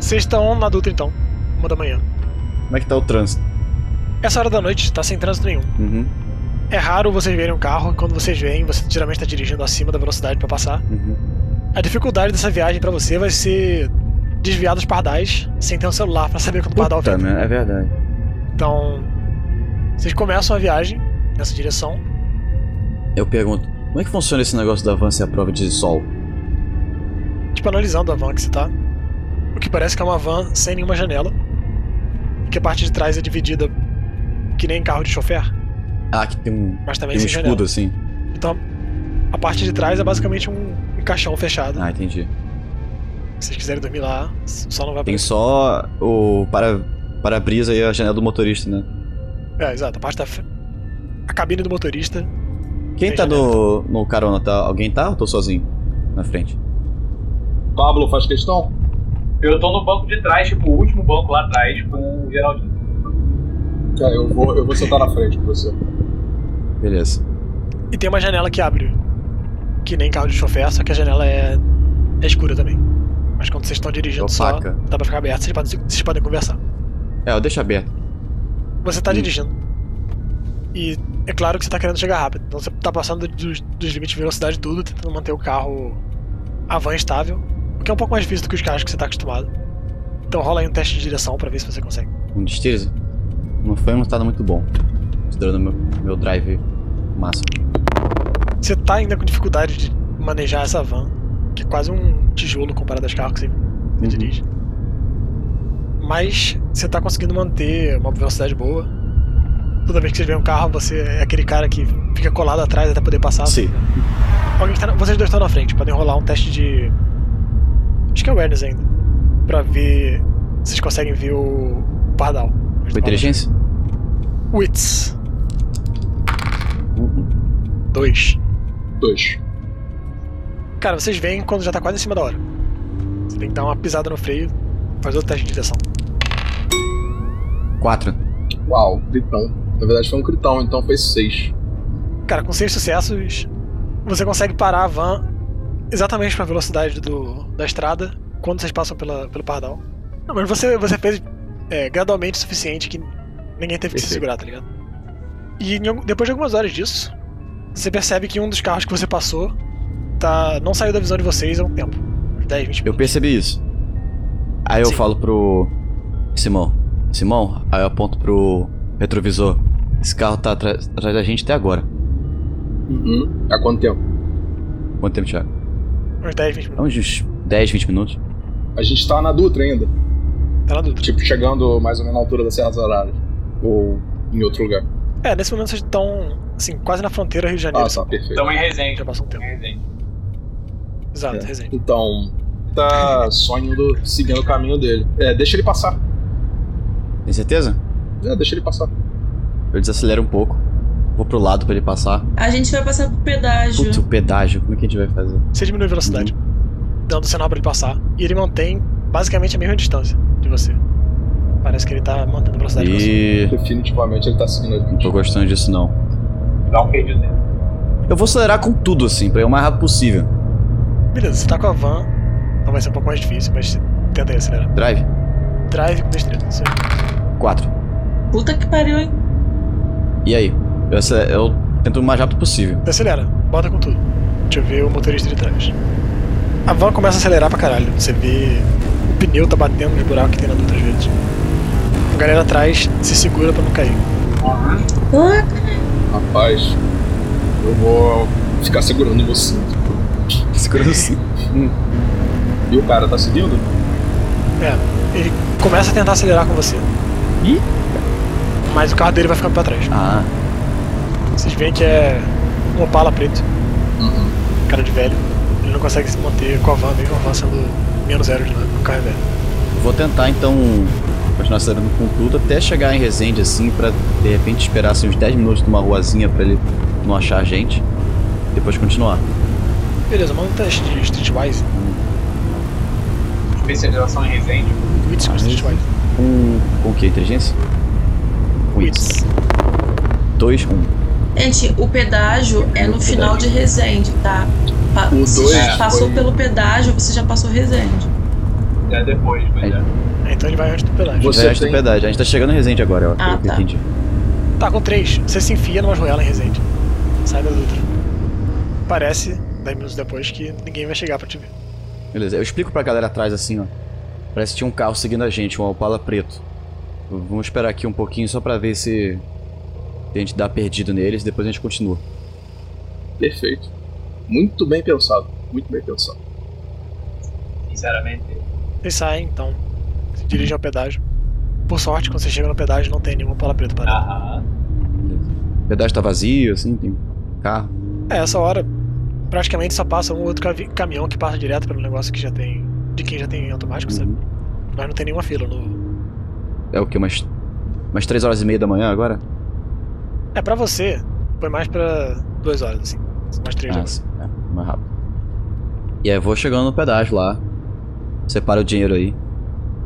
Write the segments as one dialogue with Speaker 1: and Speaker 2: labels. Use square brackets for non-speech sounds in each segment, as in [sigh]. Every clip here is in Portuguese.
Speaker 1: Vocês estão na Dutra então, uma da manhã.
Speaker 2: Como é que tá o trânsito?
Speaker 1: Essa hora da noite tá sem trânsito nenhum.
Speaker 2: Uhum,
Speaker 1: É raro vocês verem um carro, e quando vocês veem, você geralmente tá dirigindo acima da velocidade pra passar.
Speaker 2: uhum.
Speaker 1: A dificuldade dessa viagem pra você vai ser desviar dos pardais sem ter um celular pra saber quando o pardal
Speaker 2: Puta,
Speaker 1: vem.
Speaker 2: merda, é verdade.
Speaker 1: Então, vocês começam a viagem nessa direção.
Speaker 2: Eu pergunto, como é que funciona esse negócio da van ser a prova é de sol?
Speaker 1: tipo analisando a van que você tá. O que parece que é uma van sem nenhuma janela. E que a parte de trás é dividida que nem carro de chofer,
Speaker 2: Ah, que tem um,
Speaker 1: mas também
Speaker 2: tem um
Speaker 1: sem janela.
Speaker 2: escudo assim.
Speaker 1: Então a parte de trás é basicamente um, um caixão fechado.
Speaker 2: Ah, entendi.
Speaker 1: Se vocês quiserem dormir lá, s- só não vai
Speaker 2: Tem só o para para-brisa e a janela do motorista, né?
Speaker 1: É, exato. A parte da. fre- A cabine do motorista.
Speaker 2: Quem
Speaker 1: Tem
Speaker 2: tá
Speaker 1: janela.
Speaker 2: no, no carona? Tá, alguém tá ou tô sozinho? Na frente.
Speaker 3: Pablo faz questão?
Speaker 4: Eu tô no banco de trás, tipo, o último banco lá atrás com o Geraldinho.
Speaker 3: Tá, eu vou, eu vou sentar na frente com você.
Speaker 2: Beleza.
Speaker 1: E tem uma janela que abre. Que nem carro de chofer, só que a janela é, é escura também. Mas quando vocês estão dirigindo só,
Speaker 2: Opaca.
Speaker 1: dá pra ficar aberto, vocês podem, vocês podem conversar.
Speaker 2: É, eu deixo aberto.
Speaker 1: Você tá
Speaker 2: Hum.
Speaker 1: dirigindo. E é claro que você tá querendo chegar rápido. Então você tá passando dos, dos limites de velocidade e tudo, tentando manter o carro a van estável. O que é um pouco mais difícil do que os carros que você tá acostumado. Então rola aí um teste de direção pra ver se você consegue.
Speaker 2: Um destreza? Não foi um resultado muito bom. Considerando meu, meu drive massa.
Speaker 1: Você tá ainda com dificuldade de manejar essa van, que é quase um tijolo comparado aos carros que você
Speaker 2: Uhum.
Speaker 1: você dirige. Mas você tá conseguindo manter uma velocidade boa. Toda vez que você vê um carro, você é aquele cara que fica colado atrás até poder passar.
Speaker 2: Sim.
Speaker 1: Alguém que tá na- Vocês dois estão na frente, podem rolar um teste de. Acho que é awareness ainda. Pra ver. Vocês conseguem ver o Pardal.
Speaker 2: Foi inteligência?
Speaker 1: Wits. Tá.
Speaker 2: Uhum.
Speaker 1: Dois.
Speaker 3: Dois.
Speaker 1: Cara, vocês veem quando já tá quase em cima da hora. Você tem que dar uma pisada no freio, fazer outro teste de direção.
Speaker 2: Quatro.
Speaker 3: Uau, gritão. Na verdade foi um gritão, então foi seis.
Speaker 1: Cara, com seis sucessos, você consegue parar a van exatamente pra velocidade do, da estrada quando vocês passam pela, pelo pardal. Não, mas você, você fez é, gradualmente o suficiente que ninguém teve que se
Speaker 2: Perfeito.
Speaker 1: segurar, tá ligado? E em algum- depois de algumas horas disso, você percebe que um dos carros que você passou tá, não saiu da visão de vocês há um tempo. Uns 10, 20
Speaker 2: Eu
Speaker 1: minutos.
Speaker 2: percebi isso. Aí eu
Speaker 1: Sim.
Speaker 2: falo pro Simão. Simão, aí eu aponto pro retrovisor. Esse carro tá atra- atrás da gente até agora.
Speaker 3: Uhum. Há quanto tempo?
Speaker 2: Quanto tempo, Thiago?
Speaker 1: Uns 10, 20
Speaker 2: É
Speaker 1: minutos.
Speaker 2: uns 10, 20 minutos.
Speaker 3: A gente tá na Dutra ainda.
Speaker 1: Tá na dúvida.
Speaker 3: Tipo, chegando mais ou menos na altura da Serra dos Araras. Ou em outro lugar.
Speaker 1: É, nesse momento vocês estão, assim, quase na fronteira Rio de Janeiro. assim.
Speaker 3: Ah, tá, perfeito.
Speaker 4: Tamo em Resende.
Speaker 1: Já
Speaker 4: Tamo
Speaker 1: passou um tempo.
Speaker 4: em Resende.
Speaker 1: Exato,
Speaker 3: É.
Speaker 1: resenha.
Speaker 3: Então, tá sonhando, seguindo o caminho dele. É, deixa ele passar.
Speaker 2: Tem certeza?
Speaker 3: É, deixa ele passar.
Speaker 2: Eu desacelero um pouco. Vou pro lado pra ele passar.
Speaker 5: A gente vai passar pro
Speaker 1: Uhum.
Speaker 5: pedágio.
Speaker 2: Putz, o pedágio. Como é que a gente vai fazer?
Speaker 1: Você diminui a velocidade, dando sinal pra ele passar. E ele mantém basicamente a mesma distância de você. Parece que ele tá mantendo a velocidade de você.
Speaker 2: E...
Speaker 3: Definitivamente ele tá seguindo a
Speaker 2: Não
Speaker 3: gente.
Speaker 2: tô gostando disso, não.
Speaker 4: Dá um perdido nele.
Speaker 2: Eu vou acelerar com tudo, assim, pra ir o mais rápido possível.
Speaker 1: Beleza, você tá com a van, então vai ser um pouco mais difícil, mas tenta aí acelerar.
Speaker 2: Drive?
Speaker 1: Drive com destreza. Você-
Speaker 2: 4.
Speaker 5: Puta que pariu, hein?
Speaker 2: E aí? Eu, acele- eu tento o mais rápido possível.
Speaker 1: Você acelera, bota com tudo. Deixa eu ver o motorista de trás. A van começa a acelerar pra caralho. Você vê o pneu tá batendo nos buracos que tem na Dutra às vezes. A galera atrás se segura pra não cair.
Speaker 5: Ah,
Speaker 3: Rapaz, eu vou ficar segurando o meu cinto.
Speaker 2: Segurando assim.
Speaker 3: E o cara tá seguindo?
Speaker 1: É, ele começa a tentar acelerar com você.
Speaker 2: Ih.
Speaker 1: Mas o carro dele vai ficando pra trás.
Speaker 2: Ah,
Speaker 1: Vocês veem que é um Opala preto, cara de velho. Ele não consegue se manter com a van, mesmo a van sendo menos zero de nada, o carro é velho.
Speaker 2: eu vou tentar então continuar acelerando com tudo até chegar em Resende assim, pra de repente esperar assim, uns 10 minutos numa ruazinha pra ele não achar a gente. Depois continuar.
Speaker 1: Beleza, manda um teste de Streetwise,
Speaker 4: Especialização em é Resende.
Speaker 1: Wits com Streetwise.
Speaker 2: Um. Com o que? Inteligência?
Speaker 1: Wits.
Speaker 2: 2, 1.
Speaker 5: gente, o pedágio é no final de Resende, tá? Pa
Speaker 3: O
Speaker 5: se
Speaker 3: dois
Speaker 5: já passou
Speaker 3: foi-
Speaker 5: pelo pedágio, você já passou Resende.
Speaker 4: É depois, mas é.
Speaker 1: É, Então ele vai antes do pedágio.
Speaker 3: Você
Speaker 2: Você resto
Speaker 3: tem-
Speaker 2: do pedágio. A gente tá chegando em Resende agora, ó, pelo
Speaker 5: Ah,
Speaker 2: que eu
Speaker 5: tá.
Speaker 2: entendi.
Speaker 1: Tá, com três. Você se enfia numa joela em Resende. Sai da Dutra. Parece, 10 minutos depois, que ninguém vai chegar pra te ver.
Speaker 2: Beleza, eu explico pra galera atrás assim, ó. Parece que tinha um carro seguindo a gente, um Opala preto. V- Vamos esperar aqui um pouquinho só pra ver se se a gente dá perdido neles, depois a gente continua.
Speaker 3: Perfeito. Muito bem pensado. Muito bem pensado.
Speaker 4: Sinceramente.
Speaker 1: Vocês saem, então. Se dirigem ao pedágio. Por sorte, quando você chega no pedágio, não tem nenhuma pala preta parada.
Speaker 4: Aham.
Speaker 2: O pedágio tá vazio, assim, tem carro.
Speaker 1: É, essa hora praticamente só passa um outro cavi- caminhão que passa direto pelo negócio que já tem. De quem já tem automático, sabe? Mas não tem nenhuma fila no.
Speaker 2: É o que? Umas, umas 3 horas e meia da manhã agora?
Speaker 1: É pra você, foi mais pra duas horas, assim. Mais três
Speaker 2: Ah,
Speaker 1: horas.
Speaker 2: sim. É, mais rápido. E aí eu vou chegando no pedágio lá. Separa o dinheiro aí.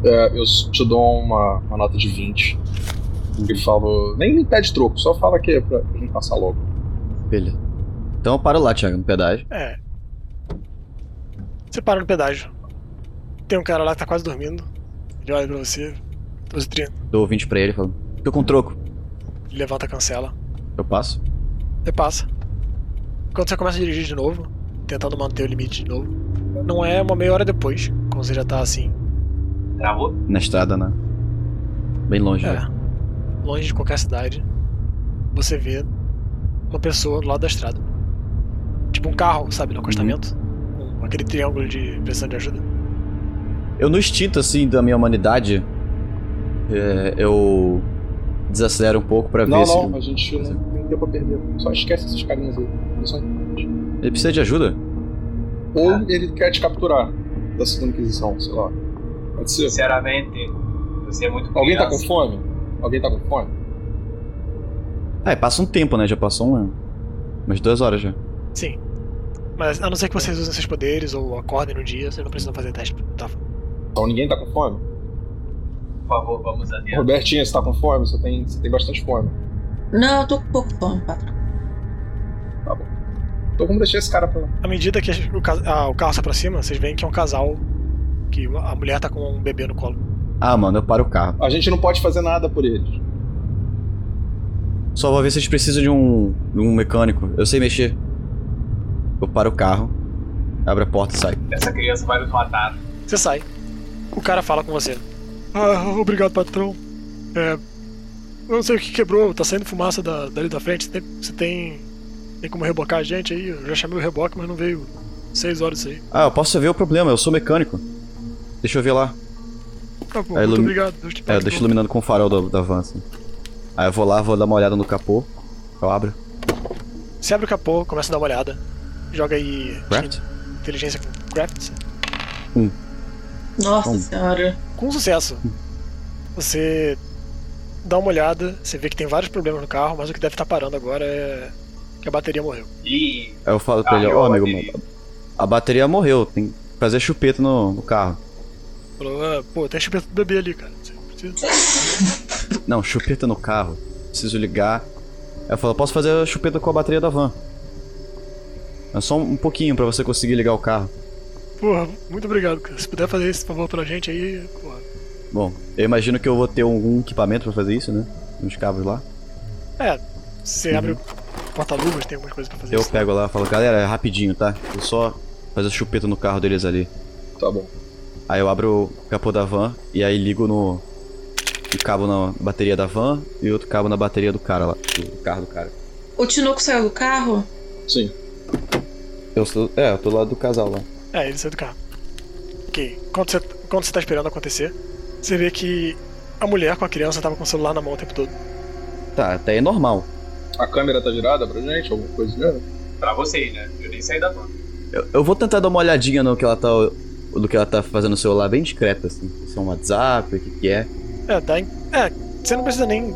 Speaker 3: É, eu s- te dou uma, uma nota de 20. E falo. Nem me pede troco, só fala que é pra pra gente passar logo.
Speaker 2: Beleza. Então eu paro lá, Thiago, no pedágio.
Speaker 1: É. Você para no pedágio. Tem um cara lá que tá quase dormindo. Ele olha pra você, 12h30,
Speaker 2: Dou 20 pra ele e falo: Tô com troco.
Speaker 1: ele levanta a cancela.
Speaker 2: Eu passo.
Speaker 1: Você passa. Quando você começa a dirigir de novo, tentando manter o limite de novo, não é uma meia hora depois, quando você já tá assim,
Speaker 4: Travou?
Speaker 2: Na estrada, né? Bem longe. né?
Speaker 1: É. Longe de qualquer cidade, você vê uma pessoa do lado da estrada. Tipo um carro, sabe, no acostamento. Com aquele triângulo de precisando de ajuda.
Speaker 2: Eu, no instinto, assim, da minha humanidade, é, eu desacelero um pouco pra
Speaker 3: Não,
Speaker 2: ver
Speaker 3: não, a
Speaker 2: se.
Speaker 3: gente não tem tempo a perder. Só esquece esses carinhas aí. tá Eles são importantes.
Speaker 2: Ele precisa de ajuda?
Speaker 4: Tá.
Speaker 3: Ou ele quer te capturar da segunda aquisição, sei lá. Pode ser.
Speaker 4: Sinceramente, você é muito
Speaker 3: Alguém tá com
Speaker 4: criança.
Speaker 3: fome? Alguém tá com fome?
Speaker 2: Ah, e passa um tempo, né? Já passou um, umas duas horas já.
Speaker 1: Sim. Mas a não ser que vocês usem seus poderes ou acordem no dia, vocês não precisam fazer teste. Tá.
Speaker 3: Então ninguém tá com fome?
Speaker 4: Por favor, vamos adiante.
Speaker 3: Robertinha, você tá com fome? Você tem, você tem bastante fome.
Speaker 5: Não, eu tô com pouco fome, patrão.
Speaker 3: Então vamos deixar esse cara pra lá.
Speaker 1: À medida que o, ca- ah, o carro se aproxima, vocês veem que é um casal que a mulher tá com um bebê no colo.
Speaker 2: Ah, mano, eu paro o carro.
Speaker 3: A gente não pode fazer nada por eles.
Speaker 2: Só vou ver se eles precisam de um, de um mecânico. Eu sei mexer. Eu paro o carro, abro a porta e saio.
Speaker 4: Essa criança vai nos matar.
Speaker 1: Você sai. O cara fala com você. Ah, obrigado, patrão. É. Eu não sei o que quebrou, tá saindo fumaça da, dali da frente. Você tem, você tem. Tem como rebocar a gente aí? Eu já chamei o reboque, mas não veio. Seis horas isso aí.
Speaker 2: Ah, eu posso ver o problema, eu sou mecânico. Deixa eu ver lá.
Speaker 1: Tá bom,
Speaker 2: Aí
Speaker 1: muito
Speaker 2: ilumi-
Speaker 1: obrigado. Deus te
Speaker 2: É,
Speaker 1: pague
Speaker 2: eu deixo
Speaker 1: tudo.
Speaker 2: iluminando com o farol da, da van, assim. Aí eu vou lá, vou dar uma olhada no capô. Eu abro.
Speaker 1: Você abre o capô, começa a dar uma olhada. Joga aí.
Speaker 2: Craft?
Speaker 1: Inteligência com craft.
Speaker 5: Nossa
Speaker 2: Bom.
Speaker 5: senhora.
Speaker 1: Com sucesso. Você dá uma olhada, você vê que tem vários problemas no carro, mas o que deve estar parando agora é. Que a bateria morreu.
Speaker 4: E
Speaker 2: Aí eu falo pra
Speaker 4: Ah,
Speaker 2: ele,
Speaker 4: eu
Speaker 2: ó, amigo,
Speaker 4: abri.
Speaker 2: a bateria morreu, tem que fazer chupeta no, no carro.
Speaker 1: Falou, ah, pô, tem chupeta do bebê ali, cara. Você precisa.
Speaker 2: Não, chupeta no carro. Preciso ligar. Aí eu falo, posso fazer a chupeta com a bateria da van. É só um pouquinho pra você conseguir ligar o carro.
Speaker 1: Porra, muito obrigado, cara. Se puder fazer esse favor pra gente aí, porra.
Speaker 2: Bom, eu imagino que eu vou ter um, um equipamento pra fazer isso, né? Uns cabos lá.
Speaker 1: Você abre o porta-luvas, tem algumas coisas pra fazer.
Speaker 2: Eu
Speaker 1: isso.
Speaker 2: pego lá e falo, galera, é rapidinho, tá? Eu só fazer a chupeta no carro deles ali.
Speaker 3: Tá bom.
Speaker 2: Aí eu abro o capô da van e aí ligo no. Um cabo na bateria da van e outro cabo na bateria do cara lá. Do carro do cara.
Speaker 5: O Tinoco saiu do carro?
Speaker 3: Sim.
Speaker 2: Eu sou. É, eu tô do lado do casal lá.
Speaker 1: É, ele saiu do carro. Ok. Enquanto você, enquanto você tá esperando acontecer, você vê que a mulher com a criança tava com o celular na mão o tempo todo.
Speaker 2: Tá, até é normal.
Speaker 3: A câmera tá virada pra gente, alguma coisa do gênero?
Speaker 4: pra vocês, né? Eu nem saí da van.
Speaker 2: Eu, eu vou tentar dar uma olhadinha no que ela tá. Do que ela tá fazendo no celular bem discreta, assim. Se é um WhatsApp, o que, que é.
Speaker 1: É, dá. em- É, você não precisa nem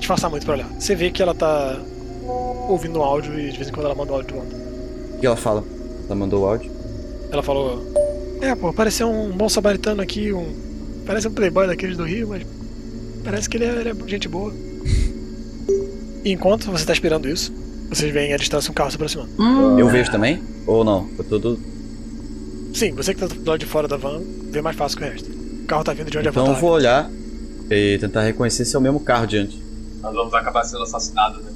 Speaker 1: disfarçar muito pra olhar. Você vê que ela tá ouvindo um áudio e de vez em quando ela manda um áudio de volta.
Speaker 2: O que ela fala? Ela mandou o áudio.
Speaker 1: Ela falou: É, pô, apareceu um bom samaritano aqui, um. Parece um playboy daqueles do Rio, mas. Parece que ele é, ele é gente boa. E enquanto você tá esperando isso,
Speaker 3: Ah.
Speaker 1: vocês veem à distância um carro se aproximando.
Speaker 5: Hum,
Speaker 2: Eu vejo também? Ou não? Eu tô do.
Speaker 1: Sim, você que tá do lado de fora da van, vê mais fácil que o resto. O carro tá vindo de onde a
Speaker 2: Então
Speaker 1: van
Speaker 2: eu
Speaker 1: tá.
Speaker 2: vou olhar e tentar reconhecer se é o mesmo carro de antes.
Speaker 6: Nós vamos acabar sendo assassinados, né?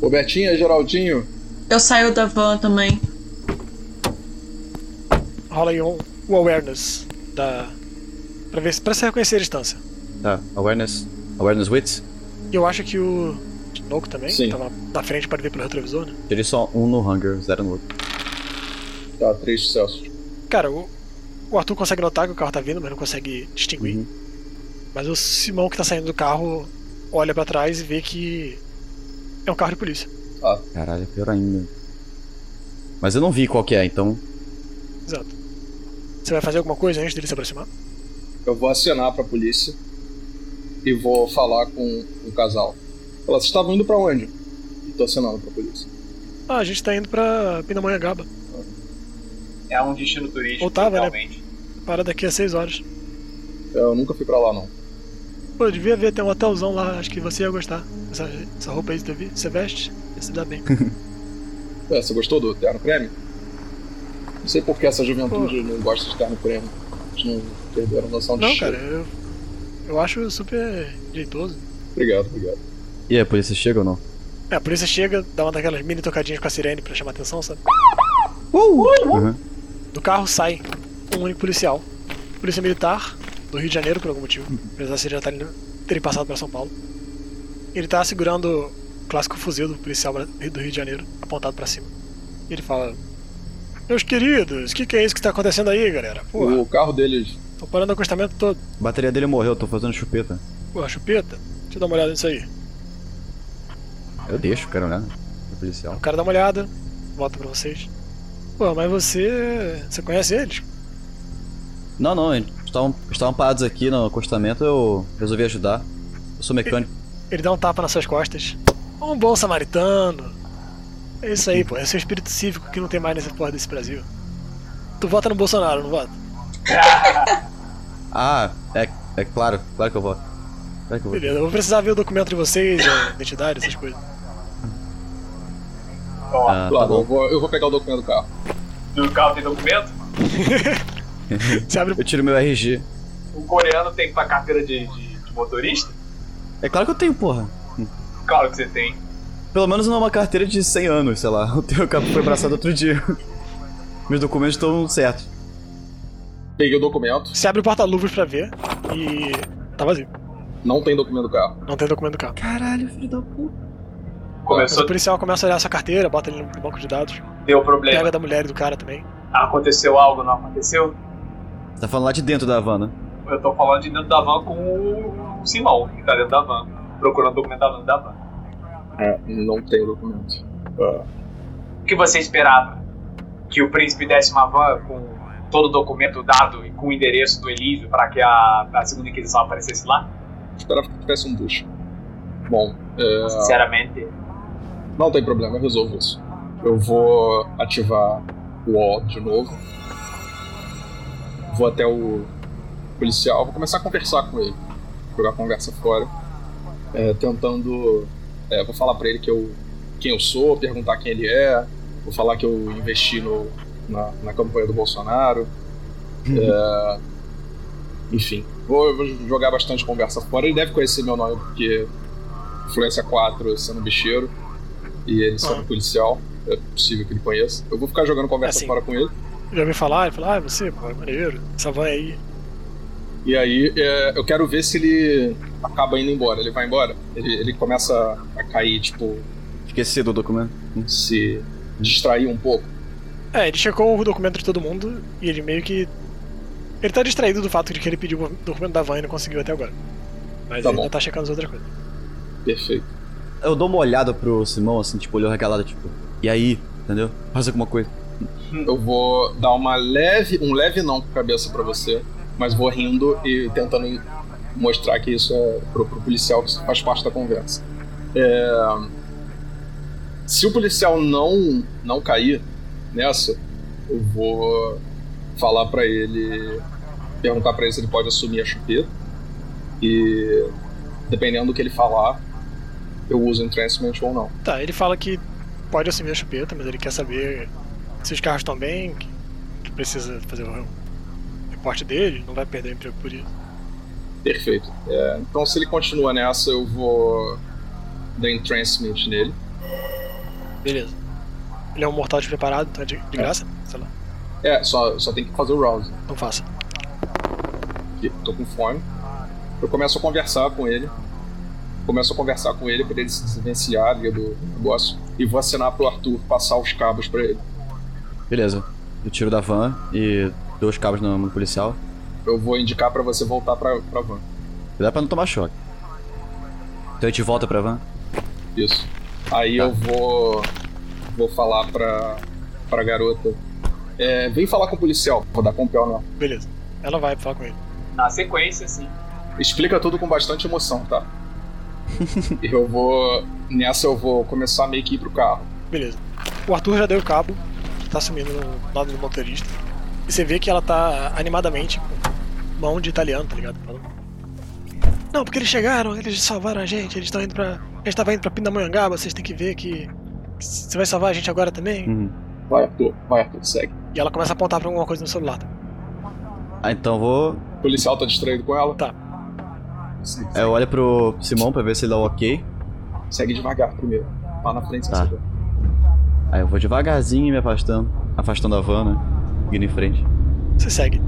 Speaker 7: Robertinha, Geraldinho,
Speaker 8: Eu saio da van também.
Speaker 1: Rola aí um, o awareness da. Pra ver se. Pra se reconhecer a distância.
Speaker 2: Tá, awareness. Awareness wits?
Speaker 1: E eu acho que o. Noco também,
Speaker 7: Sim.
Speaker 1: que tava na frente para ver pelo retrovisor, né?
Speaker 2: Tirei só um no hunger, zero no outro.
Speaker 7: tá, três sucessos.
Speaker 1: Cara, o, o Arthur consegue notar que o carro tá vindo, mas não consegue distinguir.
Speaker 2: Uhum.
Speaker 1: Mas o Simão que tá saindo do carro olha pra trás e vê que. É um carro de polícia.
Speaker 2: Caralho, é pior ainda. Mas eu não vi qual que é, então.
Speaker 1: Exato. Você vai fazer alguma coisa antes dele se aproximar?
Speaker 7: Eu vou acionar pra polícia e vou falar com o casal. Falar, vocês estavam indo pra onde? E tô acionando pra polícia.
Speaker 1: Ah, a gente tá indo pra Pindamonhangaba.
Speaker 6: É um destino turístico,
Speaker 1: Ou tava, né?
Speaker 6: realmente.
Speaker 1: Para daqui a 6 horas.
Speaker 7: Eu nunca fui pra lá, não.
Speaker 1: Pô, eu devia ver, tem um hotelzão lá, acho que você ia gostar. Essa, essa roupa aí que você vi- você veste, ia se dar bem.
Speaker 7: É, você gostou do terno creme? Não sei por que essa juventude não gosta de terno creme. Eles não perderam a noção de
Speaker 1: Não,
Speaker 7: cheiro.
Speaker 1: cara, eu, eu acho super jeitoso.
Speaker 7: Obrigado, obrigado.
Speaker 2: E aí, a polícia chega ou não?
Speaker 1: É, a polícia chega, dá uma daquelas mini tocadinhas com a sirene pra chamar atenção, sabe?
Speaker 2: Uhum.
Speaker 1: Do carro sai um único policial. Polícia militar, do Rio de Janeiro, por algum motivo. Apesar de já terem, terem passado pra São Paulo. Ele tá segurando o clássico fuzil do policial bra- do Rio de Janeiro, apontado pra cima. E ele fala: Meus queridos, o que, que é isso que tá acontecendo aí, galera? Porra,
Speaker 7: O carro deles.
Speaker 1: tô parando o acostamento todo.
Speaker 2: A bateria dele morreu, eu tô fazendo chupeta.
Speaker 1: Porra, chupeta, deixa eu dar uma olhada nisso aí.
Speaker 2: Eu deixo, cara, né? O policial.
Speaker 1: O cara dá uma olhada, volta pra vocês. Pô, mas você. Você conhece eles?
Speaker 2: Não, não, eles estavam estavam parados aqui no acostamento, eu resolvi ajudar. Eu sou mecânico.
Speaker 1: Ele dá um tapa nas suas costas. Um bom samaritano. É isso aí, pô. É seu espírito cívico que não tem mais nessa porra desse Brasil. Tu vota no Bolsonaro, não vota?
Speaker 2: Ah, é, é claro, claro que eu vou. Claro que eu vou.
Speaker 1: Beleza, eu vou precisar ver o documento de vocês, a identidade, essas coisas.
Speaker 2: Ah, tá
Speaker 7: claro, eu,
Speaker 2: bom.
Speaker 7: vou, eu vou pegar o documento do carro.
Speaker 6: Do carro tem documento?
Speaker 1: Você abre
Speaker 2: Eu tiro meu RG.
Speaker 6: O coreano tem pra carteira de, de- de motorista?
Speaker 2: É claro que eu tenho, porra.
Speaker 6: Claro que você tem.
Speaker 2: Pelo menos não é uma carteira de 100 anos, sei lá. [laughs] O teu cabo foi abraçado outro dia. Meus documentos estão certos.
Speaker 7: Peguei o documento,
Speaker 1: Você abre o porta-luvas pra ver e. tá vazio.
Speaker 7: não tem documento do carro.
Speaker 1: Não tem documento do carro.
Speaker 2: Caralho, filho da puta.
Speaker 1: Mas
Speaker 6: Começou
Speaker 1: o policial começa a olhar sua carteira, bota ele no banco de dados,
Speaker 6: a ter o problema.
Speaker 1: pega da mulher e do cara também.
Speaker 6: Aconteceu algo, não aconteceu?
Speaker 2: Tá falando lá de dentro da Havana.
Speaker 6: Eu tô falando de dentro da van com o- o Simão, que tá dentro da van, procurando o documento da van- da van.
Speaker 7: É, não tem o documento.
Speaker 6: O que você esperava? Que o príncipe desse uma van com todo o documento dado e com o endereço do Elívio pra que a, a segunda Inquisição aparecesse lá?
Speaker 7: Esperava que tivesse um bucho. Bom, é,
Speaker 6: Sinceramente,
Speaker 7: não tem problema, eu resolvo isso. Eu vou ativar o O de novo. Vou até o policial, vou começar a conversar com ele. Jogar a conversa fora. É, tentando. é, vou falar pra ele que eu, quem eu sou, perguntar quem ele é. Vou falar que eu investi no, na, na campanha do Bolsonaro. É, Enfim, vou, eu vou jogar bastante conversa fora. Ele deve conhecer meu nome, porque Influência 4 sendo bicheiro e ele sendo
Speaker 1: Ah.
Speaker 7: policial. É possível que ele conheça. Eu vou ficar jogando conversa
Speaker 1: Assim.
Speaker 7: fora com ele.
Speaker 1: Já ouviu falar? Ele fala, ah, você, pô, é maneiro. Essa van aí.
Speaker 7: E aí é, eu quero ver se ele acaba indo embora. Ele vai embora? Ele, ele começa a cair, tipo,
Speaker 2: Esqueci do documento.
Speaker 7: se distrair um pouco.
Speaker 1: É, ele checou o documento de todo mundo e ele meio que. Ele tá distraído do fato de que ele pediu o documento da van e não conseguiu até agora. Mas
Speaker 7: Tá
Speaker 1: ele
Speaker 7: bom.
Speaker 1: ainda tá checando as outras coisas.
Speaker 7: Perfeito.
Speaker 2: Eu dou uma olhada pro Simão, assim, tipo, olhou regalado, tipo, e aí, entendeu? Faz alguma coisa.
Speaker 7: Eu vou dar uma leve, um leve não com a cabeça pra você, mas vou rindo e tentando mostrar que isso é pro, pro policial que isso faz parte da conversa. É, se o policial não não cair nessa, eu vou falar pra ele, perguntar pra ele se ele pode assumir a chupeta e dependendo do que ele falar, eu uso entrancement ou não.
Speaker 1: Tá, ele fala que pode assumir a chupeta, mas ele quer saber se os carros estão bem, que- que precisa fazer o reporte dele, não vai perder o emprego por isso.
Speaker 7: Perfeito. É, então, se ele continua nessa, eu vou dar entrancement nele.
Speaker 1: Beleza. Ele é um mortal despreparado, então é de, de graça? Sei lá.
Speaker 7: É, só, só tem que fazer o rouse.
Speaker 1: Não faça.
Speaker 7: que tô com fome. Eu começo a conversar com ele. Começo a conversar com ele para ele se desvencilhar ali do negócio. E vou assinar pro Arthur passar os cabos para ele.
Speaker 2: Beleza. Eu tiro da van e dou os cabos no, no policial.
Speaker 7: Eu vou indicar para você voltar pra, pra van.
Speaker 2: Dá pra não tomar choque. Então a gente volta pra van.
Speaker 7: Isso. Aí eu vou. Vou falar pra, pra garota. É, vem falar com o policial. Vou dar com o pé não.
Speaker 1: Beleza. Ela vai falar com ele.
Speaker 6: Na sequência, assim. sim.
Speaker 7: Explica tudo com bastante emoção,
Speaker 2: [laughs]
Speaker 7: tá? eu vou. Nessa eu vou começar meio que ir pro carro.
Speaker 1: Beleza. O Arthur já deu o cabo, tá sumindo no lado do motorista. E você vê que ela tá animadamente com mão de italiano, tá ligado? Falando. Não, porque eles chegaram, eles salvaram a gente, eles estão indo pra. A gente tava indo pra Pindamonhangaba, vocês têm que ver que. que Você vai salvar a gente agora também?
Speaker 2: Uhum.
Speaker 7: Vai, Arthur. Vai, Arthur. Segue.
Speaker 1: E ela começa a apontar pra alguma coisa no celular.
Speaker 2: Ah, então vou.
Speaker 7: O policial tá distraído com ela?
Speaker 1: Tá.
Speaker 7: Sim,
Speaker 2: Eu olho pro Simão pra ver se ele dá o ok.
Speaker 7: Segue devagar primeiro. Lá na frente, assim,
Speaker 2: Tá.
Speaker 7: você vê.
Speaker 2: Aí eu vou devagarzinho me afastando. Afastando a van, né? Indo em frente.
Speaker 1: Você segue.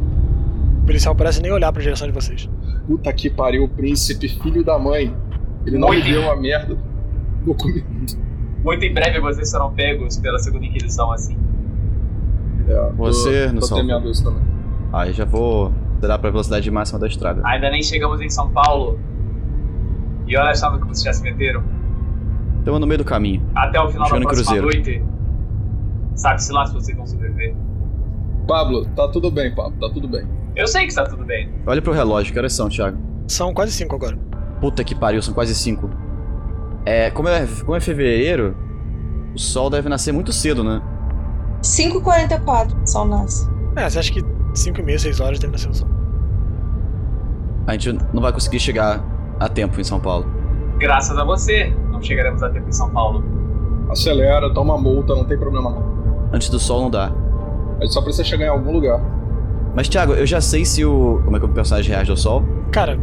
Speaker 1: O policial parece nem olhar pra direção de vocês.
Speaker 7: Puta que pariu, o príncipe, filho da mãe. Ele não me deu a merda do documento.
Speaker 6: Muito em breve vocês serão pegos pela segunda inquisição, assim.
Speaker 7: É, tô-
Speaker 2: Você não
Speaker 7: tô,
Speaker 2: salvou.
Speaker 7: temendo isso também.
Speaker 2: Aí já vou acelerar pra velocidade máxima da estrada.
Speaker 6: Ainda nem chegamos em São Paulo. E olha só no que vocês já se meteram.
Speaker 2: Estamos Então no meio do caminho.
Speaker 6: Até o final
Speaker 2: Chegando em
Speaker 6: da próxima
Speaker 2: Cruzeiro.
Speaker 6: noite. Sabe-se lá se vocês vão sobreviver.
Speaker 7: Pablo, tá tudo bem, Pablo, tá tudo bem.
Speaker 6: Eu sei que está tudo bem.
Speaker 2: Olha pro relógio, que horas são, Thiago?
Speaker 1: São quase cinco agora.
Speaker 2: Puta que pariu, são quase 5. É, como é, como é fevereiro, o sol deve nascer muito cedo, né?
Speaker 8: 5h44, só nasce.
Speaker 1: É, você acha que cinco e meia, seis horas deve nascer um o sol.
Speaker 2: A gente não vai conseguir chegar a tempo em São Paulo.
Speaker 6: Graças a você, não chegaremos a tempo em São Paulo.
Speaker 7: Acelera, toma multa, não tem problema não.
Speaker 2: Antes do sol não dá.
Speaker 7: A gente só precisa chegar em algum lugar.
Speaker 2: Mas, Thiago, eu já sei se o. Como é que o personagem reage ao sol?
Speaker 1: Cara,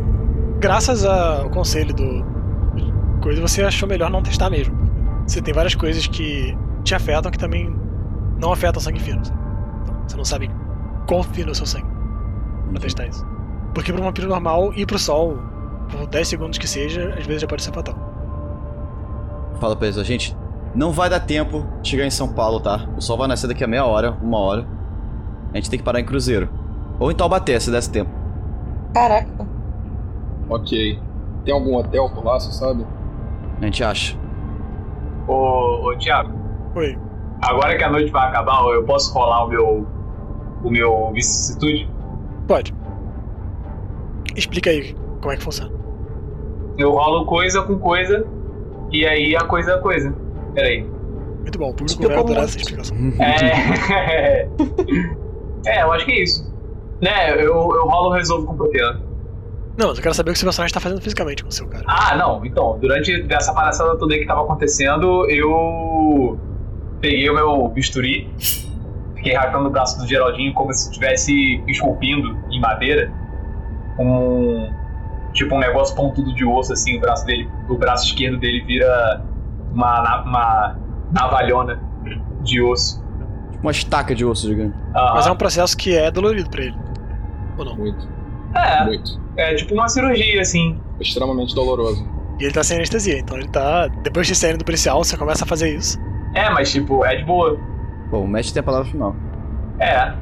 Speaker 1: graças ao conselho do do coisa, você achou melhor não testar mesmo. Você tem várias coisas que te afetam que também não afetam o sangue fino. sabe? Então, você não sabe quão fino é o seu sangue pra testar isso. Porque pra um vampiro normal, ir pro sol, por 10 segundos que seja, às vezes já pode ser fatal.
Speaker 2: Fala pra eles, ó, gente, não vai dar tempo de chegar em São Paulo, tá? O sol vai nascer daqui a meia hora, uma hora. A gente tem que parar em Cruzeiro. Ou em Taubaté, se desse tempo.
Speaker 8: Caraca.
Speaker 7: Ok. Tem algum hotel por lá, você sabe?
Speaker 2: A gente acha.
Speaker 6: Ô, ô Thiago,
Speaker 1: Oi,
Speaker 6: agora que a noite vai acabar, eu posso rolar o meu. o meu vicissitude?
Speaker 1: pode. Explica aí como é que funciona.
Speaker 6: Eu rolo coisa com coisa, e aí a coisa é coisa. Peraí.
Speaker 1: Muito bom, o público
Speaker 8: Explicou
Speaker 1: vai adorar
Speaker 8: muito.
Speaker 1: essa explicação.
Speaker 6: É. [laughs] é, eu acho que é isso. Né, eu, eu rolo resolvo com proteína.
Speaker 1: Não, mas eu quero saber o que o seu personagem tá fazendo fisicamente com o seu cara.
Speaker 6: Ah, não, então, durante essa palhaçada toda aí que tava acontecendo, eu peguei o meu bisturi, fiquei raspando o braço do Geraldinho como se estivesse esculpindo em madeira um tipo um negócio pontudo de osso assim, o braço dele, o braço esquerdo dele vira uma, na- uma navalhona de osso. Ah,
Speaker 2: Tipo uma estaca de osso gigante.
Speaker 6: Aham.
Speaker 1: Mas é um processo que é dolorido pra ele. Ou não?
Speaker 7: Muito,
Speaker 6: é,
Speaker 7: muito.
Speaker 6: é tipo uma cirurgia assim.
Speaker 7: Extremamente doloroso.
Speaker 1: E ele tá sem anestesia, então ele tá. Depois de sair do policial, você começa a fazer isso.
Speaker 6: É, mas tipo, é de boa.
Speaker 2: Bom, o mestre tem a palavra final.
Speaker 6: É.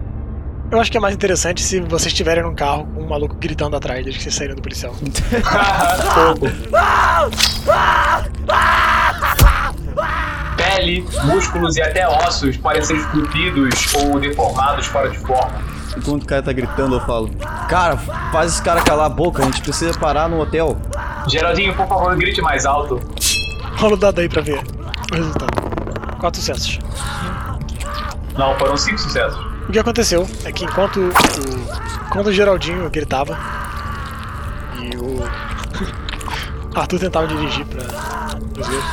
Speaker 1: Eu acho que é mais interessante se vocês estiverem num carro com um maluco gritando atrás desde que vocês saíram do policial.
Speaker 4: [laughs]
Speaker 6: Pele, músculos e até ossos podem ser esculpidos ou deformados fora de forma.
Speaker 2: Enquanto o cara tá gritando, eu falo: Cara, faz esse cara calar a boca, a gente precisa parar no hotel.
Speaker 6: Geraldinho, por favor, grite mais alto.
Speaker 1: Rola o dado aí pra ver o resultado. Quatro sucessos.
Speaker 6: Não, foram cinco sucessos.
Speaker 1: O que aconteceu é que enquanto o. Quando o Geraldinho gritava e o. [laughs] Arthur tentava dirigir pra Cruzeiro,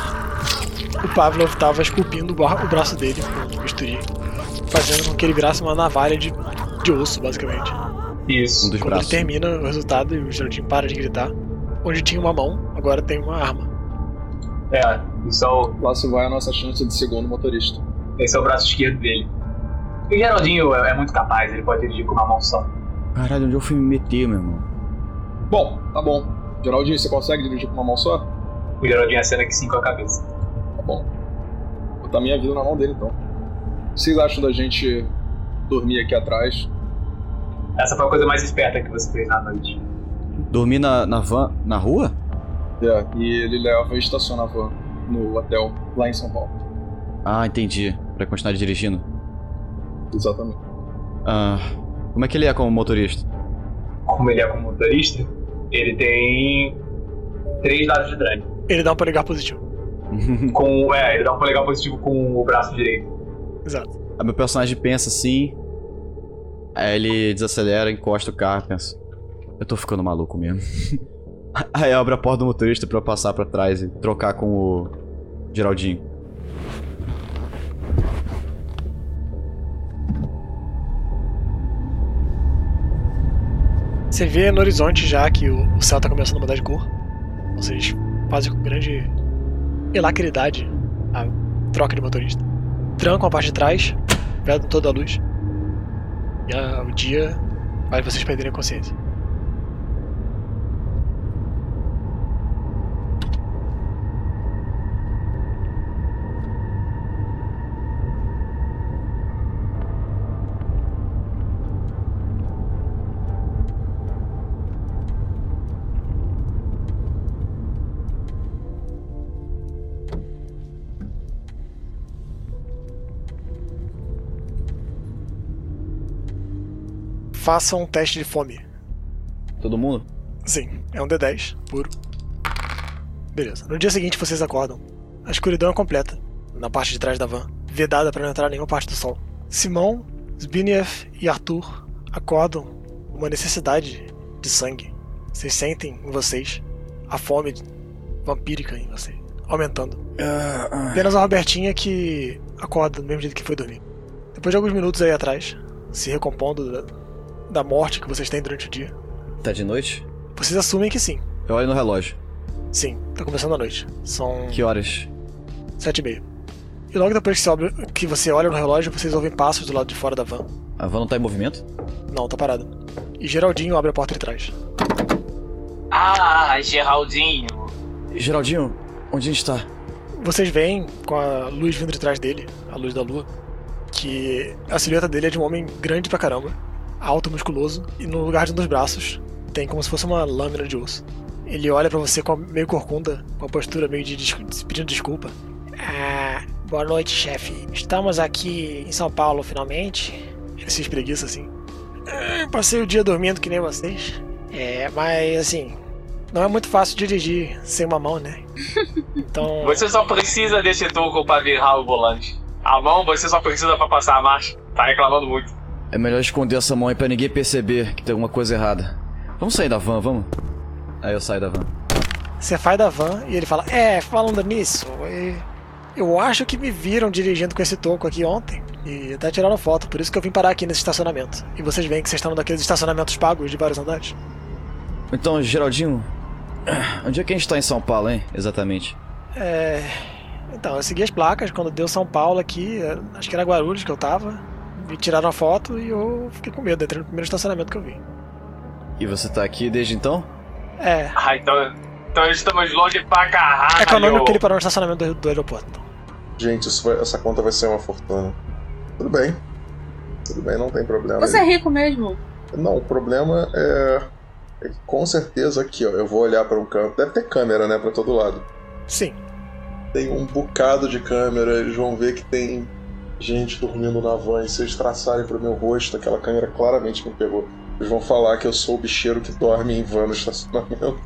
Speaker 1: o Pavlov tava esculpindo o bra- o braço dele com o bisturi, fazendo com que ele virasse uma navalha de de osso, basicamente.
Speaker 2: Um
Speaker 4: Isso.
Speaker 2: dos
Speaker 1: Quando
Speaker 2: braços.
Speaker 1: ele termina o resultado e o Geraldinho para de gritar, onde tinha uma mão, agora tem uma arma.
Speaker 4: É, isso é o,
Speaker 3: Lá se vai a nossa chance de segundo motorista.
Speaker 4: esse é o braço esquerdo dele. E o Geraldinho é, é muito capaz, ele pode dirigir com uma mão só.
Speaker 2: Caralho, onde eu fui me meter, meu irmão?
Speaker 3: Bom, tá bom. Geraldinho, você consegue dirigir com uma mão só?
Speaker 4: O Geraldinho acena que sim com a cabeça.
Speaker 3: Tá bom. Vou botar minha vida na mão dele então. O que vocês acham da gente dormir aqui atrás?
Speaker 4: Essa foi a coisa mais esperta que você fez na noite.
Speaker 2: Dormi na, na van. na rua?
Speaker 3: É, e ele leva e estaciona a van no hotel lá em São Paulo.
Speaker 2: Ah, entendi. Pra continuar dirigindo.
Speaker 3: Exatamente.
Speaker 2: Ah. Como é que ele é como motorista?
Speaker 4: Como ele é como motorista, ele tem três dados de drive.
Speaker 1: Ele dá um polegar positivo. Uhum.
Speaker 4: Com, é, ele dá um polegar positivo com o braço direito.
Speaker 1: Exato.
Speaker 2: Aí "Ah, meu personagem pensa assim. Aí ele desacelera, encosta o carro, pensa. Eu tô ficando maluco mesmo. [laughs] Aí abre a porta do motorista pra eu passar pra trás e trocar com o Geraldinho.
Speaker 1: Você vê no horizonte já que o o céu tá começando a mudar de cor. Vocês fazem com grande elacridade a troca de motorista. Trancam a parte de trás, vedam toda a luz. E ah, o dia faz vocês perderem a consciência. Façam um teste de fome.
Speaker 2: Todo mundo?
Speaker 1: Sim, é um D10, puro. Beleza. No dia seguinte vocês acordam. A escuridão é completa, na parte de trás da van, vedada para não entrar nenhuma parte do sol. Simão, Zbigniew e Arthur acordam com uma necessidade de sangue. Vocês sentem em vocês a fome vampírica em vocês, aumentando. Apenas a Robertinha que acorda do mesmo jeito que foi dormir. Depois de alguns minutos aí atrás, se recompondo da, da morte que vocês têm durante o dia,
Speaker 2: Tá de noite?
Speaker 1: vocês assumem que sim,
Speaker 2: Eu olho no relógio.
Speaker 1: Sim, tá começando a noite. São
Speaker 2: Que horas?
Speaker 1: sete e meia. E logo depois que você, abre- que você olha no relógio, vocês ouvem passos do lado de fora da van.
Speaker 2: A van não tá em movimento?
Speaker 1: Não, tá parada. E Geraldinho abre a porta de trás.
Speaker 6: Ah, Geraldinho.
Speaker 2: Geraldinho, onde a gente tá?
Speaker 1: Vocês veem, com a luz vindo de trás dele, a luz da lua, que a silhueta dele é de um homem grande pra caramba, alto, musculoso, e no lugar de um dos braços tem como se fosse uma lâmina de osso. Ele olha pra você com a- meio corcunda, com a postura meio de des- de- pedindo desculpa. Ah, boa noite, chefe. Estamos aqui em São Paulo finalmente. Ele se espreguiça assim. "Ah, passei o dia dormindo que nem vocês. É, mas assim, não é muito fácil dirigir sem uma mão, né? Então.
Speaker 6: Você só precisa desse truco pra virar o volante. A mão você só precisa pra passar a marcha. Tá reclamando muito.
Speaker 2: É melhor esconder essa mão aí pra ninguém perceber que tem alguma coisa errada. Vamos sair da van, vamos? Aí eu saio da van.
Speaker 1: Você faz da van e ele fala: É, falando nisso, e- eu acho que me viram dirigindo com esse toco aqui ontem. E até tiraram foto, por isso que eu vim parar aqui nesse estacionamento. E vocês veem que vocês estão num daqueles estacionamentos pagos de vários andares.
Speaker 2: Então, Geraldinho, onde é que a gente tá em São Paulo, hein? Exatamente.
Speaker 1: É. Então, eu segui as placas quando deu São Paulo aqui, é, acho que era Guarulhos que eu tava. Me tiraram a foto e eu fiquei com medo, entrei no primeiro estacionamento que eu vi.
Speaker 2: E você tá aqui desde então?
Speaker 1: É,
Speaker 6: Ah, então, então estamos longe pra caralho.
Speaker 1: econômico É que ele parou no estacionamento do, do aeroporto.
Speaker 7: Gente, isso vai- essa conta vai ser uma fortuna. Tudo bem. Tudo bem, não tem problema.
Speaker 8: Você é rico mesmo?
Speaker 7: Não, o problema é. é que com certeza aqui, ó. Eu vou olhar para um campo. Deve ter câmera, né? Pra todo lado.
Speaker 1: Sim,
Speaker 7: Tem um bocado de câmera. Eles vão ver que tem gente dormindo na van. E se eles traçarem pro meu rosto, aquela câmera claramente me pegou. Eles vão falar que eu sou o bicheiro que dorme em van no estacionamento.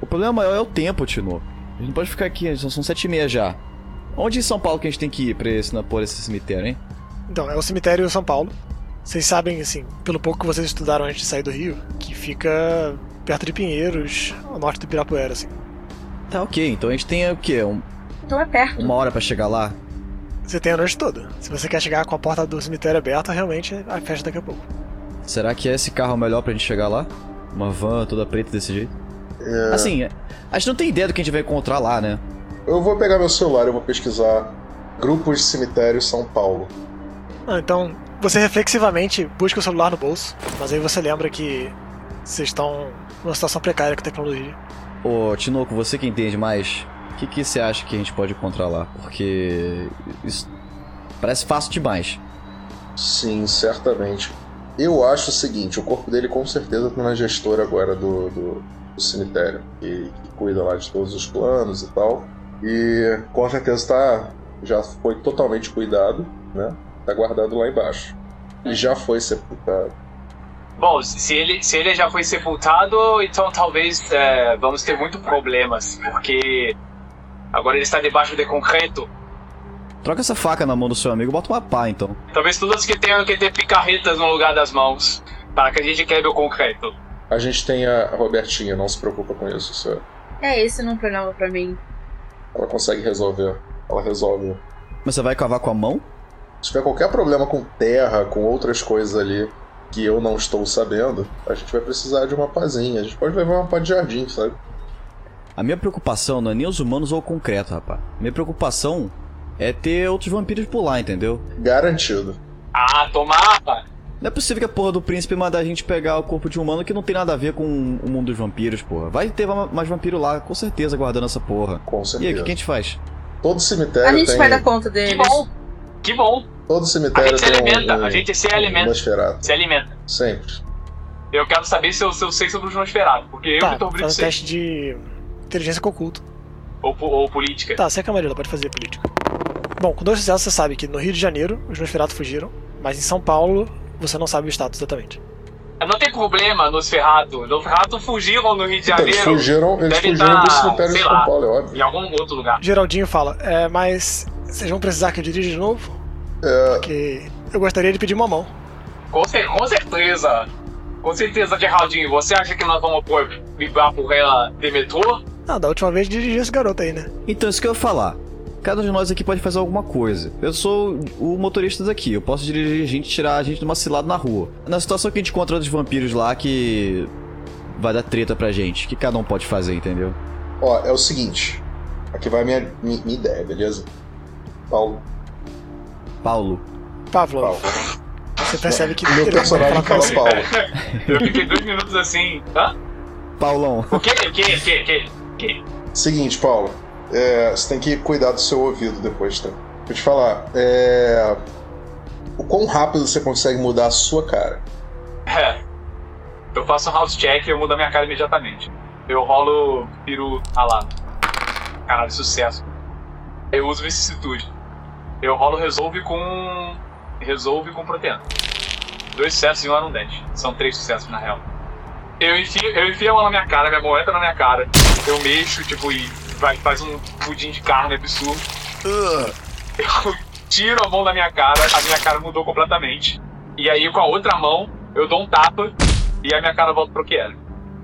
Speaker 2: O problema maior é o tempo, Tino. A gente não pode ficar aqui, são são sete e meia já. Onde em São Paulo que a gente tem que ir pra esse, na- por esse cemitério, hein?
Speaker 1: Então, é o cemitério São Paulo. Vocês sabem, assim, pelo pouco que vocês estudaram antes de sair do Rio, que fica perto de Pinheiros, ao norte do Pirapuera, assim.
Speaker 2: Tá ok, então a gente tem o quê? Um-
Speaker 8: Então é perto.
Speaker 2: uma hora pra chegar lá?
Speaker 1: Você tem a noite toda. Se você quer chegar com a porta do cemitério aberta, realmente a festa daqui a pouco.
Speaker 2: Será que esse carro é o melhor pra gente chegar lá? Uma van toda preta desse jeito?
Speaker 7: É,
Speaker 2: Assim, a gente não tem ideia do que a gente vai encontrar lá, né?
Speaker 7: Eu vou pegar meu celular e eu vou pesquisar grupos de cemitério São Paulo.
Speaker 1: Ah, então, você reflexivamente busca o celular no bolso, mas aí você lembra que vocês estão numa situação precária com a tecnologia.
Speaker 2: Ô, Tinoco, você que entende mais, o que, que você acha que a gente pode encontrar lá? Porque isso parece fácil demais.
Speaker 7: Sim, certamente. Eu acho o seguinte, o corpo dele com certeza tá na gestora agora do, do, do cemitério, que, que cuida lá de todos os planos e tal. E com certeza tá, já foi totalmente cuidado, né? Tá guardado lá embaixo. E já foi sepultado.
Speaker 6: Bom, se se ele, se ele já foi sepultado, então talvez é, vamos ter muito problemas, porque agora ele está debaixo de concreto.
Speaker 2: Troca essa faca na mão do seu amigo, bota uma pá então.
Speaker 6: Talvez todos que tenham que ter picarretas no lugar das mãos, para que a gente quebre o concreto.
Speaker 7: A gente tem a Robertinha, não se preocupa com isso, senhor.
Speaker 8: É, esse não é um problema pra mim.
Speaker 7: Ela consegue resolver. Ela resolve.
Speaker 2: Mas você vai cavar com a mão?
Speaker 7: Se tiver qualquer problema com terra, com outras coisas ali que eu não estou sabendo, a gente vai precisar de uma pazinha. A gente pode levar uma pá de jardim, sabe?
Speaker 2: A minha preocupação não é nem os humanos ou o concreto, rapaz. Minha preocupação é ter outros vampiros por lá, entendeu?
Speaker 7: Garantido.
Speaker 6: Ah, tomava!
Speaker 2: Não é possível que a porra do príncipe mandar a gente pegar o corpo de um humano que não tem nada a ver com o mundo dos vampiros, porra. Vai ter va- mais vampiro lá, com certeza, guardando essa porra. E
Speaker 7: Com
Speaker 2: aí, o
Speaker 7: certeza.
Speaker 2: que que a gente faz?
Speaker 7: Todo
Speaker 3: É,
Speaker 8: A
Speaker 7: cemitério
Speaker 8: gente
Speaker 7: tem.
Speaker 8: vai dar conta
Speaker 6: Que
Speaker 8: deles.
Speaker 6: bom! Que bom!
Speaker 7: Todo
Speaker 6: A
Speaker 7: cemitério
Speaker 6: gente se
Speaker 7: tem.
Speaker 6: alimenta,
Speaker 7: um, um,
Speaker 6: a gente se alimenta,
Speaker 7: Nosferatu.
Speaker 6: se alimenta.
Speaker 7: Sempre.
Speaker 6: Eu quero saber se eu, se eu sei sobre os Nosferatu, porque eu,
Speaker 1: tá,
Speaker 6: Vitor Brito,
Speaker 1: faz um
Speaker 6: sei.
Speaker 1: teste de inteligência com oculto.
Speaker 6: Ou, po- ou política.
Speaker 1: Tá, você é camareira, pode fazer política. Bom, com dois sucessos você sabe que no Rio de Janeiro os Nosferatu fugiram, mas em São Paulo você não sabe o status exatamente.
Speaker 6: Não tem problema, Nosferatu. Nosferatu fugiram no Rio de
Speaker 7: Então, eles
Speaker 6: Janeiro,
Speaker 7: fugiram, eles
Speaker 6: deve
Speaker 7: fugiram
Speaker 6: tá,
Speaker 7: do cemitério de
Speaker 6: sei
Speaker 7: São
Speaker 6: lá.
Speaker 7: Paulo, é óbvio.
Speaker 6: em algum outro lugar.
Speaker 1: Geraldinho fala, é, mas vocês vão precisar que eu dirija de novo? Porque eu gostaria de pedir uma mão.
Speaker 6: Com, cer- com certeza. Com certeza, Geraldinho. Você acha que nós vamos pôr vibrar por ela de metrô?
Speaker 1: Ah, da última vez dirigi esse garoto aí, né?
Speaker 2: Então, isso que eu ia falar. Cada um de nós aqui pode fazer alguma coisa. Eu sou o motorista daqui, eu posso dirigir a gente, tirar a gente de uma cilada na rua. Na situação que a gente encontra os vampiros lá que vai dar treta pra gente, o que cada um pode fazer, entendeu?
Speaker 7: Ó, é o seguinte. Aqui vai a minha, mi- minha ideia, beleza? Paulo.
Speaker 2: Paulo,
Speaker 1: Pavlov,
Speaker 7: Paulo.
Speaker 1: você percebe que
Speaker 7: [laughs] Meu
Speaker 1: ele
Speaker 7: personagem
Speaker 1: não
Speaker 7: fala
Speaker 1: pode falar com você.
Speaker 7: Paulo.
Speaker 6: Eu fiquei dois minutos assim. Hã?
Speaker 2: Paulão,
Speaker 6: O quê? O quê? O quê? O quê?
Speaker 7: Seguinte, Paulo, é, você tem que cuidar do seu ouvido depois, tá? Vou te falar, é, o quão rápido você consegue mudar a sua cara?
Speaker 6: É. Eu faço um house check e eu mudo a minha cara imediatamente. Eu rolo piru ralado. Caralho, sucesso. Eu uso vicissitude. Eu rolo resolve com. Resolve com proteína. Dois sucessos e um era um 10. São três sucessos na real. Eu enfio, eu enfio a mão na minha cara, minha moeda na minha cara. Eu mexo, tipo, e vai- faz um pudim de carne absurdo. Eu tiro a mão da minha cara, a minha cara mudou completamente. E aí com a outra mão eu dou um tapa e a minha cara volta pro que era.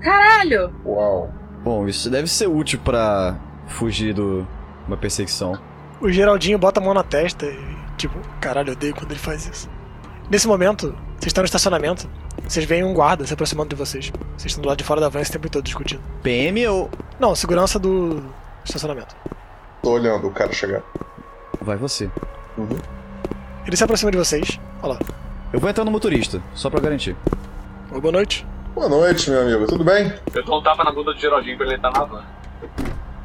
Speaker 8: Caralho!
Speaker 7: Uau.
Speaker 2: Bom, isso deve ser útil pra fugir do uma perseguição.
Speaker 1: O Geraldinho bota a mão na testa e, tipo, caralho, eu odeio quando ele faz isso. Nesse momento, vocês estão no estacionamento, vocês veem um guarda se aproximando de vocês. Vocês estão do lado de fora da van esse tempo todo discutindo.
Speaker 2: PM ou
Speaker 1: Não, segurança do estacionamento.
Speaker 7: Tô olhando o cara chegar. Uhum.
Speaker 2: vai você?
Speaker 1: Ele se aproxima de vocês. Olá.
Speaker 2: Eu vou entrar no motorista, só pra garantir.
Speaker 1: Oi, boa noite.
Speaker 7: Boa noite, meu amigo, tudo bem?
Speaker 6: Eu dou um tapa na bunda do Geraldinho pra ele entrar na van.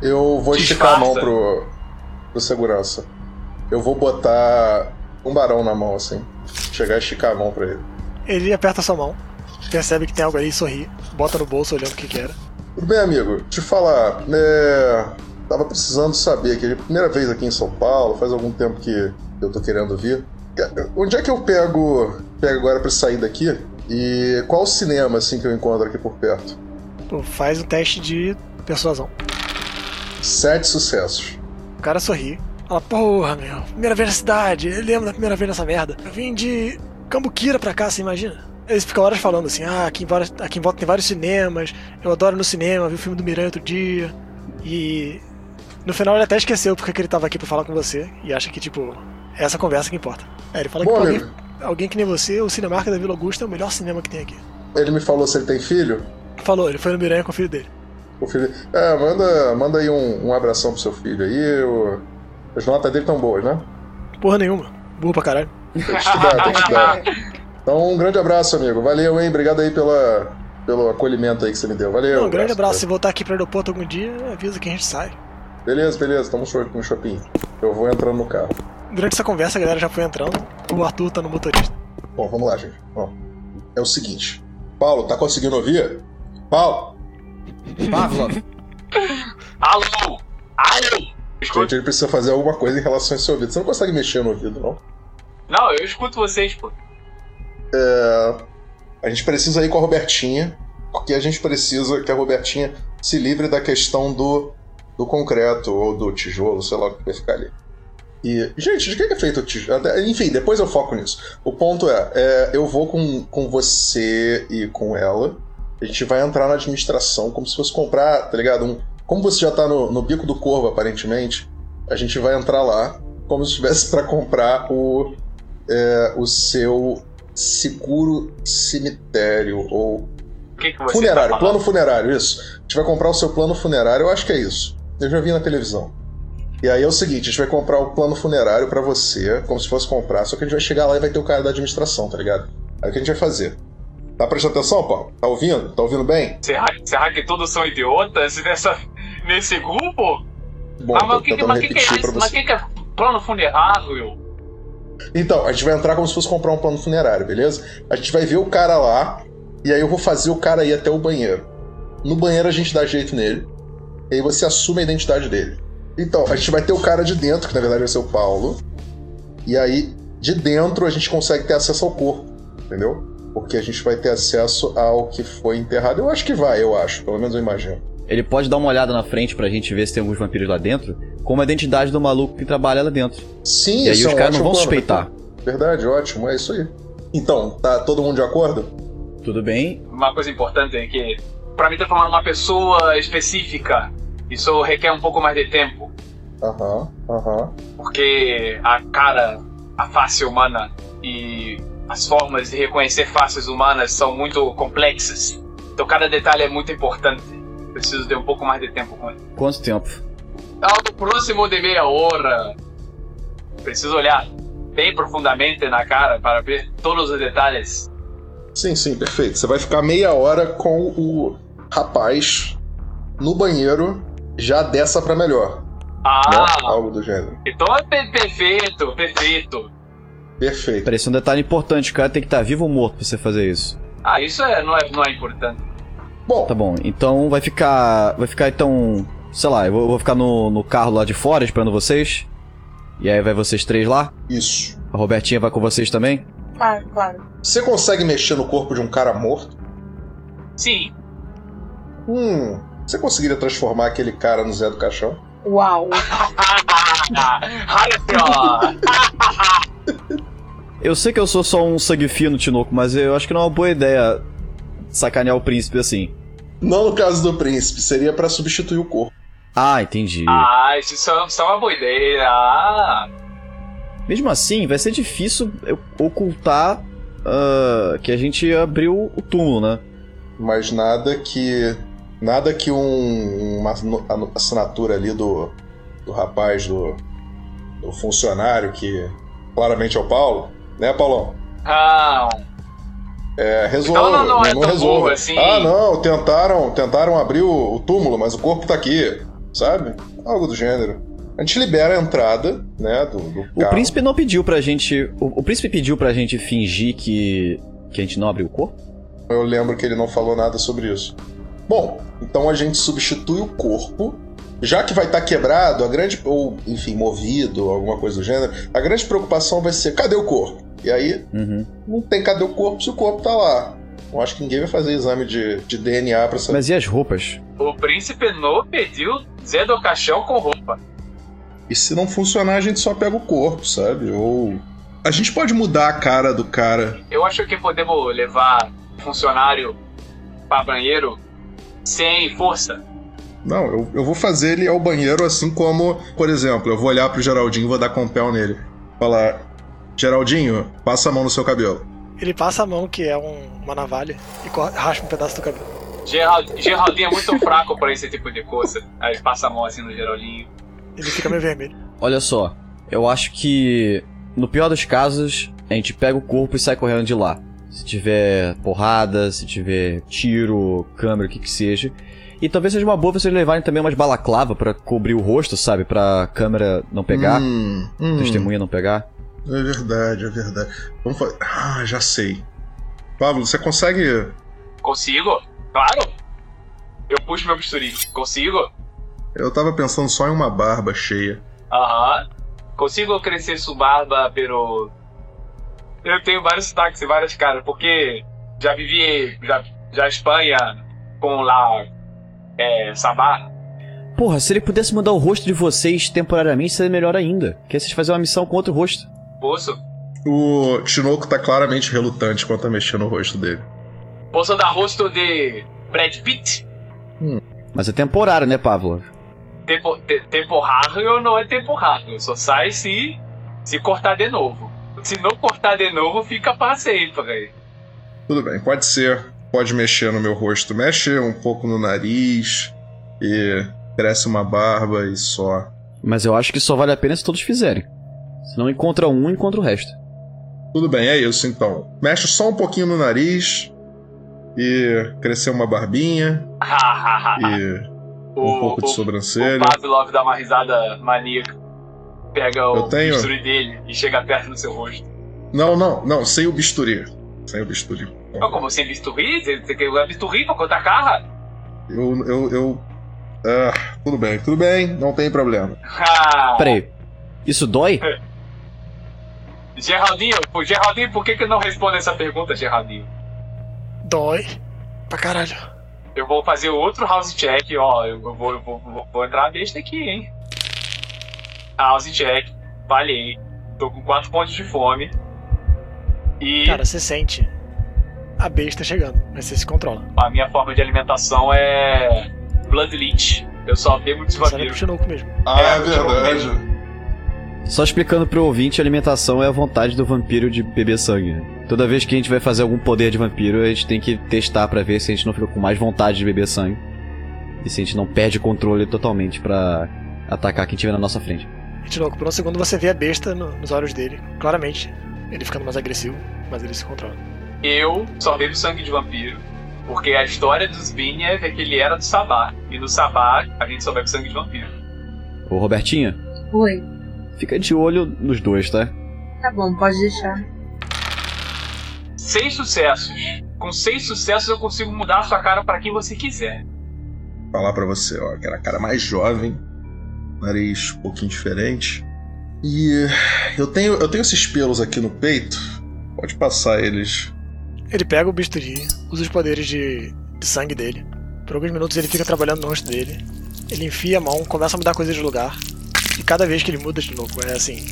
Speaker 7: Eu vou esticar a mão pro, pro segurança. Eu vou botar um barão na mão, assim. Chegar e esticar a mão pra ele.
Speaker 1: Ele aperta sua mão, percebe que tem algo ali e sorri, bota no bolso olhando o que que era.
Speaker 7: Tudo bem, amigo? Te falar, é... Tava precisando saber que é a primeira vez aqui em São Paulo, faz algum tempo que eu tô querendo vir. É, Onde é que eu pego, pego agora pra sair daqui? E qual o cinema assim que eu encontro aqui por perto?
Speaker 1: Pô, faz um teste de persuasão.
Speaker 7: Sete sucessos.
Speaker 1: O cara sorri. Fala, porra, meu, primeira vez na cidade, eu lembro da primeira vez nessa merda. Eu vim de Cambuquira pra cá, você imagina? Eles ficam horas falando assim, ah, aqui em, várias- aqui em volta tem vários cinemas, eu adoro ir no cinema, vi o filme do Miranha outro dia. E no final ele até esqueceu porque que ele tava aqui pra falar com você e acha que, tipo, é essa conversa que importa. É, ele fala
Speaker 7: Bom,
Speaker 1: que alguém
Speaker 7: amigo,
Speaker 1: alguém que nem você, o Cinemarca da Vila Augusta é o melhor cinema que tem aqui.
Speaker 7: Ele me falou se ele tem filho.
Speaker 1: Falou, ele foi no Miranha com o filho dele.
Speaker 7: O filho. É, manda, manda aí um, um abração pro seu filho aí. o- As notas dele tão boas, né?
Speaker 1: Porra nenhuma. Burro pra caralho.
Speaker 7: Tem que estudar, tem que
Speaker 1: [laughs]
Speaker 7: estudar. Então, um grande abraço, amigo. Valeu, hein? Obrigado aí pela, pelo acolhimento aí que você me deu. Valeu.
Speaker 1: Não, um grande
Speaker 7: né?
Speaker 1: abraço. Se voltar aqui pro aeroporto algum dia, avisa que a gente sai.
Speaker 7: Beleza, beleza. Tamo show no shopping. Eu vou entrando no carro.
Speaker 1: Durante essa conversa, a galera já foi entrando. O Arthur tá no motorista.
Speaker 7: Bom, vamos lá, gente. Bom, é o seguinte. Paulo, tá conseguindo ouvir? Paulo!
Speaker 2: Pavlov,
Speaker 6: Alô! Alô!
Speaker 7: Gente, ele precisa fazer alguma coisa em relação a esse ouvido. Você não consegue mexer no ouvido, não?
Speaker 6: Não, eu escuto vocês, pô.
Speaker 7: A gente precisa ir com a Robertinha, porque a gente precisa que a Robertinha se livre da questão do, do concreto ou do tijolo, sei lá o que vai ficar ali. E, gente, de que é feito o tijolo? Até- Enfim, depois eu foco nisso. O ponto é, é, eu vou com, com você e com ela. A gente vai entrar na administração como se fosse comprar, tá ligado? Um- como você já tá no, no bico do corvo, aparentemente, a gente vai entrar lá como se estivesse [laughs] para comprar o, é, o seu seguro cemitério ou
Speaker 6: O que, que você
Speaker 7: funerário,
Speaker 6: tá falando?
Speaker 7: plano funerário, isso. A gente vai comprar o seu plano funerário, eu acho que é isso. Eu já vi na televisão. E aí é o seguinte, a gente vai comprar o plano funerário pra você, como se fosse comprar, só que a gente vai chegar lá e vai ter o cara da administração, tá ligado? Aí o que a gente vai fazer? Tá prestando atenção, Paulo? Tá ouvindo? Tá ouvindo bem?
Speaker 6: Será, será que todos são idiotas nessa, nesse grupo?
Speaker 7: Bom,
Speaker 6: ah, mas
Speaker 7: tô
Speaker 6: o que, que,
Speaker 7: tentando
Speaker 6: mas que, que é
Speaker 7: repetir pra
Speaker 6: isso? Mas o
Speaker 7: você.
Speaker 6: que, que é plano funerário?
Speaker 7: Então, a gente vai entrar como se fosse comprar um plano funerário, beleza? A gente vai ver o cara lá, e aí eu vou fazer o cara ir até o banheiro. No banheiro a gente dá jeito nele, e aí você assume a identidade dele. Então, a gente vai ter o cara de dentro, que na verdade vai ser o Paulo, e aí de dentro a gente consegue ter acesso ao corpo, entendeu? Porque a gente vai ter acesso ao que foi enterrado. Eu acho que vai, eu acho, pelo menos eu imagino.
Speaker 2: ele pode dar uma olhada na frente pra gente ver se tem alguns vampiros lá dentro, como a identidade do maluco que trabalha lá dentro.
Speaker 7: Sim,
Speaker 2: E aí
Speaker 7: isso é
Speaker 2: os
Speaker 7: um
Speaker 2: caras não
Speaker 7: ótimo
Speaker 2: vão
Speaker 7: plano.
Speaker 2: suspeitar.
Speaker 7: Verdade, ótimo, é isso aí. Então, tá todo mundo de acordo?
Speaker 2: Tudo bem?
Speaker 6: Uma coisa importante é que, pra mim, tá falando uma pessoa específica. Isso requer um pouco mais de tempo,
Speaker 7: Aham, aham.
Speaker 6: porque a cara, a face humana e as formas de reconhecer faces humanas são muito complexas. Então, cada detalhe é muito importante. Preciso de um pouco mais de tempo com ele.
Speaker 2: Quanto tempo?
Speaker 6: Algo Então, próximo de meia hora. Preciso olhar bem profundamente na cara para ver todos os detalhes.
Speaker 7: Sim, sim, perfeito. Você vai ficar meia hora com o rapaz no banheiro, já dessa pra melhor. né?
Speaker 6: Ah,
Speaker 7: Algo do gênero.
Speaker 6: então é per- perfeito, perfeito.
Speaker 7: Perfeito.
Speaker 2: Peraí, isso é um detalhe importante, o cara tem que estar vivo ou morto pra você fazer isso.
Speaker 6: Ah, isso é, não, é, não é importante.
Speaker 7: Bom,
Speaker 2: Tá bom, então vai ficar. Vai ficar então. Sei lá, eu vou, eu vou ficar no, no carro lá de fora esperando vocês. E aí vai vocês três lá.
Speaker 7: isso.
Speaker 2: A Robertinha vai com vocês também.
Speaker 5: Claro, claro.
Speaker 7: Você consegue mexer no corpo de um cara morto?
Speaker 6: [laughs] Sim,
Speaker 7: Hum. Você conseguiria transformar aquele cara no Zé do Caixão?
Speaker 8: Uau.
Speaker 6: Ah, olha só.
Speaker 2: Eu sei que eu sou só um sangue fino, Tinoco, mas eu acho que não é uma boa ideia sacanear o príncipe assim.
Speaker 7: Não no caso do príncipe, seria pra substituir o corpo.
Speaker 2: Ah, entendi.
Speaker 6: Ah, isso só, só uma boa ideia. Ah,
Speaker 2: Mesmo assim, vai ser difícil eu ocultar ah, que a gente abriu o túmulo, né?
Speaker 7: Mas nada que. Nada que um, uma no- a- assinatura ali do, do rapaz, do, do funcionário, que claramente é o Paulo, né, Paulão?
Speaker 6: ah,
Speaker 7: É, resolve.
Speaker 6: Então não- não é tão
Speaker 7: resolve.
Speaker 6: burro assim.
Speaker 7: Ah, não, tentaram, tentaram abrir o, o túmulo, mas o corpo tá aqui, sabe? Algo do gênero. A gente libera a entrada, né, do, do
Speaker 2: O
Speaker 7: carro.
Speaker 2: príncipe não pediu pra gente. O, o príncipe pediu pra gente fingir que. que a gente não abriu o corpo?
Speaker 7: Eu lembro que ele não falou nada sobre isso. Bom, então a gente substitui o corpo. Já que vai estar quebrado, a grande. ou, enfim, movido, alguma coisa do gênero, a grande preocupação vai ser: cadê o corpo? E aí,
Speaker 2: Uhum.
Speaker 7: não tem cadê o corpo se o corpo tá lá. Eu acho que ninguém vai fazer exame de, de DNA pra saber.
Speaker 2: Mas e as roupas?
Speaker 6: o príncipe não pediu Zé do Caixão com roupa.
Speaker 7: E se não funcionar, a gente só pega o corpo, sabe? Ou. A gente pode mudar a cara do cara.
Speaker 6: Eu acho que podemos levar funcionário para banheiro sem força.
Speaker 7: Não, eu, eu vou fazer ele ao banheiro assim como, por exemplo, eu vou olhar pro Geraldinho e vou dar com o pé nele. Falar. Geraldinho, passa a mão no seu cabelo.
Speaker 1: Ele passa a mão, que é um- uma navalha, e co- raspa um pedaço do cabelo.
Speaker 6: Gerald- Geraldinho é muito fraco pra esse tipo de coisa. Aí ele passa a mão assim no Geraldinho.
Speaker 1: Ele fica meio vermelho.
Speaker 2: Olha só, eu acho que no pior dos casos, a gente pega o corpo e sai correndo de lá. Se tiver porrada, se tiver tiro, câmera, o que que seja. E talvez seja uma boa vocês levarem também umas balaclava pra cobrir o rosto, sabe? Pra câmera não pegar,
Speaker 7: Hum, hum,
Speaker 2: testemunha não pegar.
Speaker 7: é verdade, é verdade. Vamos fazer. Ah, já sei. Pablo, você consegue.
Speaker 6: Consigo? Claro! Eu puxo meu bisturi. Consigo?
Speaker 7: Eu tava pensando só em uma barba cheia.
Speaker 6: Aham. Consigo crescer sua barba, pero. Eu tenho vários sotaques e várias caras, porque já vivi já, já Espanha com lá. É. Sabá.
Speaker 2: Porra, se ele pudesse mudar o rosto de vocês temporariamente, seria melhor ainda. Que aí vocês fazem uma missão com outro rosto.
Speaker 6: Poço.
Speaker 7: O Tinoco tá claramente relutante quanto a mexer no rosto dele.
Speaker 6: Poço da rosto de Brad Pitt.
Speaker 2: Mas é temporário, né, Pavlo?
Speaker 6: Tempo, te, temporrário não é temporrário. Só sai se. Se cortar de novo. Se não cortar de novo, fica pra sempre.
Speaker 7: Tudo bem, pode ser. Pode mexer no meu rosto. Mexe um pouco no nariz e cresce uma barba e só.
Speaker 2: Mas eu acho que só vale a pena se todos fizerem. Se não encontra um, encontra o resto.
Speaker 7: Tudo bem, é isso então. Mexe só um pouquinho no nariz e crescer uma barbinha e um pouco de
Speaker 6: O
Speaker 7: sobrancelha.
Speaker 6: Pavlov dá uma risada maníaca. Pega
Speaker 7: Eu
Speaker 6: o
Speaker 7: tenho.
Speaker 6: bisturi dele e chega perto no seu rosto.
Speaker 7: Não, não, não, sem o bisturi. Sem o bisturi.
Speaker 6: Mas como sem bisturi? Você você quer usar bisturi pra cortar carro?
Speaker 7: Eu. eu, eu ah, tudo bem, tudo bem, não tem problema.
Speaker 6: Ah,
Speaker 2: Peraí, isso dói?
Speaker 6: Geraldinho, pô, Geraldinho, por que que não responde essa pergunta, Geraldinho?
Speaker 1: Dói. Pra caralho.
Speaker 6: Eu vou fazer outro house check, ó. Eu eu vou, eu vou, vou, vou entrar besta aqui, hein? House check, valei. Tô com 4 pontos de fome. E
Speaker 1: Cara, você sente a besta chegando, mas você se controla.
Speaker 6: a minha forma de alimentação é. Blood Leech. Eu só bebo
Speaker 1: Você olha pro
Speaker 6: desvampiro.
Speaker 1: Chinoco mesmo.
Speaker 7: Ah,
Speaker 6: é verdade.
Speaker 2: Só explicando pro ouvinte, alimentação é a vontade do vampiro de beber sangue. Toda vez que a gente vai fazer algum poder de vampiro, a gente tem que testar pra ver se a gente não fica com mais vontade de beber sangue. E se a gente não perde o controle totalmente pra atacar quem tiver na nossa frente.
Speaker 1: E Chinoco, por um segundo você vê a besta no- nos olhos dele, claramente. Ele ficando mais agressivo, mas ele se controla.
Speaker 6: Eu só bebo sangue de vampiro. Porque a história do Zbigniew é que ele era do Sabá. E no Sabá, a gente só bebe sangue de vampiro.
Speaker 2: Ô Robertinha,
Speaker 8: Oi.
Speaker 2: fica de olho nos dois, tá?
Speaker 8: Tá bom, pode deixar.
Speaker 6: Seis sucessos. Com seis sucessos, eu consigo mudar a sua cara pra quem você quiser.
Speaker 7: falar pra você, ó, que era a cara mais jovem, nariz um pouquinho diferente. E eh, eu tenho, eu tenho esses pelos aqui no peito. Pode passar eles.
Speaker 1: Ele pega o bisturi, usa os poderes de, de sangue dele. Por alguns minutos ele fica trabalhando no rosto dele. Ele enfia a mão, começa a mudar coisas de lugar. E cada vez que ele muda de louco, é assim: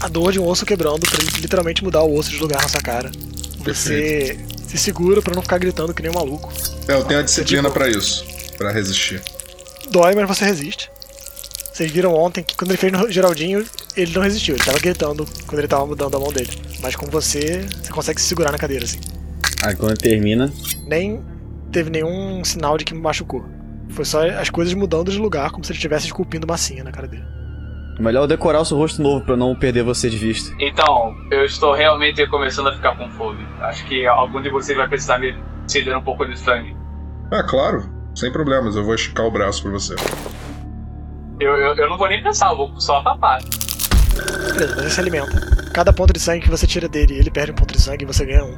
Speaker 1: a dor de um osso quebrando pra ele literalmente mudar o osso de lugar na sua cara. Você se segura pra não ficar gritando que nem um maluco.
Speaker 7: É, eu tenho a disciplina pra isso, Pra resistir.
Speaker 1: Dói, mas você resiste. Vocês viram ontem que quando ele fez no Geraldinho, ele não resistiu, ele tava gritando quando ele tava mudando a mão dele. Mas com você, você consegue se segurar na cadeira, assim.
Speaker 2: Aí quando termina.
Speaker 1: nem teve nenhum sinal de que me machucou. Foi só as coisas mudando de lugar, como se ele estivesse esculpindo massinha na cara dele.
Speaker 2: Melhor eu decorar o seu rosto novo pra não perder você de vista.
Speaker 6: Então, eu estou realmente começando a ficar com fome. Acho que algum de vocês vai precisar me ceder um pouco de sangue.
Speaker 7: Ah, claro, sem problemas, eu vou esticar o braço pra você.
Speaker 6: Eu, eu, eu não vou nem pensar, eu vou só tapar.
Speaker 1: Beleza, mas ele se alimenta. Cada ponto de sangue que você tira dele, ele perde um ponto de sangue e você ganha um.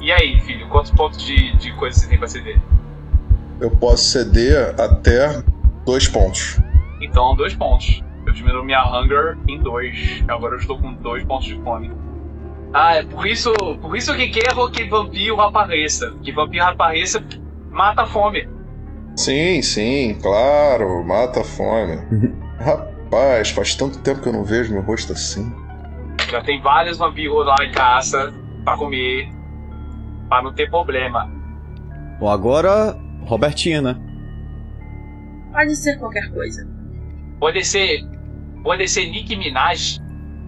Speaker 6: E aí, filho, quantos pontos de, de coisa você tem pra ceder?
Speaker 7: Eu posso ceder até dois pontos.
Speaker 6: Então, dois pontos. Eu diminuo minha hunger em dois. Agora eu estou com dois pontos de fome. Ah, é por isso, por isso que quero que vampiro apareça. Que vampiro apareça mata a fome.
Speaker 7: Sim, sim, claro, mata a fome. Rapaz, faz tanto tempo que eu não vejo meu rosto assim.
Speaker 6: Já tem vários vampiros lá em caça pra comer, pra não ter problema.
Speaker 2: Bom, agora. Robertinha, né?
Speaker 8: Pode ser qualquer coisa.
Speaker 6: Pode ser, pode ser Nick Minaj.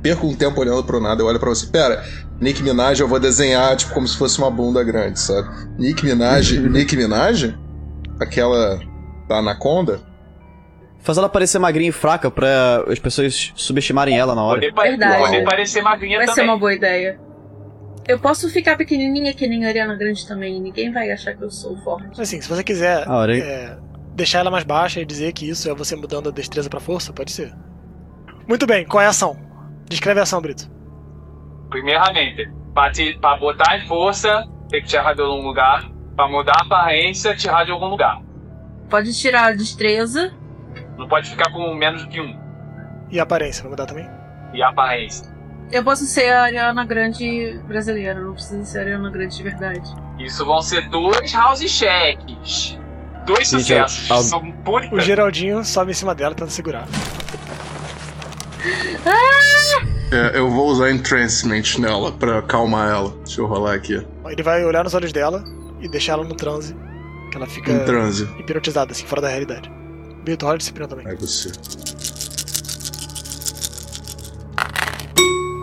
Speaker 3: perco um tempo olhando pro nada, eu olho pra você, pera, Nick Minaj eu vou desenhar, tipo, como se fosse uma bunda grande, sabe? Nick [laughs] Minaj, Nick Minaj? Aquela da Anaconda?
Speaker 2: Faz ela parecer magrinha e fraca pra as pessoas subestimarem ela na hora.
Speaker 6: Poder, pa-
Speaker 8: Verdade.
Speaker 6: poder parecer magrinha
Speaker 8: Vai ser
Speaker 6: também.
Speaker 8: uma boa ideia. Eu posso ficar pequenininha que nem a Ariana Grande também. Ninguém vai achar que eu sou forte.
Speaker 1: Assim, se você quiser
Speaker 2: A hora, hein?
Speaker 1: é, deixar ela mais baixa e dizer que isso é você mudando a destreza pra força, pode ser. Muito bem, qual é a ação? Descreve a ação, Brito.
Speaker 6: Primeiramente, pra, te, pra botar em força, tem que tirar de algum lugar. Pra mudar a aparência, tirar de algum lugar.
Speaker 8: Pode tirar a destreza.
Speaker 6: Não pode ficar com menos do que um.
Speaker 1: E a aparência, vai mudar também?
Speaker 6: E a aparência.
Speaker 8: Eu posso ser a Ariana Grande brasileira. Não preciso ser a Ariana Grande de verdade.
Speaker 6: Isso vão ser dois house checks. Dois
Speaker 2: Gente,
Speaker 6: sucessos.
Speaker 2: al-
Speaker 6: São
Speaker 1: O
Speaker 6: bonitas.
Speaker 1: Geraldinho sobe em cima dela, tenta segurar.
Speaker 7: É, eu vou usar entrancement nela pra acalmar ela. Deixa eu rolar aqui.
Speaker 1: Ele vai olhar nos olhos dela e deixar ela no transe, que ela
Speaker 2: É.
Speaker 1: fica
Speaker 3: Um
Speaker 7: Em transe.
Speaker 1: hipnotizada, assim, fora da realidade. Brito, rola disciplina também.
Speaker 7: É você.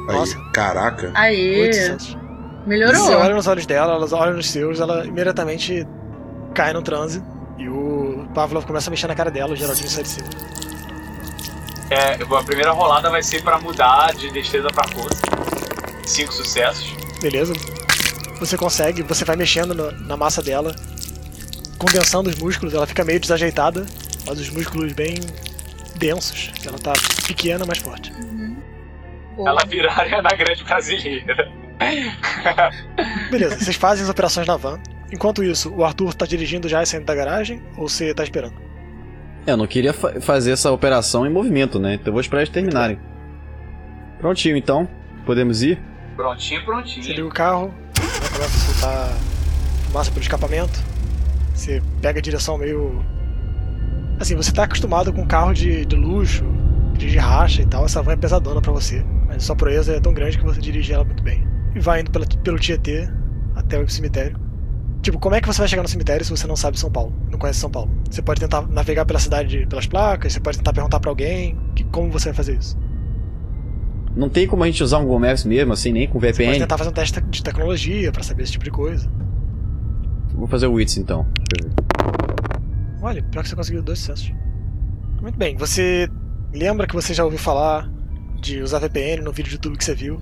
Speaker 1: Nossa.
Speaker 7: Aí, caraca.
Speaker 8: Aê!
Speaker 1: 800. Você
Speaker 8: Melhorou.
Speaker 1: olha nos olhos dela, elas olham nos seus, ela imediatamente cai no transe. E o Pavlov começa a mexer na cara dela, o Geraldinho sai de cima.
Speaker 6: É, a primeira rolada vai ser pra mudar de destreza pra força. Cinco sucessos.
Speaker 1: Beleza? Você consegue, você vai mexendo na, na massa dela, condensando os músculos, ela fica meio desajeitada, mas os músculos bem densos. Ela tá pequena, mas forte.
Speaker 8: Boa.
Speaker 6: Ela vira a Ariana Grande brasileira.
Speaker 1: Beleza, vocês fazem as operações na van. Enquanto isso, o Arthur tá dirigindo já e saindo da garagem, ou você tá esperando?
Speaker 2: Eu não queria fa- fazer essa operação em movimento, né? Então eu vou esperar eles terminarem. Prontinho, então. Podemos ir?
Speaker 6: Prontinho,
Speaker 1: Você
Speaker 6: prontinho.
Speaker 1: liga o carro, ela começa a soltar fumaça pelo escapamento. Você pega a direção meio. Assim, você tá acostumado com carro de, de luxo, dirige racha e tal, essa van é pesadona pra você. Mas sua proeza é tão grande que você dirige ela muito bem. E vai indo pela, pelo Tietê até o cemitério. Tipo, como é que você vai chegar no cemitério se você não sabe São Paulo? Não conhece São Paulo? Você pode tentar navegar pela cidade pelas placas, você pode tentar perguntar pra alguém que, como você vai fazer isso.
Speaker 2: Não tem como a gente usar um Google Maps mesmo, assim, nem com
Speaker 1: Você pode
Speaker 2: VPN.
Speaker 1: tentar fazer um teste de tecnologia pra saber esse tipo de coisa.
Speaker 2: Vou fazer o Wits, então.
Speaker 1: Olha, pior que você conseguiu dois sucessos. Muito bem, você lembra que você já ouviu falar de usar VPN no vídeo do YouTube que você viu?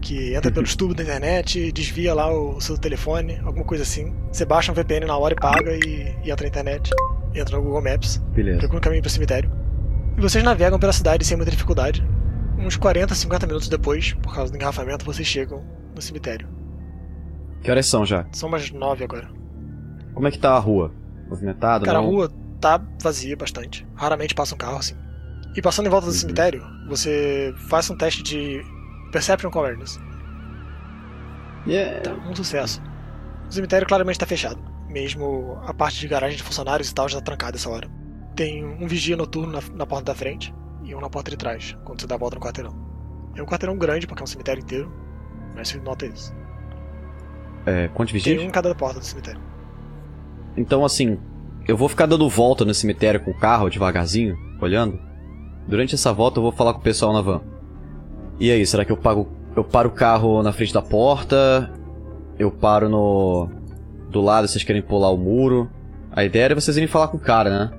Speaker 1: Que entra pelos tubos da internet, desvia lá o seu telefone, alguma coisa assim. Você baixa um VPN na hora e paga e, e entra na internet. Entra no Google Maps,
Speaker 2: Beleza.
Speaker 1: procura um caminho pro cemitério. E vocês navegam pela cidade sem muita dificuldade. Uns 40, 50 minutos depois, por causa do engarrafamento, vocês chegam no cemitério.
Speaker 2: Que horas são já?
Speaker 1: São umas 9 agora.
Speaker 2: Como é que tá a rua? Movimentada?
Speaker 1: Cara, a
Speaker 2: não?
Speaker 1: rua tá vazia bastante. Raramente passa um carro assim. E passando em volta do
Speaker 2: Uhum.
Speaker 1: cemitério, você faça um teste de Perception com Awareness.
Speaker 2: Yeah.
Speaker 1: Um sucesso. O cemitério claramente tá fechado. Mesmo a parte de garagem de funcionários e tal já tá trancada essa hora. Tem um vigia noturno na, na porta da frente e um na porta de trás, quando você dá a volta no quarteirão. É um quarteirão grande, porque é um cemitério inteiro, mas você nota isso.
Speaker 2: É, quantos
Speaker 1: Tem
Speaker 2: vigias?
Speaker 1: um em cada porta do cemitério.
Speaker 2: Então, assim, eu vou ficar dando volta no cemitério com o carro, devagarzinho, olhando. Durante essa volta, eu vou falar com o pessoal na van. E aí, será que eu pago, eu paro o carro na frente da porta? Eu paro no do lado, vocês querem pular o muro? A ideia era vocês irem falar com o cara, né?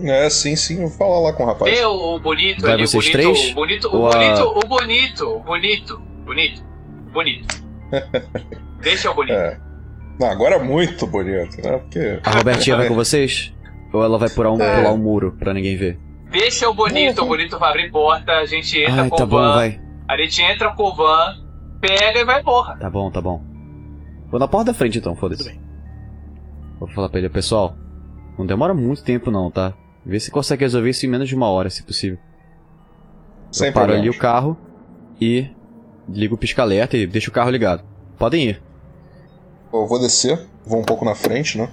Speaker 3: É, sim, sim, vou falar lá com
Speaker 7: um
Speaker 3: o rapaz.
Speaker 6: Vê o, o bonito
Speaker 2: Vai
Speaker 6: ali, o
Speaker 2: vocês
Speaker 6: bonito,
Speaker 2: três?
Speaker 6: o bonito,
Speaker 2: Ou
Speaker 6: o
Speaker 2: a-
Speaker 6: bonito, o bonito, o bonito, bonito,
Speaker 2: [laughs]
Speaker 6: bonito. Deixa o bonito.
Speaker 3: É. Não, agora é muito bonito, né? Porque.
Speaker 2: A Robertinha vai com vocês? Ou ela vai pular um, pular um muro pra ninguém ver?
Speaker 6: Deixa o bonito, o bonito vai abrir porta, a gente entra
Speaker 2: Ai,
Speaker 6: com
Speaker 2: tá
Speaker 6: o
Speaker 2: bom,
Speaker 6: van,
Speaker 2: vai.
Speaker 6: a gente entra com o van, pega e vai embora.
Speaker 2: Tá bom, tá bom. Vou na porta da frente então,
Speaker 1: Tudo
Speaker 2: foda-se. Vou falar pra ele, pessoal, não demora muito tempo não, tá? Vê se consegue resolver isso em menos de uma hora, se possível.
Speaker 3: Sem
Speaker 2: eu paro
Speaker 3: problema.
Speaker 2: ali o carro e ligo o pisca-alerta e deixo o carro ligado. Podem ir.
Speaker 3: Eu vou descer, vou um pouco na frente, né?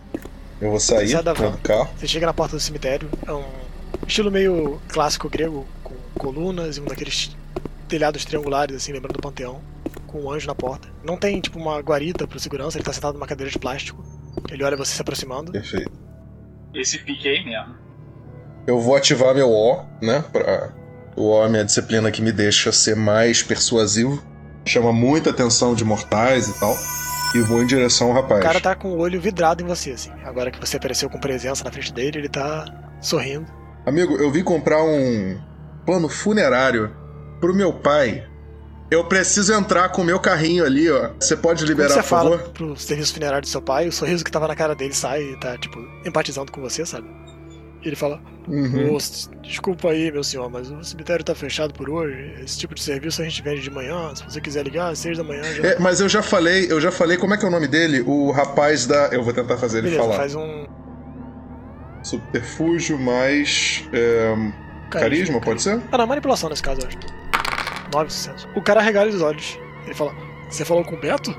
Speaker 3: Eu vou sair
Speaker 1: Sai da
Speaker 3: né,
Speaker 1: van.
Speaker 3: do carro.
Speaker 1: Você chega na porta do cemitério, é um estilo meio clássico grego, com colunas e um daqueles telhados triangulares, assim, lembrando do panteão, com um anjo na porta. Não tem, tipo, uma guarita pro segurança, ele tá sentado numa cadeira de plástico. Ele olha você se aproximando.
Speaker 3: Perfeito.
Speaker 6: Esse pique aí mesmo.
Speaker 3: Eu vou ativar meu O, né? Pra
Speaker 7: O homem é a disciplina que me deixa ser mais persuasivo. Chama muita atenção de mortais e tal. E vou em direção ao
Speaker 1: O
Speaker 7: rapaz.
Speaker 1: cara tá com o olho vidrado em você, assim. Agora que você apareceu com presença na frente dele, ele tá sorrindo.
Speaker 7: Amigo, eu vim comprar um pano funerário pro meu pai. Eu preciso entrar com o meu carrinho ali, ó. Você pode
Speaker 1: Quando
Speaker 7: liberar,
Speaker 1: você
Speaker 7: por
Speaker 1: fala
Speaker 7: favor?
Speaker 1: pro serviço funerário do seu pai, o sorriso que tava na cara dele sai e tá, tipo, empatizando com você, sabe? E ele fala:
Speaker 7: Uhum.
Speaker 1: "Ô, s- desculpa aí, meu senhor, mas o cemitério tá fechado por hoje. Esse tipo de serviço a gente vende de manhã. Se você quiser ligar, às seis da manhã já.
Speaker 7: É, mas eu já falei, eu já falei, como é que é o nome dele? O rapaz da. Eu vou tentar fazer [laughs] ele
Speaker 1: Beleza,
Speaker 7: falar.
Speaker 1: faz um.
Speaker 7: Subterfúgio mais. é, carisma, pode ser?
Speaker 1: Ah, não, manipulação nesse caso, eu acho. Nove sucessos. O cara regala os olhos. Ele fala: Você falou com o Beto?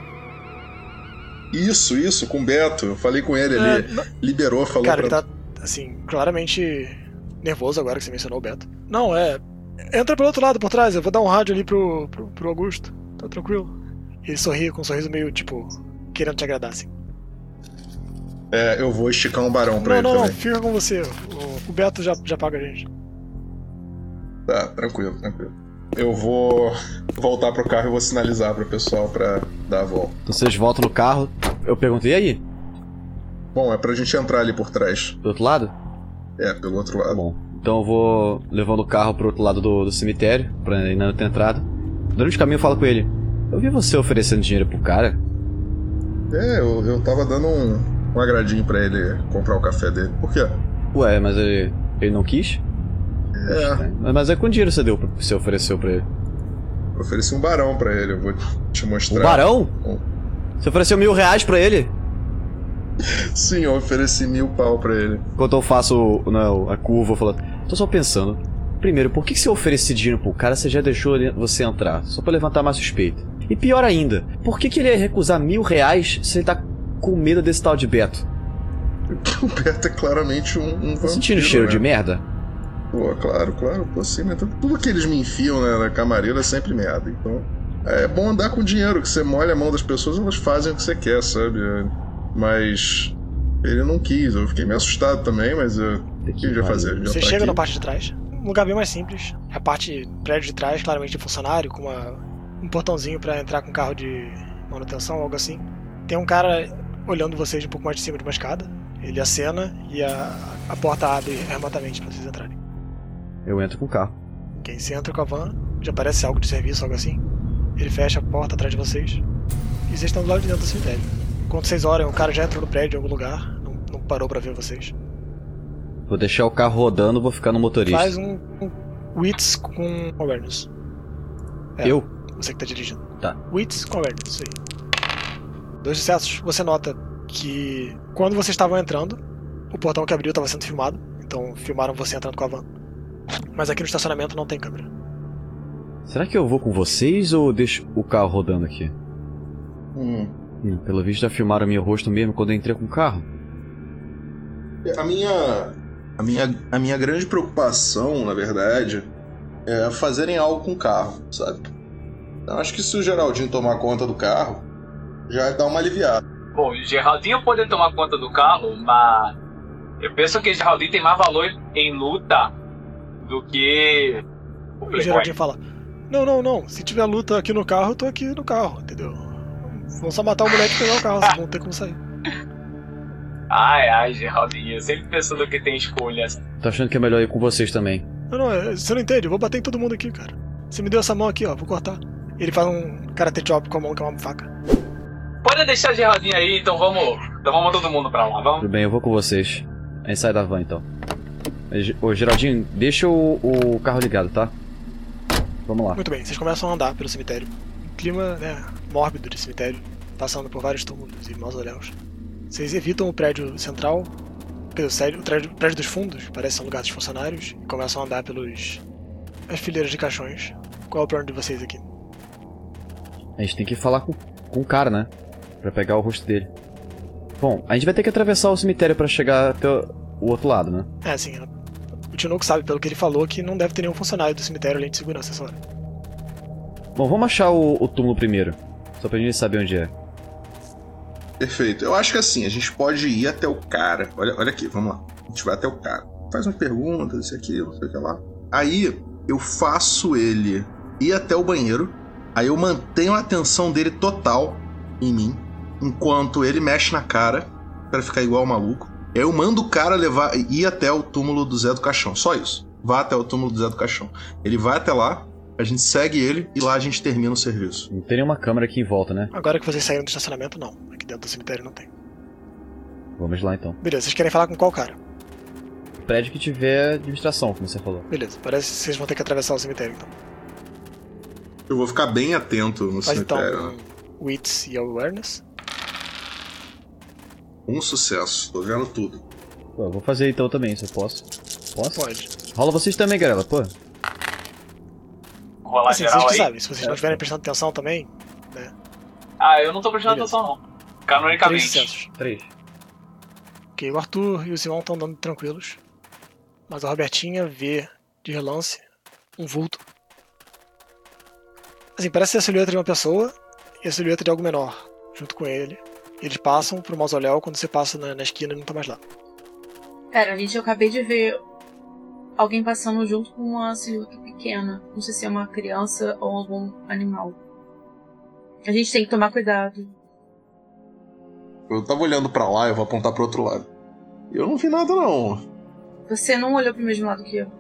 Speaker 7: Isso, isso, com o Beto. Eu falei com ele
Speaker 1: É,
Speaker 7: ali.
Speaker 1: não-
Speaker 7: Liberou, falou
Speaker 1: Cara, ele
Speaker 7: pra.
Speaker 1: tá, assim, claramente nervoso agora que você mencionou o Beto. Não, é. Entra pelo outro lado, por trás, eu vou dar um rádio ali pro, pro, pro Augusto. Tá tranquilo. Ele sorri com um sorriso meio, tipo, querendo te agradar, assim.
Speaker 7: É, eu vou esticar um barão pra
Speaker 1: não,
Speaker 7: ele
Speaker 1: não, não,
Speaker 7: também.
Speaker 1: fica com você. O, o Beto já, já paga a gente.
Speaker 7: Tá, tranquilo, tranquilo. Eu vou voltar pro carro e vou sinalizar pro pessoal pra dar a volta.
Speaker 2: Então vocês voltam no carro. Eu perguntei e aí,
Speaker 7: Bom, é pra gente entrar ali por trás.
Speaker 2: do outro lado?
Speaker 7: É, pelo outro
Speaker 2: Tá
Speaker 7: lado.
Speaker 2: bom. Então eu vou levando o carro pro outro lado do, do cemitério, pra ainda não ter entrado. Durante o caminho eu falo com ele. Eu vi você oferecendo dinheiro pro cara.
Speaker 7: É, eu, eu tava dando um, um agradinho pra ele comprar o café dele. Por quê?
Speaker 2: Ué, mas ele, ele não quis?
Speaker 7: É,
Speaker 2: Mas- Mas é quanto dinheiro você deu, pra- você ofereceu pra ele?
Speaker 7: eu ofereci um barão pra ele, eu vou te
Speaker 2: Um
Speaker 7: mostrar.
Speaker 2: barão?
Speaker 7: Bom. É.
Speaker 2: Você ofereceu mil reais pra ele?
Speaker 7: Sim, eu ofereci mil pau pra ele.
Speaker 2: Enquanto eu faço o- né, o- a curva, eu falo. Tô só pensando. Primeiro, por que você oferece dinheiro pro cara você já deixou ele- você entrar? Só pra levantar mais suspeita. E pior ainda, por que, que ele ia recusar mil reais se ele tá com medo desse tal de Beto?
Speaker 7: O Beto é claramente um, um
Speaker 2: Tá
Speaker 7: vampiro.
Speaker 2: sentindo cheiro
Speaker 7: né?
Speaker 2: de merda?
Speaker 7: Pô, claro, claro, pô, sim, mas tudo que eles me enfiam né, na camareira é sempre merda. Então, é bom andar com dinheiro, que você molha a mão das pessoas, elas fazem o que você quer, sabe? É, Mas ele não quis, eu fiquei meio assustado também, mas é, o que a gente vai fazer? A gente já
Speaker 1: Você
Speaker 7: tá
Speaker 1: chega
Speaker 7: aqui.
Speaker 1: na parte de trás. Um lugar bem mais simples. A parte prédio de trás, claramente de funcionário, com uma, um portãozinho pra entrar com carro de manutenção, algo assim. Tem um cara olhando vocês de um pouco mais de cima de uma escada. Ele acena e a, a porta abre remotamente pra vocês entrarem.
Speaker 2: Eu entro com o carro.
Speaker 1: Quem se entra com a van, já aparece algo de serviço, algo assim. Ele fecha a porta atrás de vocês. E vocês estão do lado de dentro do cemitério. Quando vocês olham, o cara já entrou no prédio em algum lugar, não, não parou pra ver vocês.
Speaker 2: Vou deixar o carro rodando, vou ficar no motorista.
Speaker 1: Faz um, um Wits com awareness. é.
Speaker 2: Eu?
Speaker 1: Você que tá dirigindo.
Speaker 2: Tá.
Speaker 1: Wits com awareness, isso aí. Dois sucessos. Você nota que quando vocês estavam entrando, o portão que abriu estava sendo filmado. Então filmaram você entrando com a van. Mas aqui no estacionamento não tem câmera.
Speaker 2: Será que eu vou com vocês ou eu deixo o carro rodando aqui?
Speaker 7: Hum.
Speaker 2: Hum, pelo visto já filmaram meu rosto mesmo quando eu entrei com o carro.
Speaker 7: A minha. A minha, a minha grande preocupação, na verdade, é fazerem algo com o carro, sabe? Então acho que se o Geraldinho tomar conta do carro, já dá uma aliviada.
Speaker 6: Bom, o Geraldinho poder tomar conta do carro, mas eu penso que o Geraldinho tem mais valor em luta do que o
Speaker 1: O
Speaker 6: Playboy.
Speaker 1: Geraldinho fala: Não, não, não. Se tiver luta aqui no carro, eu tô aqui no carro, entendeu? Vão só matar o moleque e pegar o carro, vocês vão ter como sair.
Speaker 6: Ai, ai, Geraldinho, sempre pensando que tem escolhas.
Speaker 2: Tô achando que é melhor ir com vocês também.
Speaker 1: Não, não, é- você não entende, eu vou bater em todo mundo aqui, cara. Você me deu essa mão aqui, ó, vou cortar. Ele faz um karate chop com a mão que é uma faca.
Speaker 6: Pode deixar o Geraldinho aí, então vamos, então vamos todo mundo pra lá, vamos.
Speaker 2: Tudo bem, eu vou com vocês. A gente sai da van então. Ge- Ô Geraldinho, deixa o, o carro ligado, tá? Vamos lá.
Speaker 1: Muito bem, vocês começam a andar pelo cemitério. Um clima, né, mórbido de cemitério, passando por vários túmulos e mausoléus. Vocês evitam o prédio central, pelo sério, o prédio, o prédio dos fundos, parece ser um lugar dos funcionários, e começam a andar pelos. as fileiras de caixões. Qual é o plano de vocês aqui?
Speaker 2: A gente tem que falar com, com o cara, né? Pra pegar o rosto dele. Bom, a gente vai ter que atravessar o cemitério pra chegar até o o outro lado, né?
Speaker 1: É, assim, o Tinoco sabe, pelo que ele falou, que não deve ter nenhum funcionário do cemitério além de segurança essa hora.
Speaker 2: Bom, vamos achar o, o túmulo primeiro. Só pra gente saber onde é.
Speaker 7: Perfeito. Eu acho que assim, a gente pode ir até o cara. Olha, olha aqui, vamos lá. A gente vai até o cara. Faz umas perguntas, isso aqui, não sei o que lá. Aí, eu faço ele ir até o banheiro, aí eu mantenho a atenção dele total em mim, enquanto ele mexe na cara pra ficar igual o maluco. Eu mando o cara levar ir até o túmulo do Zé do Caixão, só isso. Vá até o túmulo do Zé do Caixão. Ele vai até lá, a gente segue ele e lá a gente termina o serviço.
Speaker 2: Não tem nenhuma câmera aqui em volta, né?
Speaker 1: Agora que vocês saíram do estacionamento, não. Aqui dentro do cemitério não tem.
Speaker 2: Vamos lá então.
Speaker 1: Beleza, vocês querem falar com qual cara?
Speaker 2: Prédio que tiver administração, como você falou.
Speaker 1: Beleza, parece que vocês vão ter que atravessar o cemitério então.
Speaker 7: Eu vou ficar bem atento no
Speaker 1: Faz então
Speaker 7: cemitério. né?
Speaker 1: um Wits e Awareness.
Speaker 7: Um sucesso, tô vendo tudo.
Speaker 2: Pô, eu vou fazer então também, se eu posso. Posso?
Speaker 1: Pode.
Speaker 2: Rola vocês também, garela, pô.
Speaker 6: Rolar
Speaker 1: Assim, vocês
Speaker 6: geral
Speaker 1: que
Speaker 6: aí. é.
Speaker 1: sabem, se vocês não estiverem prestando atenção também,
Speaker 6: Ah, eu não tô prestando
Speaker 1: Beleza.
Speaker 6: atenção, não.
Speaker 1: três
Speaker 6: Canonicamente.
Speaker 1: sucessos.
Speaker 2: Três.
Speaker 1: Ok, o Arthur e o Simão estão andando tranquilos. Mas a Robertinha vê de relance um vulto. Assim, parece ser a silhueta de uma pessoa e a silhueta de algo menor, junto com ele. E eles passam pro mausoléu, quando você passa na, na esquina não tá mais lá.
Speaker 8: Cara, gente, eu acabei de ver alguém passando junto com uma silhueta pequena. Não sei se é uma criança ou algum animal. A gente tem que tomar cuidado.
Speaker 7: Eu tava olhando pra lá, eu vou apontar pro outro lado. Eu não vi nada, não.
Speaker 8: Você não olhou pro mesmo lado que eu.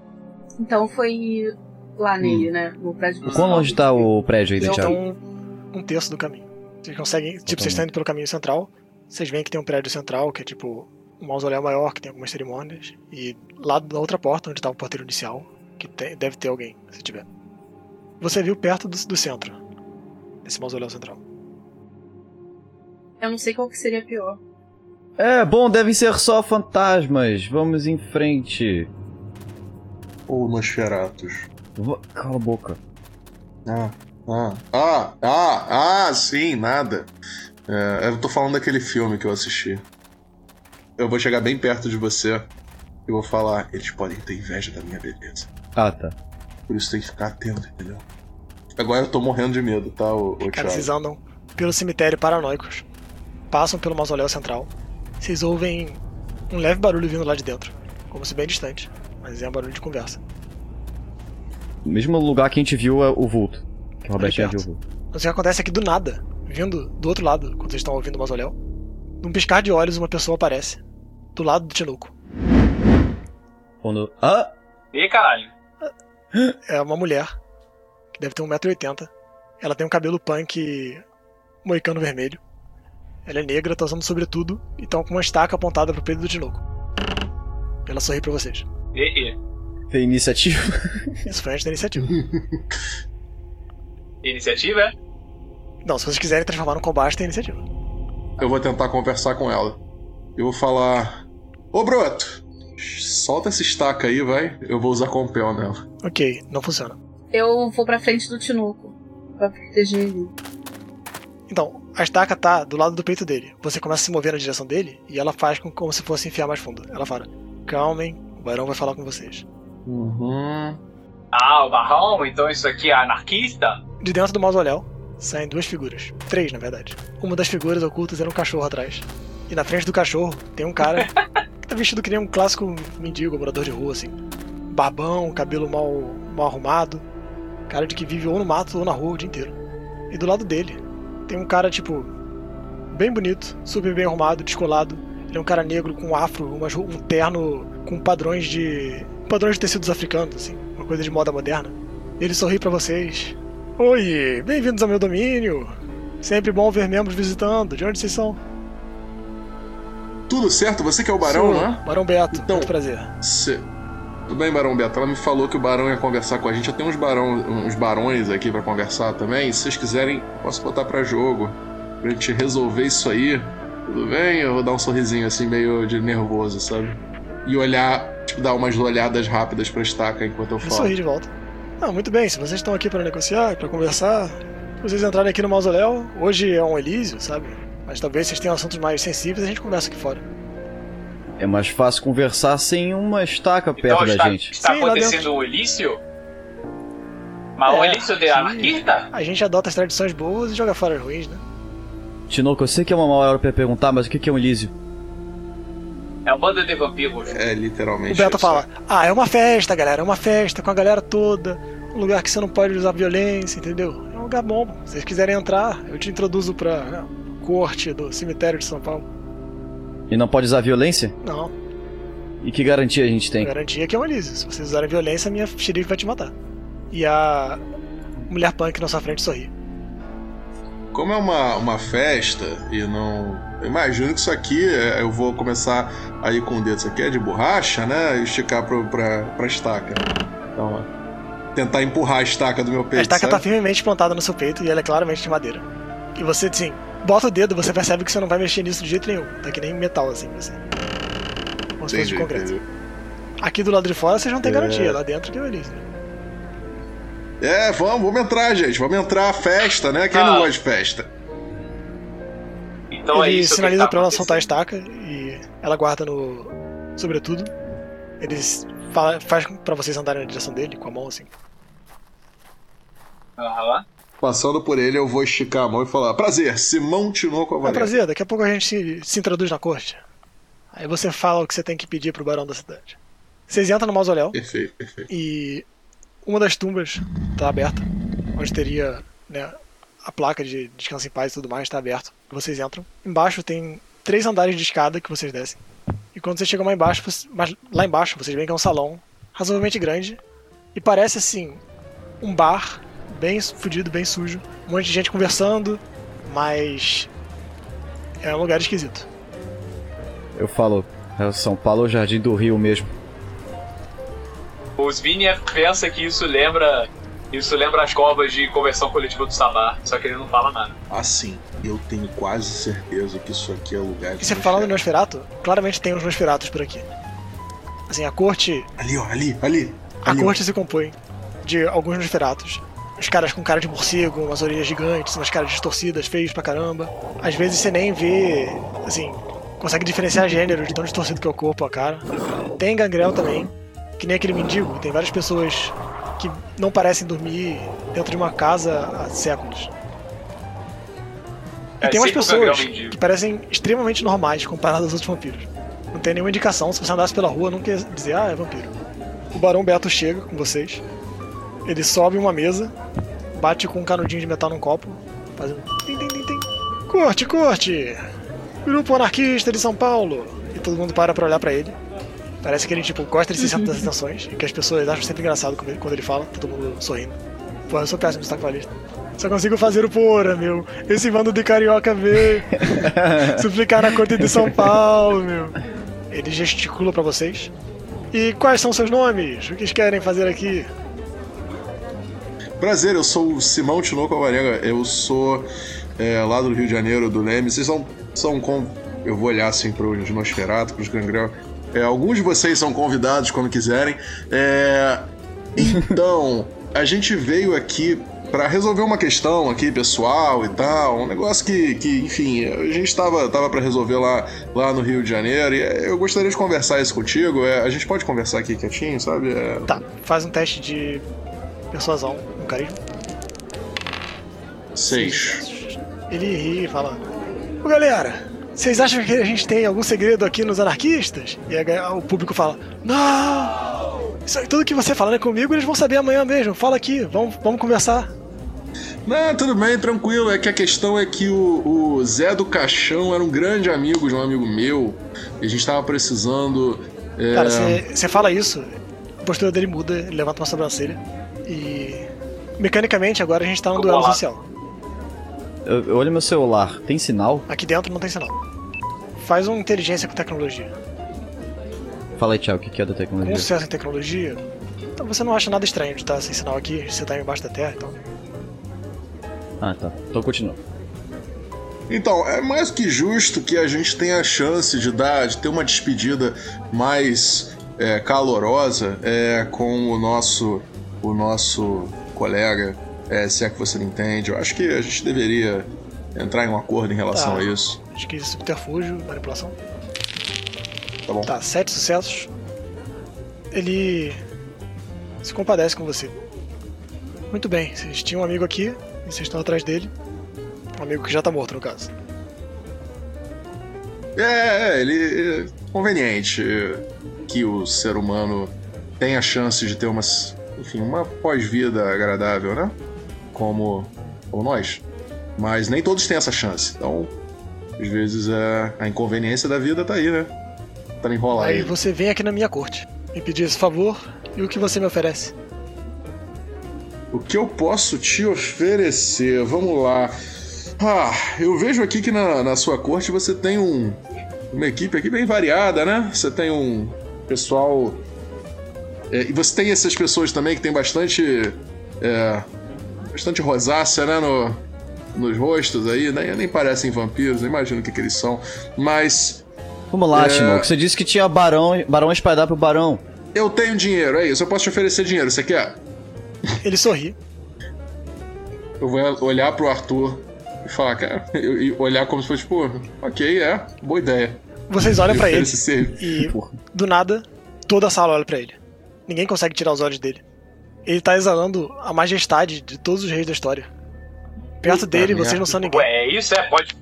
Speaker 8: Então foi
Speaker 2: Hum.
Speaker 8: lá nele, né? No prédio
Speaker 2: O quão longe tá o prédio aí,
Speaker 1: Eles estão
Speaker 2: Thiago?
Speaker 1: Então, um, um terço do caminho. Vocês conseguem, tipo,
Speaker 2: Então-
Speaker 1: vocês estão indo pelo caminho central, vocês veem que tem um prédio central, que é tipo um mausoléu maior, que tem algumas cerimônias, e lá da outra porta, onde tá o porteiro inicial, que tem- deve ter alguém, se tiver. Você viu perto do, do centro, desse mausoléu central.
Speaker 8: Eu não sei qual que seria pior.
Speaker 2: É, bom, devem ser só fantasmas. Vamos em frente.
Speaker 7: Ou Nosferatus.
Speaker 2: Va- Cala a boca.
Speaker 7: Ah, ah, ah, ah, ah, sim, nada. É, eu tô falando daquele filme que eu assisti. Eu vou chegar bem perto de você e vou falar: eles podem ter inveja da minha beleza.
Speaker 2: Ah, tá.
Speaker 7: Por isso tem que ficar atento, entendeu? Agora eu tô morrendo de medo, tá, ô, ô
Speaker 1: Cara,
Speaker 7: Thiago?
Speaker 1: vocês andam pelo cemitério paranoicos, passam pelo mausoléu central, vocês ouvem um leve barulho vindo lá de dentro, como se bem distante, mas é um barulho de conversa.
Speaker 2: Mesmo lugar que a gente viu é o vulto. Que o Robertinho
Speaker 1: perto.
Speaker 2: viu o vulto.
Speaker 1: Mas o que acontece é que do nada, vindo do outro lado, quando vocês estão ouvindo o mausoléu, num piscar de olhos uma pessoa aparece. Do lado do Tinuco.
Speaker 2: Quando... Ah!
Speaker 6: Ih, caralho.
Speaker 1: É uma mulher, que deve ter 1,80m. Ela tem um cabelo punk moicano vermelho. Ela é negra, tá usando sobretudo e tá com uma estaca apontada pro peito do Tinuco. Ela sorri pra vocês.
Speaker 6: E, e.
Speaker 2: Tem iniciativa? [laughs]
Speaker 1: Isso foi antes da iniciativa.
Speaker 6: Iniciativa, é?
Speaker 1: Não, se vocês quiserem transformar no combate, tem iniciativa.
Speaker 7: Eu vou tentar conversar com ela. Eu vou falar: Ô broto, solta essa estaca aí, vai. Eu vou usar compel nela.
Speaker 1: Ok, não funciona.
Speaker 8: Eu vou pra frente do Tinoco. Pra proteger ele.
Speaker 1: Então, a estaca tá do lado do peito dele. Você começa a se mover na direção dele e ela faz com, como se fosse enfiar mais fundo. Ela fala: Calmem, o barão vai falar com vocês.
Speaker 7: Uhum.
Speaker 6: Ah, o barrão, então isso aqui é anarquista?
Speaker 1: De dentro do mausoléu saem duas figuras. Três, na verdade. Uma das figuras ocultas era um cachorro atrás. E na frente do cachorro tem um cara que tá vestido que nem um clássico mendigo, morador de rua, assim. Barbão, cabelo mal, mal arrumado. Cara de que vive ou no mato ou na rua o dia inteiro. E do lado dele tem um cara, tipo, bem bonito, super bem arrumado, descolado. Ele é um cara negro com um afro, umas ru- um terno com padrões de. padrões de tecidos africanos, assim. Uma coisa de moda moderna. Ele sorri pra vocês, Oi, bem-vindos ao meu domínio. Sempre bom ver membros visitando. De onde vocês são?
Speaker 7: Tudo certo? Você que é o barão,
Speaker 1: Sou
Speaker 7: não é?
Speaker 1: Barão Beto,
Speaker 7: Então-
Speaker 1: muito prazer.
Speaker 7: Cê- Tudo bem, Barão Beto? Ela me falou que o Barão ia conversar com a gente. Eu tenho uns, barão, uns barões aqui pra conversar também. Se vocês quiserem, posso botar pra jogo. Pra gente resolver isso aí. Tudo bem? Eu vou dar um sorrisinho assim, meio de nervoso, sabe? E olhar, tipo, dar umas olhadas rápidas pra estaca enquanto eu
Speaker 1: Ele
Speaker 7: falo.
Speaker 1: sorri de volta. Ah, muito bem, se vocês estão aqui para negociar, para conversar, se vocês entrarem aqui no mausoléu, hoje é um Elísio, sabe? Mas talvez vocês tenham assuntos mais sensíveis, a gente conversa aqui fora.
Speaker 2: É mais fácil conversar sem uma estaca perto
Speaker 6: então
Speaker 2: da
Speaker 6: está,
Speaker 2: gente.
Speaker 6: está
Speaker 1: Sim, lá
Speaker 6: acontecendo o Elício? Mas o
Speaker 1: É,
Speaker 6: Elício de
Speaker 1: sim.
Speaker 6: anarquista?
Speaker 1: A gente adota as tradições boas e joga fora as ruins, né?
Speaker 2: Tinoco, eu sei que é uma hora pra perguntar, mas o que que é um Elísio?
Speaker 6: É uma banda de vampiros.
Speaker 7: É,
Speaker 1: O
Speaker 7: literalmente.
Speaker 1: Beto
Speaker 7: isso.
Speaker 1: fala: Ah, é uma festa, galera, é uma festa com a galera toda. Um lugar que você não pode usar violência, entendeu? É um lugar bom. Se vocês quiserem entrar, eu te introduzo pra né, corte do cemitério de São Paulo.
Speaker 2: E não pode usar violência?
Speaker 1: Não,
Speaker 2: E que garantia a gente tem?
Speaker 1: garantia que é um Elísio. Se vocês usarem violência, minha xerife vai te matar. E a mulher punk na sua frente sorri.
Speaker 7: Como é uma, uma festa e não. Eu imagino que isso aqui é- eu vou começar a ir com o dedo. Isso aqui é de borracha, né? E esticar pro, pra, pra estaca. Então, ó, tentar empurrar a estaca do meu peito.
Speaker 1: A estaca tá
Speaker 7: sabe?
Speaker 1: firmemente plantada no seu peito e ela é claramente de madeira. E você, assim, bota o dedo, você percebe que você não vai mexer nisso de jeito nenhum. Tá que nem metal, assim, você. Como se fosse de
Speaker 7: Entendi,
Speaker 1: concreto.
Speaker 7: entendi.
Speaker 1: Aqui do lado de fora vocês não têm
Speaker 7: É.
Speaker 1: garantia, lá dentro que é o Elísio.
Speaker 7: É, vamos, vamos entrar, gente. Vamos entrar. Festa, né? Quem
Speaker 6: Ah.
Speaker 7: não gosta de festa?
Speaker 6: Então é
Speaker 1: ele
Speaker 6: isso. que
Speaker 1: sinaliza
Speaker 6: tá
Speaker 1: pra ela soltar a
Speaker 6: acontecendo.
Speaker 1: estaca e ela guarda no. Sobretudo. Ele fala, faz pra vocês andarem na direção dele com a mão assim.
Speaker 6: Aham.
Speaker 7: Passando por ele, eu vou esticar a mão e falar: Prazer, Simão Tinou com a
Speaker 1: É um
Speaker 7: Valente.
Speaker 1: prazer, daqui a pouco a gente se, se introduz na corte. Aí você fala o que você tem que pedir pro barão da cidade. Vocês entram no mausoléu
Speaker 7: Perfeito, perfeito.
Speaker 1: e uma das tumbas tá aberta, onde teria né, a placa de descanso em paz e tudo mais, tá aberto. Vocês entram. Embaixo tem três andares de escada que vocês descem. E quando vocês chegam lá embaixo, vocês- mas lá embaixo vocês veem que é um salão razoavelmente grande e parece assim um bar bem fudido, bem sujo, um monte de gente conversando, mas é um lugar esquisito.
Speaker 2: Eu falo, é São Paulo ou Jardim do Rio mesmo?
Speaker 6: O Svini pensa que isso lembra. Isso lembra as covas de conversão coletiva do Samar, só que ele não fala nada.
Speaker 7: Assim, eu tenho quase certeza que isso aqui é lugar de.
Speaker 1: E você falando no
Speaker 7: bruxaria.
Speaker 1: Nosferatu, claramente tem uns Nosferatus por aqui. Assim, a corte
Speaker 7: Ali, ó, ali, ali.
Speaker 1: A
Speaker 7: ali, ó.
Speaker 1: corte se compõe de alguns Nosferatus. Os caras com cara de morcego, umas orelhas gigantes, umas caras distorcidas, feios pra caramba. Às vezes você nem vê, assim, consegue diferenciar gênero de tão distorcido que é o corpo, a cara. Tem gangrel também, que nem aquele mendigo. Tem várias pessoas que não parecem dormir dentro de uma casa há séculos. E
Speaker 6: É,
Speaker 1: tem umas
Speaker 6: sempre o gangrel
Speaker 1: pessoas
Speaker 6: mendigo.
Speaker 1: que parecem extremamente normais comparadas aos outros vampiros. Não tem nenhuma indicação, se você andasse pela rua, não quer dizer, ah, é vampiro. O Barão Beto chega com vocês. Ele sobe uma mesa, bate com um canudinho de metal num copo, fazendo. Tim, tim, tim, tim. Corte, corte! Grupo anarquista de São Paulo! E todo mundo para pra olhar pra ele. Parece que ele, tipo, gosta de ser centro das atenções e que as pessoas acham sempre engraçado quando ele- quando ele fala, todo mundo sorrindo. Pô, eu sou péssimo de sacoalista. Só consigo fazer o Pora, meu. Esse bando de carioca veio. Suplicar na corte de São Paulo, meu. Ele gesticula pra vocês. E quais são seus nomes? O que querem fazer aqui?
Speaker 7: Prazer, eu sou o Simão Tinoco Alvarenga, eu sou é, lá do Rio de Janeiro, do Leme. Vocês são, são com... Eu vou olhar assim para os Nosferatu, para os Gangrel. É, alguns de vocês são convidados quando quiserem. É, Então, a gente veio aqui para resolver uma questão aqui pessoal e tal, um negócio que, que enfim, a gente estava tava para resolver lá, lá no Rio de Janeiro. E é, eu gostaria de conversar isso contigo. É, a gente pode conversar aqui quietinho, sabe? É,
Speaker 1: Tá, faz um teste de persuasão, um carisma.
Speaker 7: seis.
Speaker 1: Ele ri e fala: Ô galera, vocês acham que a gente tem algum segredo aqui nos anarquistas? E aí o público fala: Não! Isso aí, tudo que você falar é comigo, eles vão saber amanhã mesmo. Fala aqui, vamos, vamos conversar.
Speaker 7: Não, tudo bem, tranquilo. É que a questão é que o, o Zé do Caixão era um grande amigo de um amigo meu. E a gente tava precisando. é,
Speaker 1: Cara, você fala isso, a postura dele muda, ele levanta uma sobrancelha. E. Mecanicamente, agora a gente tá num
Speaker 6: Vamos
Speaker 1: duelo
Speaker 6: lá.
Speaker 1: social.
Speaker 2: Eu, eu olho meu celular, tem sinal?
Speaker 1: Aqui dentro não tem sinal. Faz um inteligência com tecnologia.
Speaker 2: Fala aí, Thiago, o que, que é da
Speaker 1: Com
Speaker 2: tecnologia?
Speaker 1: sucesso em tecnologia, então você não acha nada estranho de estar sem sinal aqui, você tá embaixo da terra, então.
Speaker 2: Ah, tá. Então continua.
Speaker 7: Então, é mais que justo que a gente tenha a chance de dar, de ter uma despedida mais é, calorosa é, com o nosso, o nosso colega. É, se é que você não entende, eu acho que a gente deveria entrar em um acordo em relação
Speaker 1: Tá.
Speaker 7: a isso.
Speaker 1: Acho que subterfúgio, manipulação.
Speaker 7: Tá bom.
Speaker 1: Tá, sete sucessos. Ele se compadece com você. Muito bem, vocês tinham um amigo aqui e vocês estão atrás dele. Um amigo que já tá morto, no caso.
Speaker 7: É, é, ele. É conveniente é, que o ser humano tenha chance de ter uma. Enfim, uma pós-vida agradável, né? Como, como nós. Mas nem todos têm essa chance. Então, às vezes, é, a inconveniência da vida tá aí, né? Tá enrolado.
Speaker 1: Aí
Speaker 7: Aí.
Speaker 1: você vem aqui na minha corte me pedir esse favor e o que você me oferece?
Speaker 7: O que eu posso te oferecer? Vamos lá. Ah, eu vejo aqui que na, na sua corte você tem um, uma equipe aqui bem variada, né? Você tem um pessoal. é, e você tem essas pessoas também que tem bastante. é, bastante rosácea, né? no- nos rostos aí, né? Nem parecem vampiros, nem imagino o que, que eles são. Mas
Speaker 2: Vamos lá,
Speaker 7: É.
Speaker 2: Timão, que você disse que tinha barão, barão espalhar pro barão.
Speaker 7: eu tenho dinheiro, é isso. Eu posso te oferecer dinheiro, você quer?
Speaker 1: Ele sorri.
Speaker 7: Eu vou olhar pro Arthur e falar, cara, eu- e olhar como se fosse, tipo, ok, é, boa ideia.
Speaker 1: Vocês olham
Speaker 7: Eu
Speaker 1: pra
Speaker 7: quero
Speaker 1: ele
Speaker 7: esse ser-
Speaker 1: e
Speaker 7: Porra.
Speaker 1: do nada toda a sala olha pra ele. Ninguém consegue tirar os olhos dele. Ele tá exalando a majestade de todos os reis da história. Perto
Speaker 7: Puta
Speaker 1: dele, vocês
Speaker 7: merda.
Speaker 1: não são ninguém.
Speaker 6: Ué, é isso? É? Pode.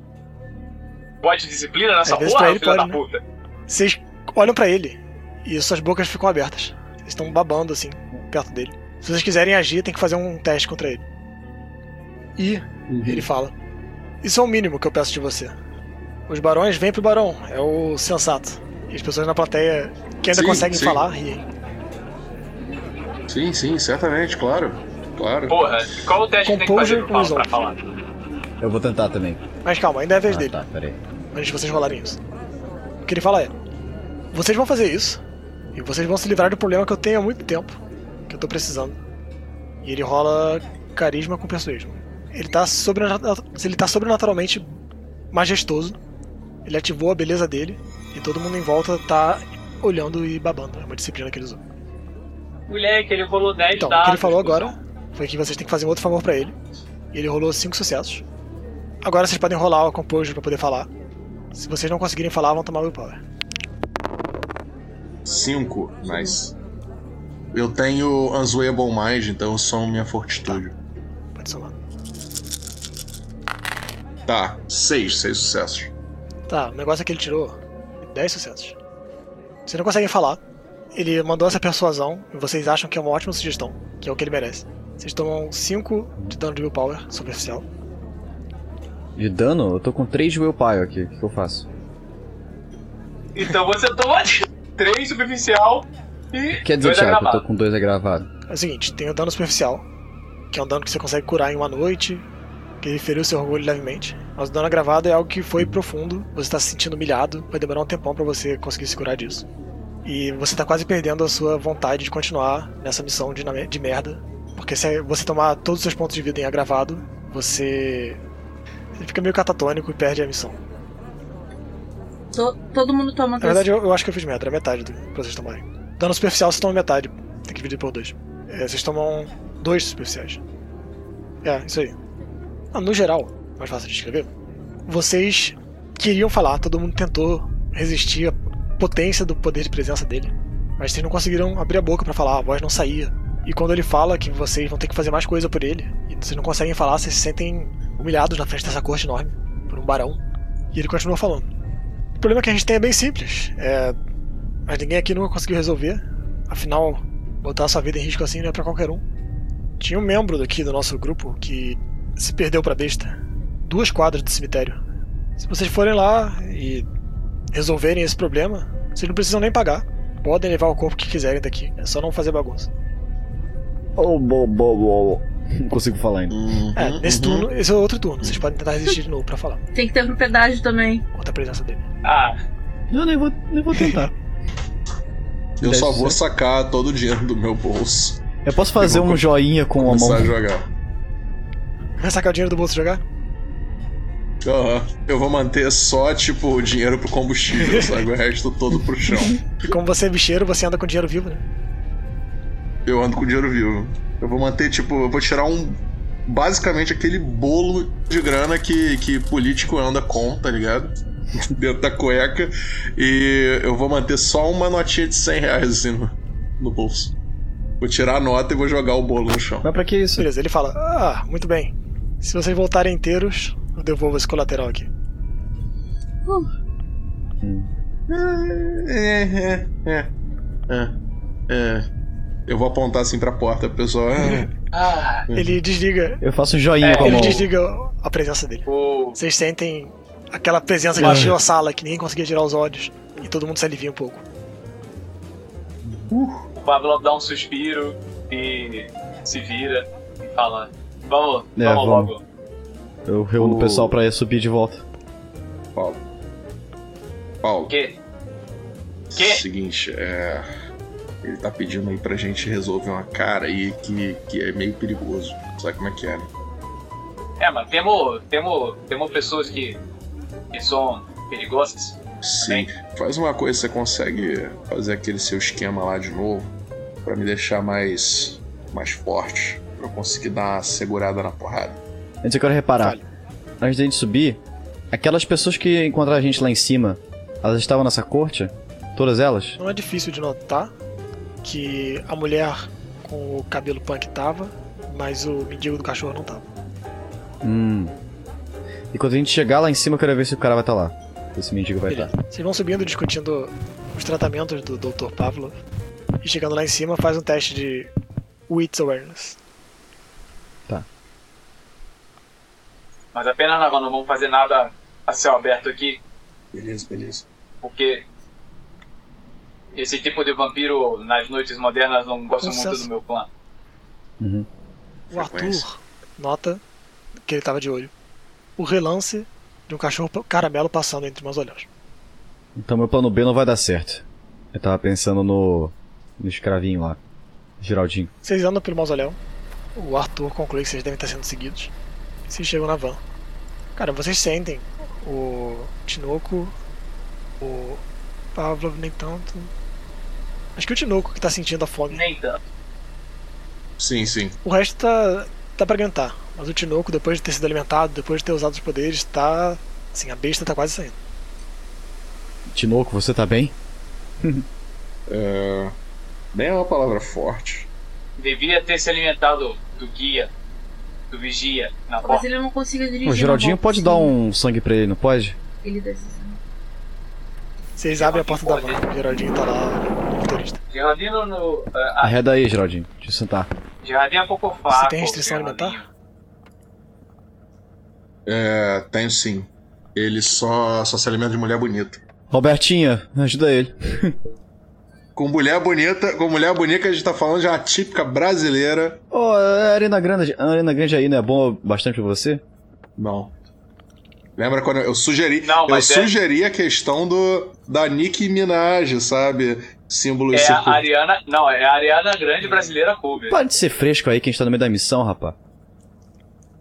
Speaker 6: Pode disciplina nessa
Speaker 1: Às vezes
Speaker 6: porra,
Speaker 1: pra ele
Speaker 6: filha da
Speaker 1: pode, né?
Speaker 6: puta.
Speaker 1: Vocês olham pra ele e suas bocas ficam abertas. Vocês estão babando assim, perto dele. Se vocês quiserem agir, tem que fazer um teste contra ele. E ele fala: Isso é o mínimo que eu peço de você. Os barões vêm pro barão, é o sensato. E as pessoas na plateia que ainda
Speaker 7: Sim,
Speaker 1: conseguem
Speaker 7: sim.
Speaker 1: falar riem.
Speaker 7: Sim, sim, certamente, claro. Claro.
Speaker 6: Porra, qual o teste que tem que
Speaker 1: Composure
Speaker 6: fazer eu falo
Speaker 1: Resolve.
Speaker 6: pra falar?
Speaker 2: Eu vou tentar também.
Speaker 1: Mas calma, ainda é a vez
Speaker 2: Ah,
Speaker 1: dele,
Speaker 2: tá, peraí.
Speaker 1: antes de vocês rolarem isso. O que ele fala é: Vocês vão fazer isso, e vocês vão se livrar do problema que eu tenho há muito tempo, que eu tô precisando. E ele rola carisma com persuasão. Ele tá, sobrenat- ele tá sobrenaturalmente majestoso, ele ativou a beleza dele, e todo mundo em volta tá olhando e babando. É uma disciplina que ele usou.
Speaker 6: Moleque, ele rolou 10
Speaker 1: Então, o
Speaker 6: dados.
Speaker 1: que ele falou
Speaker 6: cuzão.
Speaker 1: agora foi que vocês têm que fazer um outro favor pra ele. E ele rolou cinco sucessos. Agora vocês podem rolar o Composure pra poder falar. Se vocês não conseguirem falar, vão tomar willpower.
Speaker 7: Cinco, nice. Eu tenho Unzoeable Mind, então eu somo minha fortitude.
Speaker 1: Pode somar.
Speaker 7: Tá, seis, seis sucessos.
Speaker 1: Tá, o negócio é que ele tirou 10 sucessos. Vocês não conseguem falar. Ele mandou essa persuasão e vocês acham que é uma ótima sugestão, que é o que ele merece. Vocês tomam 5 de dano de willpower superficial.
Speaker 2: De dano, eu tô com 3 de willpower aqui. O que, que eu faço?
Speaker 6: Então você toma [laughs] 3 superficial e.
Speaker 2: Quer dizer,
Speaker 6: dois
Speaker 2: Thiago, eu
Speaker 6: agravados.
Speaker 2: tô com 2 agravado.
Speaker 1: É o seguinte, tem o dano superficial, que é um dano que você consegue curar em uma noite, que ele feriu seu orgulho levemente. Mas o dano agravado é algo que foi profundo, você tá se sentindo humilhado, vai demorar um tempão pra você conseguir se curar disso. E você tá quase perdendo a sua vontade de continuar nessa missão de, na- de merda, porque se é, você tomar todos os seus pontos de vida em agravado, você, você fica meio catatônico e perde a missão.
Speaker 8: To- todo mundo toma
Speaker 1: Na verdade, eu, eu acho que eu fiz merda, é metade do pra vocês tomarem. Dano superficial você toma metade, tem que dividir por dois. É, vocês tomam dois superficiais. É, isso aí. Ah, no geral, mais fácil de escrever, vocês queriam falar, todo mundo tentou resistir à potência do poder de presença dele, mas vocês não conseguiram abrir a boca pra falar, a voz não saía. E quando ele fala que vocês vão ter que fazer mais coisa por ele, e vocês não conseguem falar, vocês se sentem humilhados na frente dessa corte enorme, por um barão. E ele continua falando. O problema que a gente tem é bem simples. É... Mas ninguém aqui nunca conseguiu resolver. Afinal, botar sua vida em risco assim não é pra qualquer um. Tinha um membro daqui do nosso grupo que se perdeu pra besta. Duas quadras do cemitério. Se vocês forem lá e resolverem esse problema, vocês não precisam nem pagar. Podem levar o corpo que quiserem daqui. É só não fazer bagunça.
Speaker 2: Oh, bo, bo, bo. Não consigo falar ainda.
Speaker 7: Uhum,
Speaker 1: É, nesse
Speaker 7: uhum.
Speaker 1: turno, esse é outro turno. Vocês podem tentar resistir de novo pra falar.
Speaker 8: Tem que ter propriedade também.
Speaker 1: Contra a presença dele.
Speaker 6: Ah,
Speaker 2: Eu nem vou, nem vou tentar.
Speaker 7: Eu
Speaker 2: Deve
Speaker 7: só vou
Speaker 2: ser.
Speaker 7: sacar todo o dinheiro do meu bolso.
Speaker 2: Eu posso fazer
Speaker 7: Eu vou
Speaker 2: um joinha com a
Speaker 7: Começar a
Speaker 2: mão.
Speaker 7: jogar.
Speaker 1: Vai sacar o dinheiro do bolso e jogar?
Speaker 7: Aham. Eu vou manter só, tipo, o dinheiro pro combustível, [laughs] sabe? O resto todo pro chão.
Speaker 1: E como você é bicheiro, você anda com dinheiro vivo, né?
Speaker 7: Eu ando com dinheiro vivo. Eu vou manter, tipo, eu vou tirar um. Basicamente aquele bolo de grana que, que político anda com, tá ligado? [laughs] Dentro da cueca. E eu vou manter só uma notinha de 100 reais assim no, no bolso. Vou tirar a nota e vou jogar o bolo no chão.
Speaker 2: Mas pra que isso?
Speaker 1: Beleza, ele fala: Ah, muito bem. Se vocês voltarem inteiros, eu devolvo esse colateral aqui.
Speaker 7: É, é, é, é, é. Eu vou apontar assim pra porta, pessoal. É.
Speaker 4: Ah,
Speaker 1: Ele desliga.
Speaker 2: Eu faço um joinha
Speaker 4: É,
Speaker 2: com a
Speaker 1: Ele
Speaker 2: mão.
Speaker 1: desliga a presença dele.
Speaker 4: o.
Speaker 1: Vocês sentem aquela presença que encheu a sala, que ninguém conseguia tirar os olhos. E todo mundo se alivia um pouco.
Speaker 6: O Pablo dá um suspiro e se vira e fala: Vamos,
Speaker 2: É, vamos.
Speaker 6: vamos logo.
Speaker 2: Eu reúno o
Speaker 7: O-
Speaker 2: pessoal pra subir de volta.
Speaker 7: Paulo. Paulo.
Speaker 6: Que? Quê?
Speaker 7: Seguinte, é. Ele tá pedindo aí pra gente resolver uma cara aí que, que é meio perigoso. Sabe como é que é, né?
Speaker 6: É, mas temos, temos, temos pessoas que, que são perigosas.
Speaker 7: Sim. Faz uma coisa, você consegue fazer aquele seu esquema lá de novo pra me deixar mais. mais forte. Pra eu conseguir dar uma segurada na porrada.
Speaker 2: Antes eu quero reparar. Antes da gente subir, aquelas pessoas que encontraram a gente lá em cima, elas estavam nessa corte? Todas elas?
Speaker 1: Não é difícil de notar que a mulher com o cabelo punk tava, mas o mendigo do cachorro não tava.
Speaker 2: Hum. E quando a gente chegar lá em cima, eu quero ver se o cara vai estar lá. Esse mendigo vai tá. estar.
Speaker 1: Beleza. Vocês vão subindo discutindo os tratamentos do Dr. Pavlov. E chegando lá em cima, faz um teste de Wits Awareness.
Speaker 6: Mas apenas nós não vamos fazer nada a céu aberto aqui,
Speaker 7: Beleza, beleza.
Speaker 6: porque esse tipo de vampiro nas noites modernas não gosta
Speaker 1: Nossa.
Speaker 6: muito do meu clã.
Speaker 2: Uhum.
Speaker 1: O
Speaker 7: Frequência.
Speaker 1: Arthur nota que ele tava de olho. O relance de um cachorro caramelo passando entre meus olhos.
Speaker 2: Então meu plano B não vai dar certo. Eu tava pensando no. no escravinho lá. Geraldinho.
Speaker 1: Vocês andam pelo mausoléu. O Arthur conclui que vocês devem estar sendo seguidos. Vocês chegam na van. Cara, vocês sentem o Tinoco, o Pavlov nem tanto. Acho que o Tinoco que tá sentindo a fome.
Speaker 6: Nem tanto.
Speaker 7: Sim, sim.
Speaker 1: O resto tá, tá pra aguentar. Mas o Tinoco, depois de ter sido alimentado, depois de ter usado os poderes, tá. Assim, a besta tá quase saindo.
Speaker 2: Tinoco, você tá bem?
Speaker 7: É... Nem é uma palavra forte.
Speaker 6: Devia ter se alimentado do guia, do vigia, na
Speaker 8: Mas
Speaker 6: porta.
Speaker 8: ele não conseguiu dirigir.
Speaker 2: o Geraldinho
Speaker 8: na volta,
Speaker 2: pode
Speaker 8: sim.
Speaker 2: dar um sangue pra ele, não pode?
Speaker 8: Ele dá esse sangue.
Speaker 1: Vocês abrem a porta da van. O Geraldinho tá lá, o motorista.
Speaker 6: Geraldino no. ah,
Speaker 2: Arreda aí, Geraldinho. Deixa eu sentar.
Speaker 6: ah, Geraldino é um pouco fraco.
Speaker 1: tem restrição
Speaker 6: Geraldinho.
Speaker 1: alimentar?
Speaker 7: É, tenho sim. Ele só, só se alimenta de mulher bonita.
Speaker 2: Robertinha, ajuda ele.
Speaker 7: Com mulher bonita, com mulher bonita a gente tá falando de uma típica brasileira.
Speaker 2: Ô, a Arena Grande, a Arena Grande aí não é bom bastante pra você?
Speaker 7: Não. Lembra quando eu sugeri?
Speaker 6: Não,
Speaker 7: eu
Speaker 6: mas é-
Speaker 7: sugeri a questão do da Nicki Minaj, sabe? Símbolo
Speaker 6: É
Speaker 7: circu-
Speaker 6: a Ariana. Não, é a Ariana Grande brasileira cover.
Speaker 2: Para de ser fresco aí que a gente tá no meio da missão, rapá.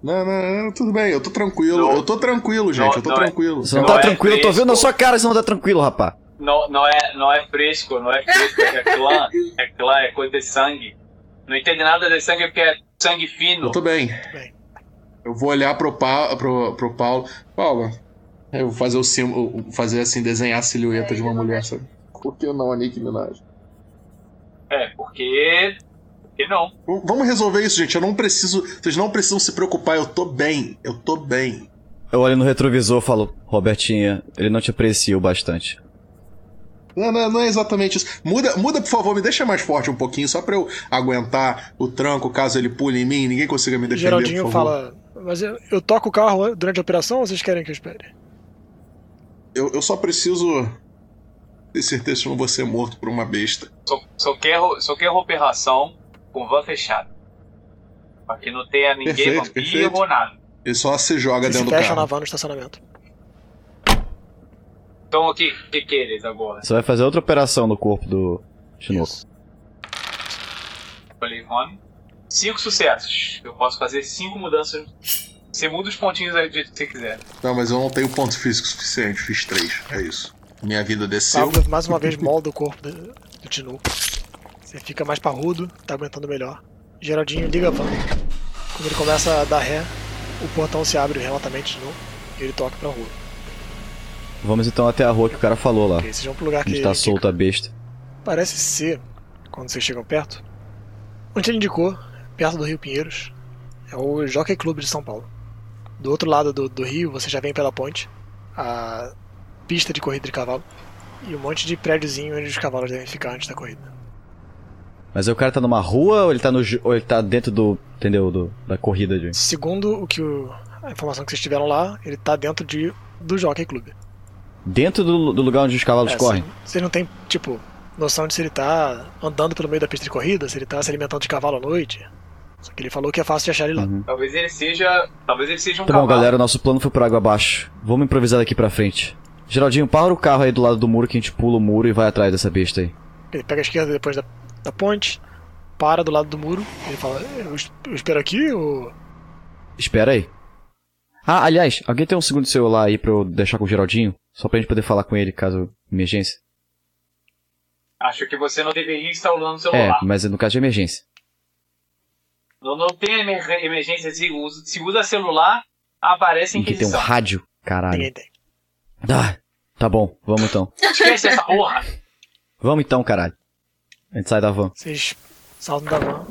Speaker 7: Não, não, não, tudo bem, eu tô tranquilo.
Speaker 6: Não.
Speaker 7: Eu tô tranquilo, gente,
Speaker 6: Não,
Speaker 7: eu tô
Speaker 6: não é-
Speaker 7: tranquilo.
Speaker 2: Você não,
Speaker 6: Não
Speaker 2: tá
Speaker 6: é
Speaker 2: tranquilo, eu tô
Speaker 6: fresco.
Speaker 2: vendo na sua cara, você não tá tranquilo, rapá.
Speaker 6: Não, não, é, não é fresco, não é fresco, é clã, é clã, é coisa de sangue. Não entende nada de sangue porque é sangue fino.
Speaker 7: Eu tô bem.
Speaker 1: Bem.
Speaker 7: Eu vou olhar pro, pa, pro, pro Paulo. Paulo, eu vou fazer o símbolo, fazer assim, desenhar a silhueta de uma mulher, sabe? Por que não a Nicki Minaj?
Speaker 6: É, porque. Porque não.
Speaker 7: V- Vamos resolver isso, gente. Eu não preciso. Vocês não precisam se preocupar. Eu tô bem. Eu tô bem.
Speaker 2: Eu olho no retrovisor e falo, Robertinha, ele não te aprecia o bastante.
Speaker 7: Não, não, não é exatamente isso. Muda, muda, por favor, me deixa mais forte um pouquinho, só pra eu aguentar o tranco, caso ele pule em mim, e ninguém consiga me
Speaker 1: O
Speaker 7: defender.
Speaker 1: Geraldinho
Speaker 7: por favor.
Speaker 1: fala: Mas eu, eu toco o carro durante a operação ou vocês querem que eu espere?
Speaker 7: Eu, eu só preciso ter certeza que eu não vou ser morto por uma besta.
Speaker 6: Só, só, quero, só quero operação com van fechada. Pra que não tenha ninguém
Speaker 7: Perfeito,
Speaker 6: vampiro
Speaker 7: perfeito.
Speaker 6: ou nada.
Speaker 7: Ele só se joga
Speaker 1: Vocês se
Speaker 7: dentro do
Speaker 1: fecham na
Speaker 7: carro.
Speaker 1: van no estacionamento.
Speaker 6: Então o que, que queres agora?
Speaker 2: Você vai fazer outra operação no corpo do Chinoco.
Speaker 6: Falei, Rony. Cinco sucessos. Eu posso fazer cinco mudanças. Você muda os pontinhos aí do jeito que você quiser.
Speaker 7: Não, mas eu não tenho ponto físico suficiente. Fiz três. É isso. Minha vida desceu.
Speaker 1: Pavlov mais uma vez molda o corpo do, do Tinoco. Você fica mais parrudo, tá aguentando melhor. Geraldinho liga a van. Quando ele começa a dar ré, o portão se abre remotamente de novo e ele toca pra rua.
Speaker 2: Vamos então até a rua que o cara falou lá.
Speaker 1: Ok, vocês vão pro lugar
Speaker 2: A
Speaker 1: que
Speaker 2: gente tá
Speaker 1: ele indica.
Speaker 2: solto a besta.
Speaker 1: Parece ser, quando vocês chegam perto, um onde ele indicou, perto do Rio Pinheiros, é o Jockey Club de São Paulo. Do outro lado do, do rio, você já vem pela ponte, a pista de corrida de cavalo. E um monte de prédiozinho onde os cavalos devem ficar antes da corrida.
Speaker 2: Mas aí o cara tá numa rua ou ele tá, no, ju- ou ele tá dentro do. Entendeu? Do, da corrida de.
Speaker 1: Segundo o que o- a informação que vocês tiveram lá, ele tá dentro de, do Jockey Club.
Speaker 2: Dentro do, do lugar onde os cavalos
Speaker 1: É,
Speaker 2: correm.
Speaker 1: assim, Vocês não tem, tipo, noção de se ele tá andando pelo meio da pista de corrida, se ele tá se alimentando de cavalo à noite. Só que ele falou que é fácil de achar ele lá.
Speaker 2: Uhum.
Speaker 6: Talvez ele seja. Talvez ele seja um
Speaker 2: Tá bom,
Speaker 6: cavalo.
Speaker 2: galera, o nosso plano foi por água abaixo. Vamos improvisar daqui pra frente. Geraldinho, para o carro aí do lado do muro que a gente pula o muro e vai atrás dessa besta aí.
Speaker 1: Ele pega a esquerda depois da, da ponte, para do lado do muro, ele fala, eu, es- eu espero aqui, ou...
Speaker 2: Espera aí. Ah, aliás, alguém tem um segundo celular aí pra eu deixar com o Geraldinho? Só pra gente poder falar com ele caso emergência.
Speaker 6: Acho que você não deveria estar usando o
Speaker 2: É,
Speaker 6: celular.
Speaker 2: mas é no caso de emergência.
Speaker 6: Não, não tem emer- emergência. Se usa, se usa celular, aparece
Speaker 2: Tem que ter um
Speaker 6: Inquisição.
Speaker 2: rádio. Caralho.
Speaker 1: ninguém tem.
Speaker 2: Ah, tá bom, vamos então.
Speaker 6: Esquece essa
Speaker 2: [laughs]
Speaker 6: porra.
Speaker 2: Vamos então, caralho. A gente sai da van.
Speaker 1: Vocês saltam da van,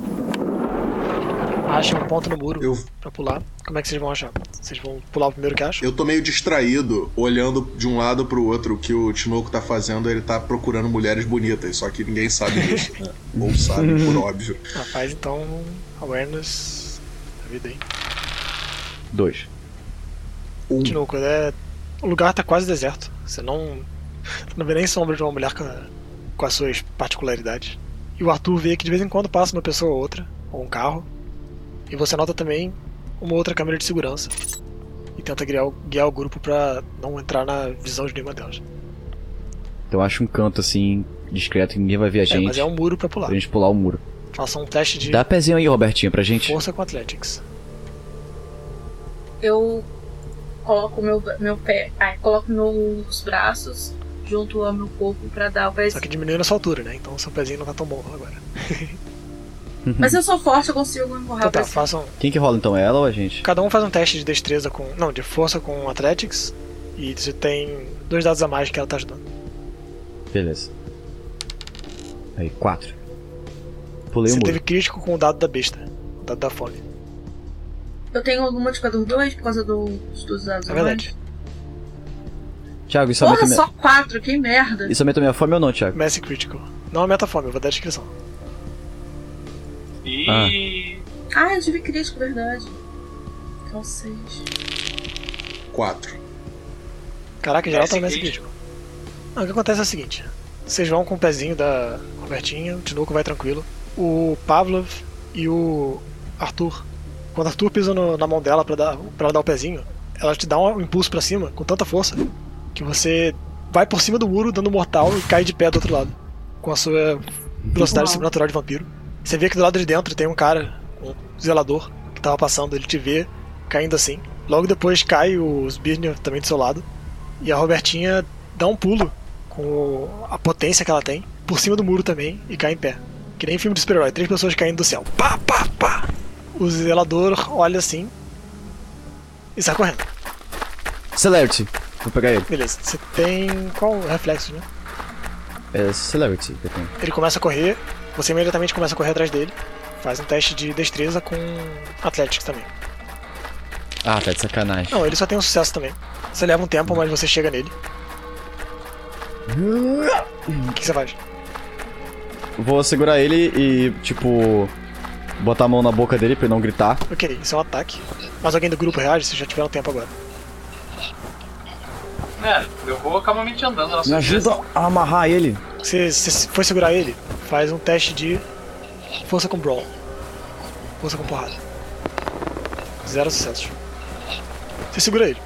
Speaker 1: acham um ponto no muro
Speaker 9: Eu,
Speaker 1: pra pular. Como é que vocês vão achar? Vocês vão pular o primeiro que acham?
Speaker 9: eu tô meio distraído, olhando de um lado pro outro o que o Tinoco tá fazendo. Ele tá procurando mulheres bonitas, só que ninguém sabe disso. né? Ou sabe, por óbvio.
Speaker 1: Ah, faz então awareness da vida aí.
Speaker 2: Dois.
Speaker 9: Um.
Speaker 1: De novo, é... o lugar tá quase deserto. Você não. não vê nem sombra de uma mulher com, a- com as suas particularidades. E o Arthur vê que de vez em quando passa uma pessoa ou outra, ou um carro. E você nota também uma outra câmera de segurança. E tenta guiar o, guiar o grupo pra não entrar na visão de nenhuma delas.
Speaker 2: Então acho um canto assim, discreto, que ninguém vai ver a
Speaker 1: É,
Speaker 2: gente.
Speaker 1: mas é um muro pra pular.
Speaker 2: Pra gente pular o muro.
Speaker 1: Faça um teste de
Speaker 2: Dá pezinho aí, Robertinho, pra gente.
Speaker 1: força com Athletics.
Speaker 8: Eu coloco meu, meu pé. Ai, coloco meus braços junto ao meu corpo pra dar o
Speaker 1: Só
Speaker 8: pezinho.
Speaker 1: que diminuindo a sua altura, né? Então seu pezinho não tá tão bom agora.
Speaker 8: assim. Mas eu sou forte, eu consigo empurrar
Speaker 1: Então
Speaker 8: o assim.
Speaker 1: tá,
Speaker 8: pezinho.
Speaker 1: façam
Speaker 2: Quem que rola então? Ela ou a gente?
Speaker 1: Cada um faz um teste de destreza com. Não, de força com Athletics. E você tem dois dados a mais que ela tá ajudando.
Speaker 2: Beleza. Aí, quatro. Pulei
Speaker 1: você
Speaker 2: o muro.
Speaker 1: teve crítico com o dado da besta. O dado da fome.
Speaker 8: Eu tenho algum modificador 2 por causa do, dos né? dados.
Speaker 1: É verdade.
Speaker 2: Thiago, isso aumenta,
Speaker 1: é?
Speaker 8: Porra,
Speaker 2: minha...
Speaker 8: só quatro, que merda.
Speaker 2: isso aumenta minha fome ou não, Thiago?
Speaker 1: Messi crítico. Não é metafome, eu vou dar a descrição.
Speaker 6: E.
Speaker 8: Ah, eu tive crítico, verdade. Então seis.
Speaker 9: Quatro.
Speaker 1: Caraca, em geral
Speaker 6: Messi
Speaker 1: tá Messi crítico. Não, o que acontece é o seguinte: vocês vão com o pezinho da Robertinha, o Tinoco vai tranquilo. O Pavlov e o Arthur. Quando o Arthur pisa no- na mão dela pra, dar, pra ela dar o pezinho, ela te dá um impulso pra cima com tanta força que você vai por cima do muro dando mortal e cai de pé do outro lado. Com a sua velocidade
Speaker 8: Uau.
Speaker 1: sobrenatural de vampiro. Você vê que do lado de dentro tem um cara, um zelador, que tava passando, ele te vê caindo assim. Logo depois cai o Sbirner também do seu lado. E a Robertinha dá um pulo com a potência que ela tem por cima do muro também e cai em pé. Que nem filme de super-herói, três pessoas caindo do céu. Pá, pá, pá. O zelador olha assim e sai correndo.
Speaker 2: Celerity. Vou pegar ele.
Speaker 1: Beleza, você tem qual o reflexo, né?
Speaker 2: É Celerity que eu tenho.
Speaker 1: Ele começa a correr, você imediatamente começa a correr atrás dele. Faz um teste de destreza com Athletics também.
Speaker 2: Ah, tá de sacanagem.
Speaker 1: Não, ele só tem um sucesso também. Você leva um tempo, mas você chega nele. O que que você faz?
Speaker 2: Vou segurar ele e, tipo, botar a mão na boca dele pra ele não gritar.
Speaker 1: Ok, isso é um ataque. Mas alguém do grupo reage, vocês já tiveram tempo agora.
Speaker 6: É, eu vou calmamente andando na
Speaker 2: Me
Speaker 6: sua
Speaker 2: ajuda a amarrar ele.
Speaker 1: Você, você foi segurar ele, faz um teste de força com brawl. Força com porrada. Zero sucesso. Você segura ele.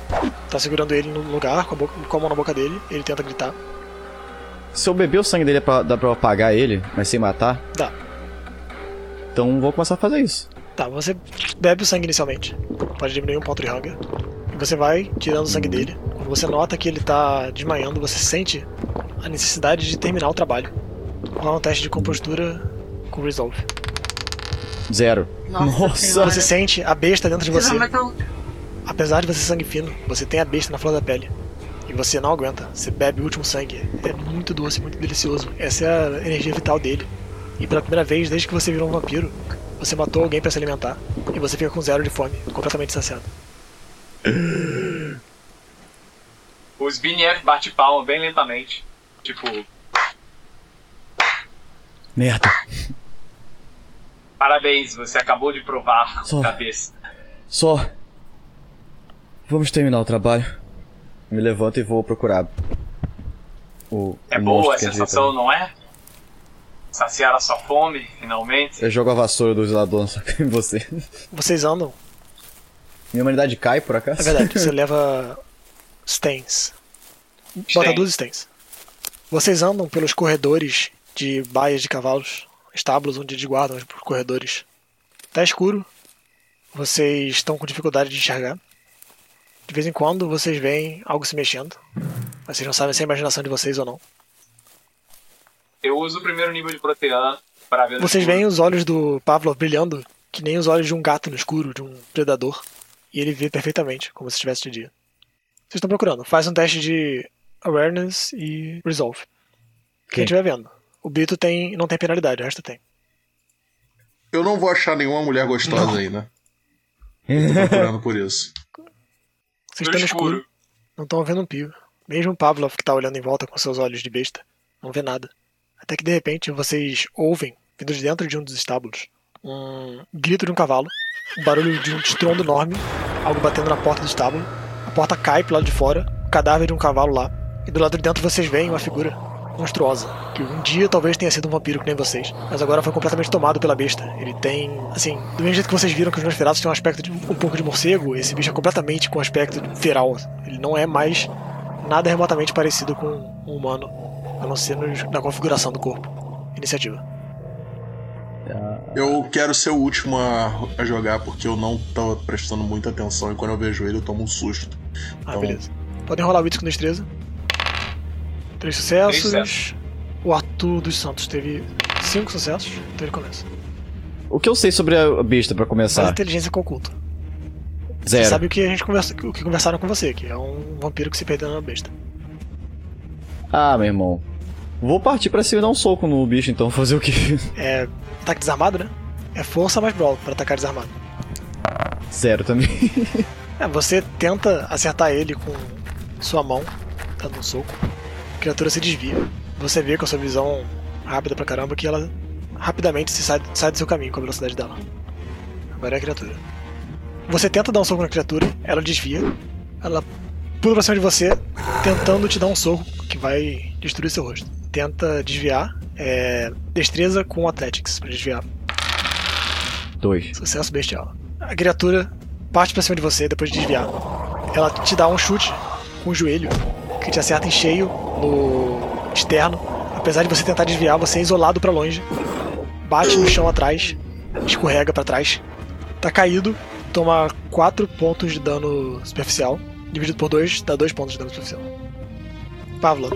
Speaker 1: Tá segurando ele no lugar, com a, boca- com a mão na boca dele, ele tenta gritar.
Speaker 2: Se eu beber o sangue dele, é pra- dá pra eu apagar ele, mas sem matar?
Speaker 1: Dá.
Speaker 2: Então vou começar a fazer isso.
Speaker 1: Tá, você bebe o sangue inicialmente. Pode diminuir um ponto de hunger. E você vai tirando o sangue dele. Quando você nota que ele tá desmaiando, você sente a necessidade de terminar o trabalho. Rola um teste de compostura com resolve.
Speaker 2: Zero. Nossa,
Speaker 8: senhora.
Speaker 1: Você sente a besta dentro de
Speaker 8: Você
Speaker 1: você.
Speaker 8: vai matar o-
Speaker 1: Apesar de você ser sangue fino, você tem a besta na flor da pele. E você não aguenta. Você bebe o último sangue. É muito doce, muito delicioso. Essa é a energia vital dele. E pela primeira vez, desde que você virou um vampiro, você matou alguém pra se alimentar. E você fica com zero de fome, completamente saciado.
Speaker 6: O Zbigniew bate palma bem lentamente. Tipo,
Speaker 2: Merda.
Speaker 6: parabéns, você acabou de provar
Speaker 2: Só.
Speaker 6: cabeça.
Speaker 2: Só. Vamos terminar o trabalho. Me levanto e vou procurar. O
Speaker 6: É
Speaker 2: o
Speaker 6: boa
Speaker 2: monstro
Speaker 6: a
Speaker 2: que
Speaker 6: sensação,
Speaker 2: acredita.
Speaker 6: não é? Saciar a sua fome, finalmente.
Speaker 2: Eu jogo a vassoura do zelador sabe, em você.
Speaker 1: Vocês andam.
Speaker 2: Minha humanidade cai por acaso?
Speaker 1: É verdade, você leva stens. Bota
Speaker 6: Stens.
Speaker 1: duas stens. Vocês andam pelos corredores de baias de cavalos, estábulos onde eles guardam os corredores. Tá escuro. Vocês estão com dificuldade de enxergar. De vez em quando vocês veem algo se mexendo. Mas vocês não sabem se é a imaginação de vocês ou não.
Speaker 6: Eu uso o primeiro nível de proteína para ver no
Speaker 1: Vocês
Speaker 6: escuro.
Speaker 1: veem os olhos do Pavlov brilhando, que nem os olhos de um gato no escuro, de um predador. E ele vê perfeitamente, como se estivesse de dia. Vocês estão procurando. Faz um teste de awareness e resolve. Quem
Speaker 2: Quem?
Speaker 1: estiver vendo. O Bito tem, não tem penalidade, o resto tem.
Speaker 9: Eu não vou achar nenhuma mulher gostosa aí, né? Eu tô procurando por isso.
Speaker 1: Vocês estão no escuro, não estão vendo um pio. Mesmo o Pavlov, que está olhando em volta com seus olhos de besta, não vê nada. Até que de repente vocês ouvem, vindo de dentro de um dos estábulos, um grito de um cavalo, um barulho de um estrondo enorme, algo batendo na porta do estábulo. A porta cai pro lado de fora, o cadáver de um cavalo lá. E do lado de dentro vocês veem uma figura monstruosa, que um dia talvez tenha sido um vampiro que nem vocês, mas agora foi completamente tomado pela besta. Ele tem, assim, do mesmo jeito que vocês viram que os Nosferatu têm um aspecto de um pouco de morcego, esse bicho é completamente com um aspecto feral. Ele não é mais nada remotamente parecido com um humano, a não ser nos- na configuração do corpo. Iniciativa.
Speaker 9: Eu quero ser o último a, a jogar porque eu não tava prestando muita atenção e quando eu vejo ele eu tomo um susto.
Speaker 1: Ah,
Speaker 2: Tá
Speaker 9: Então-
Speaker 1: beleza. Podem rolar o Witz com destreza. Três sucessos.
Speaker 6: Três sucessos.
Speaker 1: O Arthur dos Santos teve cinco sucessos, então ele começa.
Speaker 2: [laughs] O que eu sei sobre a besta pra
Speaker 1: Faz
Speaker 2: começar?
Speaker 1: inteligência com oculto. Você
Speaker 2: Zero.
Speaker 1: sabe o que a gente conversa, o que conversaram com você, que é um vampiro que se perdeu na besta.
Speaker 2: Ah, meu irmão. Vou partir pra cima e dar um soco no bicho então, [laughs] fazer o quê?
Speaker 1: É ataque desarmado, né? É força mais brawl pra atacar desarmado.
Speaker 2: Zero também. [laughs]
Speaker 1: É, você tenta acertar ele com sua mão, dando um soco. A criatura se desvia. Você vê com a sua visão rápida pra caramba que ela rapidamente se sai, sai do seu caminho com a velocidade dela. Agora é a criatura. Você tenta dar um soco na criatura, ela desvia. Ela pula pra cima de você, tentando te dar um soco que vai destruir seu rosto. Tenta desviar. É, destreza com Athletics pra desviar.
Speaker 2: Dois.
Speaker 1: Sucesso bestial. A criatura parte pra cima de você depois de desviar. Ela te dá um chute com o joelho que te acerta em cheio no externo. Apesar de você tentar desviar, você é isolado pra longe. Bate no chão atrás, escorrega pra trás. Tá caído, toma 4 pontos de dano superficial. Dividido por 2, dá 2 pontos de dano superficial. Pavlov,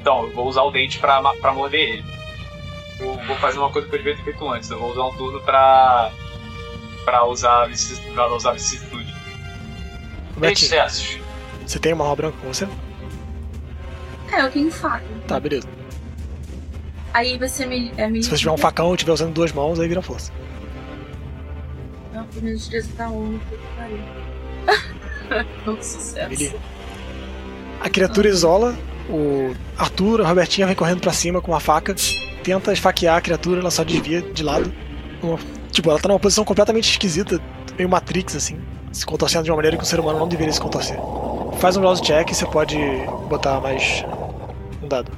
Speaker 6: Então, eu vou usar o dente pra, ma- pra morder ele. Eu vou fazer uma coisa que eu devia ter feito antes. Eu vou usar um turno pra. pra usar a vicissitude. Pra usar a vicissitude. Três
Speaker 1: Betinho,
Speaker 6: sucessos.
Speaker 1: é você tem uma roda branca com você?
Speaker 8: É, eu tenho faca.
Speaker 1: Tá, beleza.
Speaker 8: Aí vai ser mil... é mil...
Speaker 1: Se você tiver um facão e estiver usando duas mãos, aí vira força.
Speaker 8: Não, por menos 13 tá um, puta que pariu. [laughs] Não, que sucesso.
Speaker 1: Ele- A criatura isola, o Arthur, a Robertinha vem correndo pra cima com uma faca, tenta esfaquear a criatura, ela só desvia de lado. Uma- tipo, ela tá numa posição completamente esquisita, meio Matrix, assim, se contorcendo de uma maneira que um ser humano não deveria se contorcer. Faz um rouse check e você pode botar mais um dado.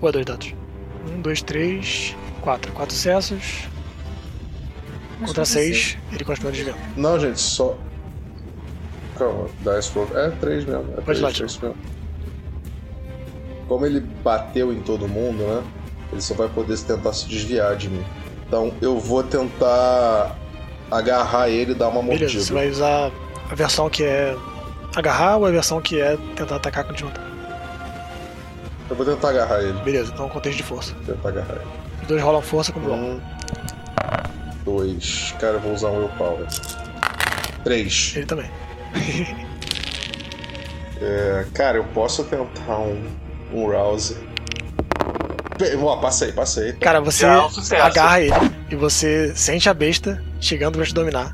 Speaker 1: Ou é dois dados? Um, dois, três, quatro. Quatro sucessos.
Speaker 8: Mas
Speaker 1: Contra
Speaker 8: não
Speaker 1: seis, ele continua desviando.
Speaker 7: Não, gente, só. Calma, Dice Roll. É três mesmo. É
Speaker 1: Pode
Speaker 7: três,
Speaker 1: lá,
Speaker 7: três mesmo. Como ele bateu em todo mundo, né? Ele só vai poder se tentar se desviar de mim. Então eu vou tentar agarrar ele e dar uma mordida.
Speaker 1: Beleza, você vai usar a versão que é agarrar ou a versão que é tentar atacar com desvantagem.
Speaker 7: Eu vou tentar agarrar ele.
Speaker 1: Beleza, então contexto de força.
Speaker 7: Vou tentar agarrar ele.
Speaker 1: Os dois rolam força com bloco.
Speaker 7: Um. Dois. Cara, eu vou usar um Willpower. Três.
Speaker 1: Ele também.
Speaker 7: É, cara, eu posso tentar um, um Rouse. Bem, Ó, passei, passei.
Speaker 1: Cara, você
Speaker 6: Já é um sucesso.
Speaker 1: agarra ele e você sente a besta chegando pra te dominar.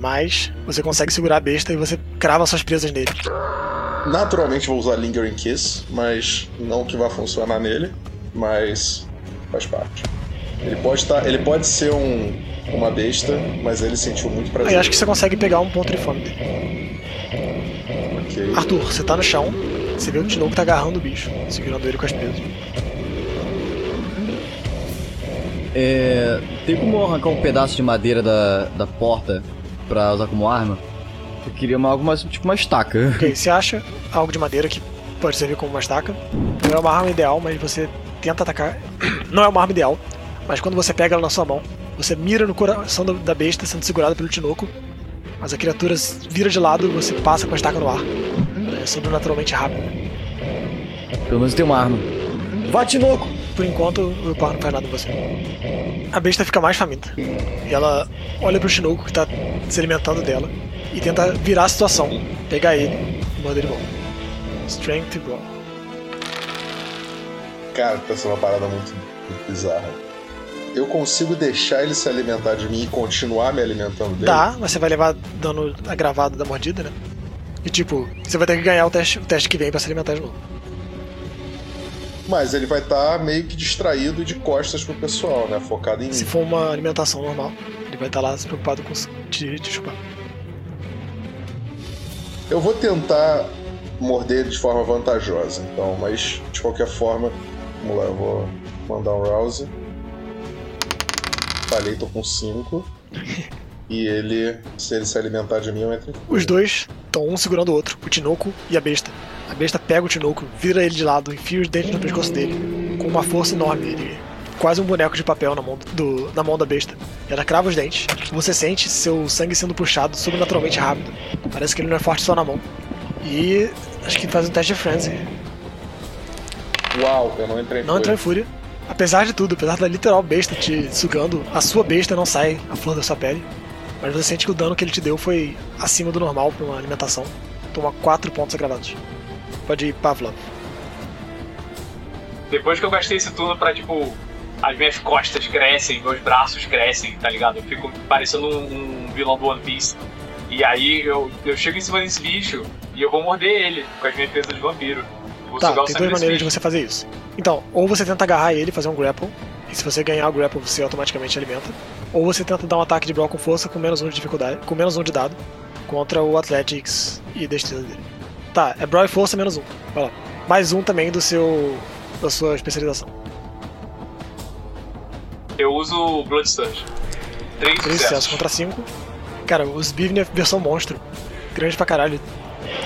Speaker 1: Mas você consegue segurar a besta e você crava suas presas nele.
Speaker 7: naturalmente vou usar Lingering Kiss, mas não que vá funcionar nele, mas faz parte. Ele pode estar, ele pode ser um, uma besta, mas ele sentiu muito prazer.
Speaker 1: Aí acho que você consegue pegar um ponto de fome.
Speaker 7: Ok.
Speaker 1: Arthur, você tá no chão, você vê o Tinoco tá agarrando o bicho, segurando ele com as presas.
Speaker 2: É, tem como arrancar um pedaço de madeira da, da porta pra usar como arma? Eu queria uma, alguma, tipo uma estaca. [laughs]
Speaker 1: Ok, você acha algo de madeira que pode servir como uma estaca. Não é uma arma ideal, mas você tenta atacar. [clears throat] Não é uma arma ideal, mas quando você pega ela na sua mão, você mira no coração da- da besta sendo segurada pelo Tinoco, mas a criatura s- vira de lado e você passa com a estaca no ar. É sobrenaturalmente rápido.
Speaker 2: Pelo menos tem uma arma. Vá, Tinoco!
Speaker 1: Por enquanto, o pau não faz nada em você. A besta fica mais faminta. E ela olha pro Tinoco que tá se alimentando dela e tenta virar a situação, pegar ele e manda ele embora. Strength Brawl.
Speaker 7: Cara, tá sendo uma parada muito, muito bizarra. Eu consigo deixar ele se alimentar de mim e continuar me alimentando dele?
Speaker 1: Dá, mas você vai levar dano agravado da mordida, né? E tipo, você vai ter que ganhar o teste, o teste que vem pra se alimentar de novo.
Speaker 7: Mas ele vai estar meio que distraído e de costas pro pessoal, né? Focado em
Speaker 1: Se
Speaker 7: mim.
Speaker 1: for uma alimentação normal, ele vai estar lá se preocupado com s- te, te chupar.
Speaker 7: Eu vou tentar morder ele de forma vantajosa, então, mas de qualquer forma, vamos lá, eu vou mandar um rouse. Falei, tô
Speaker 1: [laughs]
Speaker 7: com 5. E ele, se ele se alimentar de mim, eu entro em
Speaker 1: Os dois estão um segurando o outro, o Tinoco e a besta. A besta pega o Tinoco, vira ele de lado, enfia os dentes no pescoço dele, com uma força enorme. Ele, quase um boneco de papel na mão, do, na mão da besta. Ela crava os dentes, você sente seu sangue sendo puxado sobrenaturalmente rápido. Parece que ele não é forte só na mão. E acho que faz um teste de frenzy.
Speaker 7: Uau, eu não entrei em
Speaker 1: Não entrou em
Speaker 7: fúria.
Speaker 1: fúria. Apesar de tudo, apesar da literal besta te sugando, a sua besta não sai a flor da sua pele. Mas você sente que o dano que ele te deu foi acima do normal pra uma alimentação. Toma 4 pontos agravados. Pode ir, Pavlov.
Speaker 6: Depois que eu gastei esse turno pra, tipo, as minhas costas crescem, meus braços crescem, tá ligado? Eu fico parecendo um, um vilão do One Piece. E aí eu, eu chego em cima desse bicho e eu vou morder ele com as minhas presas de vampiro. Vou
Speaker 1: Tá,
Speaker 6: sugar o
Speaker 1: tem
Speaker 6: sangue
Speaker 1: duas maneiras
Speaker 6: desse
Speaker 1: de
Speaker 6: bicho.
Speaker 1: você fazer isso. Então, ou você tenta agarrar ele, fazer um grapple, e se você ganhar o grapple, você automaticamente alimenta. Ou você tenta dar um ataque de brawl com força com menos um de dificuldade, com menos um de dado, contra o Athletics e destreza dele. Tá, é brawl e força menos um. Vai lá. Mais um também do seu da sua especialização.
Speaker 6: Eu uso o Bloodstone. Três
Speaker 1: Três sucessos
Speaker 6: sucessos.
Speaker 1: contra cinco. Cara, o Zbivne é versão monstro. Grande pra caralho.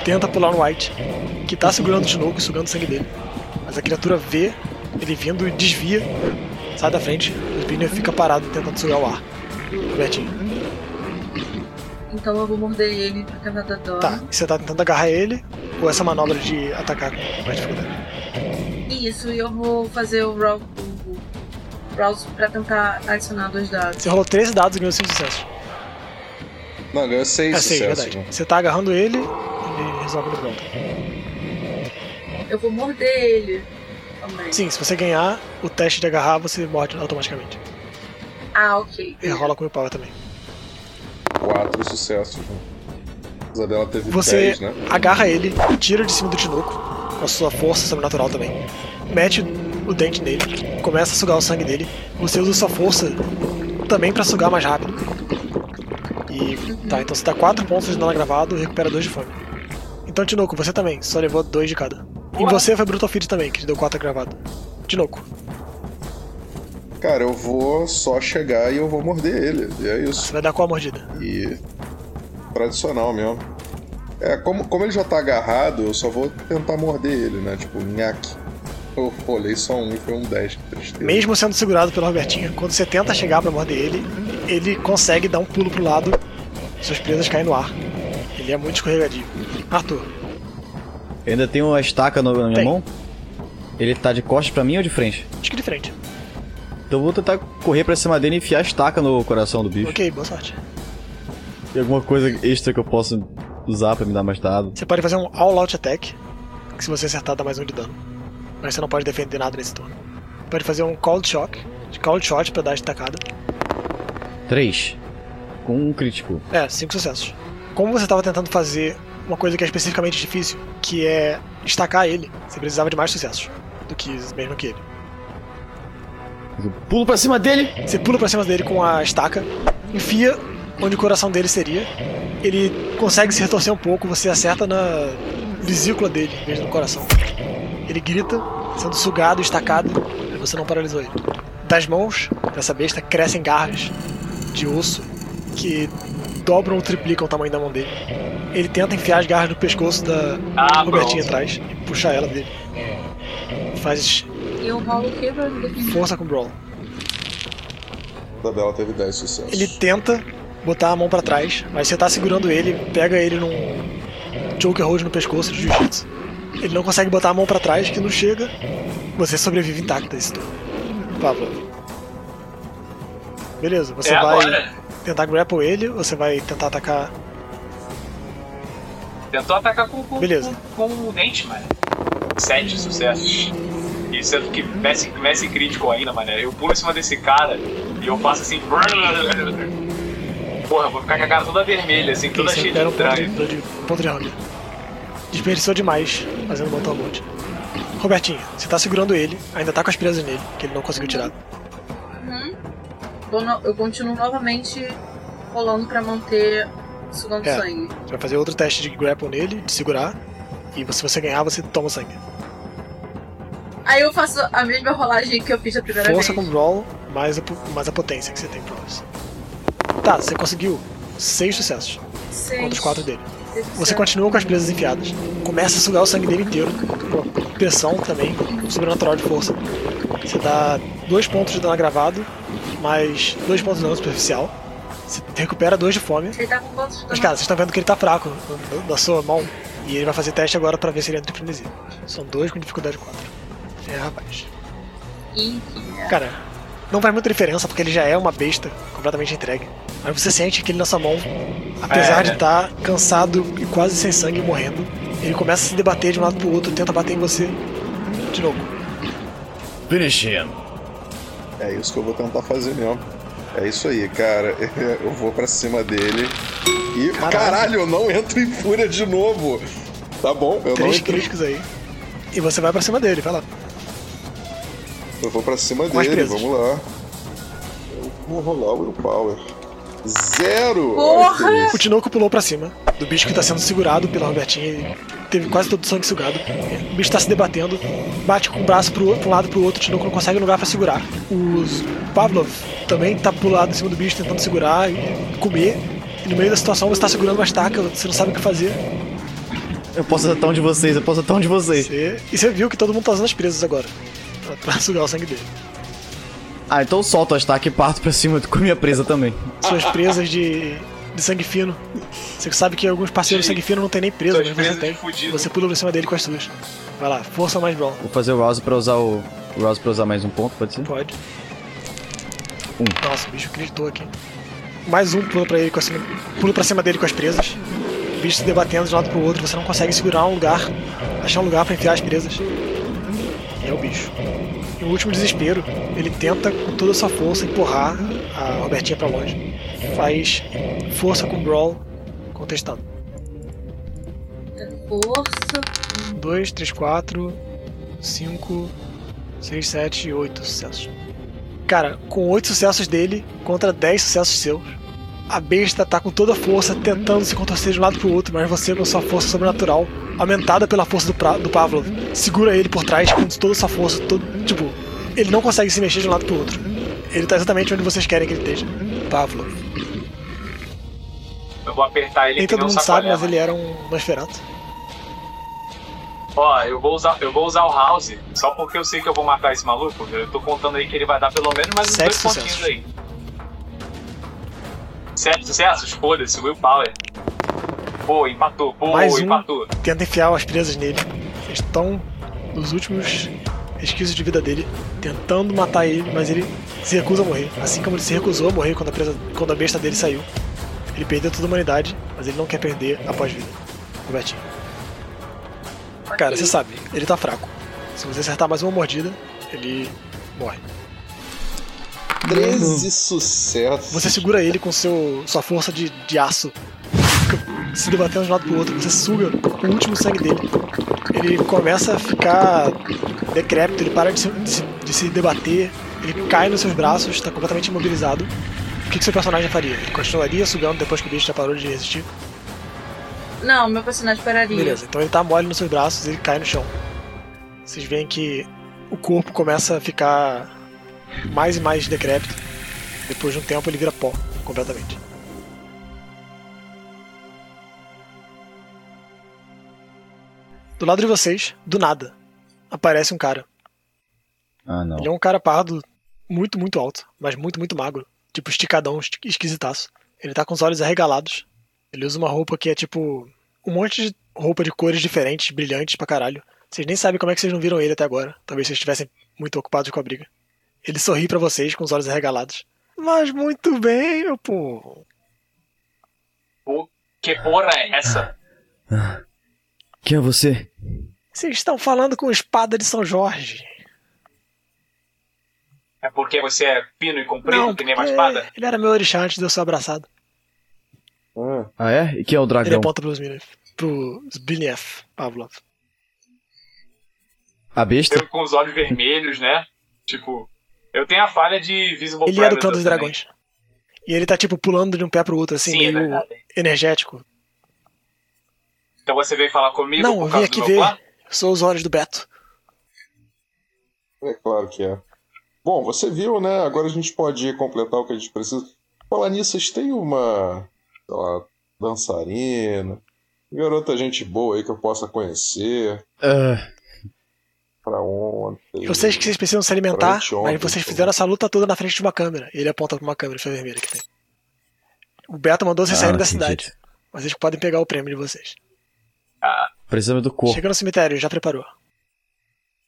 Speaker 1: Tenta pular no White, que tá segurando o Tinoco e sugando o sangue dele. Mas a criatura vê ele vindo e desvia, sai da frente. O Zbivne fica parado tentando sugar o ar. Bertinho.
Speaker 8: Então eu vou morder ele pra tentar dar dano.
Speaker 1: Tá, e você tá tentando agarrar ele ou essa manobra de atacar com mais dificuldade?
Speaker 8: E isso, e eu vou fazer o roll o- o Rouse pra tentar adicionar dois dados.
Speaker 1: Você rolou 13 dados e ganhou 5 sucessos.
Speaker 7: Não, ganhou
Speaker 1: É
Speaker 7: 6
Speaker 1: 6,
Speaker 7: sucessos.
Speaker 1: verdade.
Speaker 7: né?
Speaker 1: Você tá agarrando ele, ele resolve no pronto.
Speaker 8: Eu vou morder ele também.
Speaker 1: Sim, se você ganhar o teste de agarrar, você morde automaticamente.
Speaker 8: Ah, ok.
Speaker 1: E rola com o power também.
Speaker 7: Quatro sucessos. Né? Isabela teve
Speaker 1: Você
Speaker 7: 10, né?
Speaker 1: agarra ele, tira de cima do Tinoco, com a sua força sobrenatural também. Mete o dente nele, começa a sugar o sangue dele. Você usa sua força também pra sugar mais rápido. E tá, então você dá 4 pontos de dano gravado e recupera 2 de fome. Então, Tinoco, você também, só levou 2 de cada. E você foi Brutal Feed também, que te deu 4 gravado. Tinoco,
Speaker 7: Cara, eu vou só chegar e eu vou morder ele. E é
Speaker 1: você
Speaker 7: isso.
Speaker 1: vai dar qual a mordida?
Speaker 7: E. Tradicional mesmo. É, como, como ele já tá agarrado, eu só vou tentar morder ele, né? Tipo, nhaque. Eu rolei só um e foi um 10, que tristeza.
Speaker 1: Mesmo sendo segurado pelo Robertinho, quando você tenta chegar pra morder ele, ele consegue dar um pulo pro lado, suas presas caem no ar. Ele é muito escorregadio. Arthur,
Speaker 2: Eu ainda tem uma estaca no- na minha
Speaker 1: Tem.
Speaker 2: mão? Ele tá de costas pra mim ou de frente?
Speaker 1: acho que de frente.
Speaker 2: Então eu vou tentar correr pra cima dele e enfiar a estaca no coração do bicho.
Speaker 1: Ok, boa sorte.
Speaker 2: Tem alguma coisa extra que eu possa usar pra me dar mais dado?
Speaker 1: Você pode fazer um all-out attack, que se você acertar dá mais um de dano. Mas você não pode defender nada nesse turno. Pode fazer um cold shock, de cold shot pra dar a estacada.
Speaker 2: Três. Com um crítico.
Speaker 1: É, cinco sucessos. Como você estava tentando fazer uma coisa que é especificamente difícil, que é destacar ele. Você precisava de mais sucessos do que mesmo que ele.
Speaker 2: Eu pulo pra cima dele.
Speaker 1: Você pula pra cima dele com a estaca, enfia onde o coração dele seria. Ele consegue se retorcer um pouco, você acerta na vesícula dele, em vez do coração. Ele grita, sendo sugado, estacado, e você não paralisou ele. Das mãos dessa besta crescem garras de osso que dobram ou triplicam o tamanho da mão dele. Ele tenta enfiar as garras no pescoço da
Speaker 6: Ah,
Speaker 1: Robertinha
Speaker 6: pronto.
Speaker 1: atrás e puxar ela dele. Faz
Speaker 8: Eu rolo o quê pra me defender?
Speaker 1: força com o Brawl.
Speaker 9: Isabela teve 10 sucessos.
Speaker 1: Ele tenta botar a mão pra trás, mas você tá segurando ele, pega ele num choker hold no pescoço de jiu-jitsu. Ele não consegue botar a mão pra trás, que não chega. Você sobrevive intacto a esse turno. Pablo. Beleza, você
Speaker 6: É
Speaker 1: vai
Speaker 6: agora.
Speaker 1: tentar grapple ele, você vai tentar atacar.
Speaker 6: Tentou atacar com, com,
Speaker 1: Beleza.
Speaker 6: com, com o dente, mano. Sete sucessos. E sendo que Messi, Messi é crítico ainda, mano. Eu pulo em cima desse cara e eu faço assim. [laughs] Porra, eu vou ficar com a cara toda vermelha, assim, toda
Speaker 1: Você
Speaker 6: cheia
Speaker 1: recupera
Speaker 6: de
Speaker 1: um ponto
Speaker 6: trás.
Speaker 1: de, de, ponto de round. Desperdiçou demais fazendo botar o monte. Robertinho, você tá segurando ele, ainda tá com as presas nele, que ele não conseguiu tirar.
Speaker 8: Tô no- Eu continuo novamente rolando pra manter sugando
Speaker 1: É.
Speaker 8: sangue.
Speaker 1: Você vai fazer outro teste de grapple nele, de segurar. E se você ganhar, você toma sangue.
Speaker 8: Aí eu faço a mesma rolagem que eu fiz a primeira
Speaker 1: Força com
Speaker 8: vez.
Speaker 1: o roll, mais a, po- mais a potência que você tem pro isso. Tá, você conseguiu seis sucessos
Speaker 8: Seis,
Speaker 1: contra os quatro dele.
Speaker 8: seis,
Speaker 1: Você
Speaker 8: sete.
Speaker 1: continua com as presas enfiadas. Começa a sugar o sangue dele inteiro, com a pressão também, com o sobrenatural de força. Você dá dois pontos de dano agravado, mais dois pontos de dano superficial. Você recupera dois de fome.
Speaker 8: Ele tá com quantos
Speaker 1: Mas
Speaker 8: danos?
Speaker 1: cara, vocês estão vendo que ele tá fraco no- da sua mão. E ele vai fazer teste agora pra ver se ele entra em frenesia. São dois com dificuldade 4. É, rapaz. é.
Speaker 8: Ih, que merda.
Speaker 1: Cara, não faz muita diferença porque ele já é uma besta completamente entregue. Mas você sente que ele na sua mão, apesar
Speaker 6: É,
Speaker 1: de
Speaker 6: né?
Speaker 1: estar cansado e quase sem sangue morrendo, ele começa a se debater de um lado pro outro, tenta bater em você de novo.
Speaker 2: Finish him.
Speaker 9: É isso que eu vou tentar fazer mesmo. É isso aí, cara. [laughs] Eu vou pra cima dele. E.
Speaker 1: Caralho.
Speaker 9: Caralho, eu não entro em fúria de novo! Tá bom, eu não
Speaker 1: Três
Speaker 9: entrei.
Speaker 1: críticos aí. E você vai pra cima dele, vai lá.
Speaker 9: Eu vou pra cima
Speaker 1: Com as
Speaker 9: dele,
Speaker 1: presas.
Speaker 9: vamos lá. Eu vou rolar o Willpower. Zero!
Speaker 8: Porra!
Speaker 9: Olha que delícia.
Speaker 1: O Tinoco pulou pra cima do bicho que tá sendo segurado pela Robertinha. Ele teve quase todo o sangue sugado. O bicho tá se debatendo, bate com o braço pro, pra um lado e pro outro. O Tinoco não consegue lugar pra segurar. Os Pavlov também tá pulado em cima do bicho, tentando segurar e comer. E no meio da situação você tá segurando uma estaca, você não sabe o que fazer.
Speaker 2: Eu posso atar um de vocês, eu posso atar um de vocês.
Speaker 1: Você- E você viu que todo mundo tá usando as presas agora pra, pra [laughs] sugar o sangue dele.
Speaker 2: Ah, então eu solto a estaca e parto pra cima com a minha presa também.
Speaker 1: Suas presas de, de sangue fino. Você sabe que alguns parceiros de sangue fino não tem nem presa,
Speaker 6: Suas
Speaker 1: mas você
Speaker 6: presas de
Speaker 1: tem.
Speaker 6: fudido.
Speaker 1: Você pula pra cima dele com as suas. Vai lá, força mais brawl.
Speaker 2: Vou fazer o Rouse pra usar o. O Rouse pra usar mais um ponto, pode ser?
Speaker 1: Pode.
Speaker 2: Um.
Speaker 1: Nossa, o bicho gritou aqui. Mais um pula pra, ele com a cima, pula pra cima dele com as presas. O bicho se debatendo de um lado pro outro, você não consegue segurar um lugar, achar um lugar pra enfiar as presas. E é o bicho. E o último desespero, ele tenta com toda a sua força empurrar a Robertinha pra longe. Faz força com o Brawl contestando.
Speaker 8: Força.
Speaker 1: 2, 3, 4, 5, 6, 7 e 8 sucessos. Cara, com 8 sucessos dele contra 10 sucessos seus, a besta tá com toda a força tentando se contorcer de um lado pro outro, mas você, com sua força sobrenatural, aumentada pela força do, pra- do Pavlov, segura ele por trás com toda a sua força, todo, tipo, ele não consegue se mexer de um lado pro outro. Ele tá exatamente onde vocês querem que ele esteja. Pavlov.
Speaker 6: Eu vou apertar ele
Speaker 1: Nem
Speaker 6: que
Speaker 1: todo
Speaker 6: nem um
Speaker 1: mundo sabe,
Speaker 6: sacolé,
Speaker 1: mas
Speaker 6: mano.
Speaker 1: ele é- era um Nosferatu.
Speaker 6: Ó, eu vou usar, eu vou usar o House, só porque eu sei que eu vou matar esse maluco. Eu tô contando aí que ele vai dar pelo menos mais uns
Speaker 1: Sete
Speaker 6: dois
Speaker 1: sucessos.
Speaker 6: pontinhos aí. Sete sucessos? Foda-se, Will Power. Pô, empatou, pô,
Speaker 1: Mais um.
Speaker 6: empatou.
Speaker 1: tenta enfiar as presas nele. Vocês estão nos últimos resquícios de vida dele, tentando matar ele, mas ele se recusa a morrer. Assim como ele se recusou a morrer quando a, presa, quando a besta dele saiu. Ele perdeu toda a humanidade, mas ele não quer perder a pós-vida. Robertinho. Cara, você sabe, ele tá fraco. Se você acertar mais uma mordida, ele morre.
Speaker 9: 13 sucessos.
Speaker 1: Você segura ele com seu, sua força de, de aço. Fica se debatendo de um lado pro outro, você suga o último sangue dele. Ele começa a ficar decrépito, ele para de se, de se- de se debater, ele cai nos seus braços, está completamente imobilizado. O que, que seu personagem faria? Ele continuaria sugando depois que o bicho já parou de resistir?
Speaker 8: Não, meu personagem pararia.
Speaker 1: Beleza, então ele tá mole nos seus braços ele cai no chão. Vocês veem que o corpo começa a ficar mais e mais decrépito. Depois de um tempo ele vira pó completamente. Do lado de vocês, do nada, aparece um cara.
Speaker 2: Ah, não.
Speaker 1: Ele é um cara pardo muito, muito alto, mas muito, muito magro. Tipo, esticadão, esqui- esquisitaço. Ele tá com os olhos arregalados. Ele usa uma roupa que é tipo. Um monte de roupa de cores diferentes, brilhantes pra caralho. Vocês nem sabem como é que vocês não viram ele até agora. Talvez vocês estivessem muito ocupados com a briga. Ele sorri pra vocês com os olhos arregalados. Mas muito bem, meu povo.
Speaker 6: Que porra é essa?
Speaker 2: Quem é você?
Speaker 1: Vocês estão falando com espada de São Jorge.
Speaker 6: É porque você é fino e comprido, que nem uma
Speaker 1: porque
Speaker 6: espada?
Speaker 1: Ele era meu orixá antes de eu ser abraçado.
Speaker 2: Ah, é? E quem é o
Speaker 1: Ele
Speaker 2: dragão?
Speaker 1: aponta pro Zbigniew, pro Zbigniew Pavlov.
Speaker 2: A besta?
Speaker 6: Eu com os olhos vermelhos, né? Tipo, eu tenho a falha de Visible
Speaker 1: Ele é do
Speaker 6: Predator
Speaker 1: clã dos
Speaker 6: também.
Speaker 1: dragões. E ele tá, tipo, pulando de um pé pro outro, assim,
Speaker 6: Sim, é
Speaker 1: meio
Speaker 6: verdade.
Speaker 1: energético.
Speaker 6: Então você veio falar comigo
Speaker 1: Não, eu
Speaker 6: por
Speaker 1: vim
Speaker 6: causa
Speaker 1: aqui
Speaker 6: do
Speaker 1: ver.
Speaker 6: meu clã?
Speaker 1: Sou os olhos do Beto.
Speaker 7: É claro que é. Bom, você viu, né? Agora a gente pode completar o que a gente precisa. Falar nisso, vocês têm uma, sei lá, dançarina, garota gente boa aí que eu possa conhecer
Speaker 2: Ah,
Speaker 7: pra ontem.
Speaker 1: Eu sei que vocês precisam se alimentar,
Speaker 7: Frente ontem,
Speaker 1: mas vocês
Speaker 7: pô.
Speaker 1: fizeram essa luta toda na frente de uma câmera. Ele aponta pra uma câmera infravermelha que tem. O Beto mandou vocês
Speaker 2: ah,
Speaker 1: saírem da
Speaker 2: tem
Speaker 1: cidade.
Speaker 2: jeito.
Speaker 1: Mas vocês podem pegar o prêmio de vocês.
Speaker 2: Precisamos do corpo.
Speaker 1: Chega no cemitério, já preparou.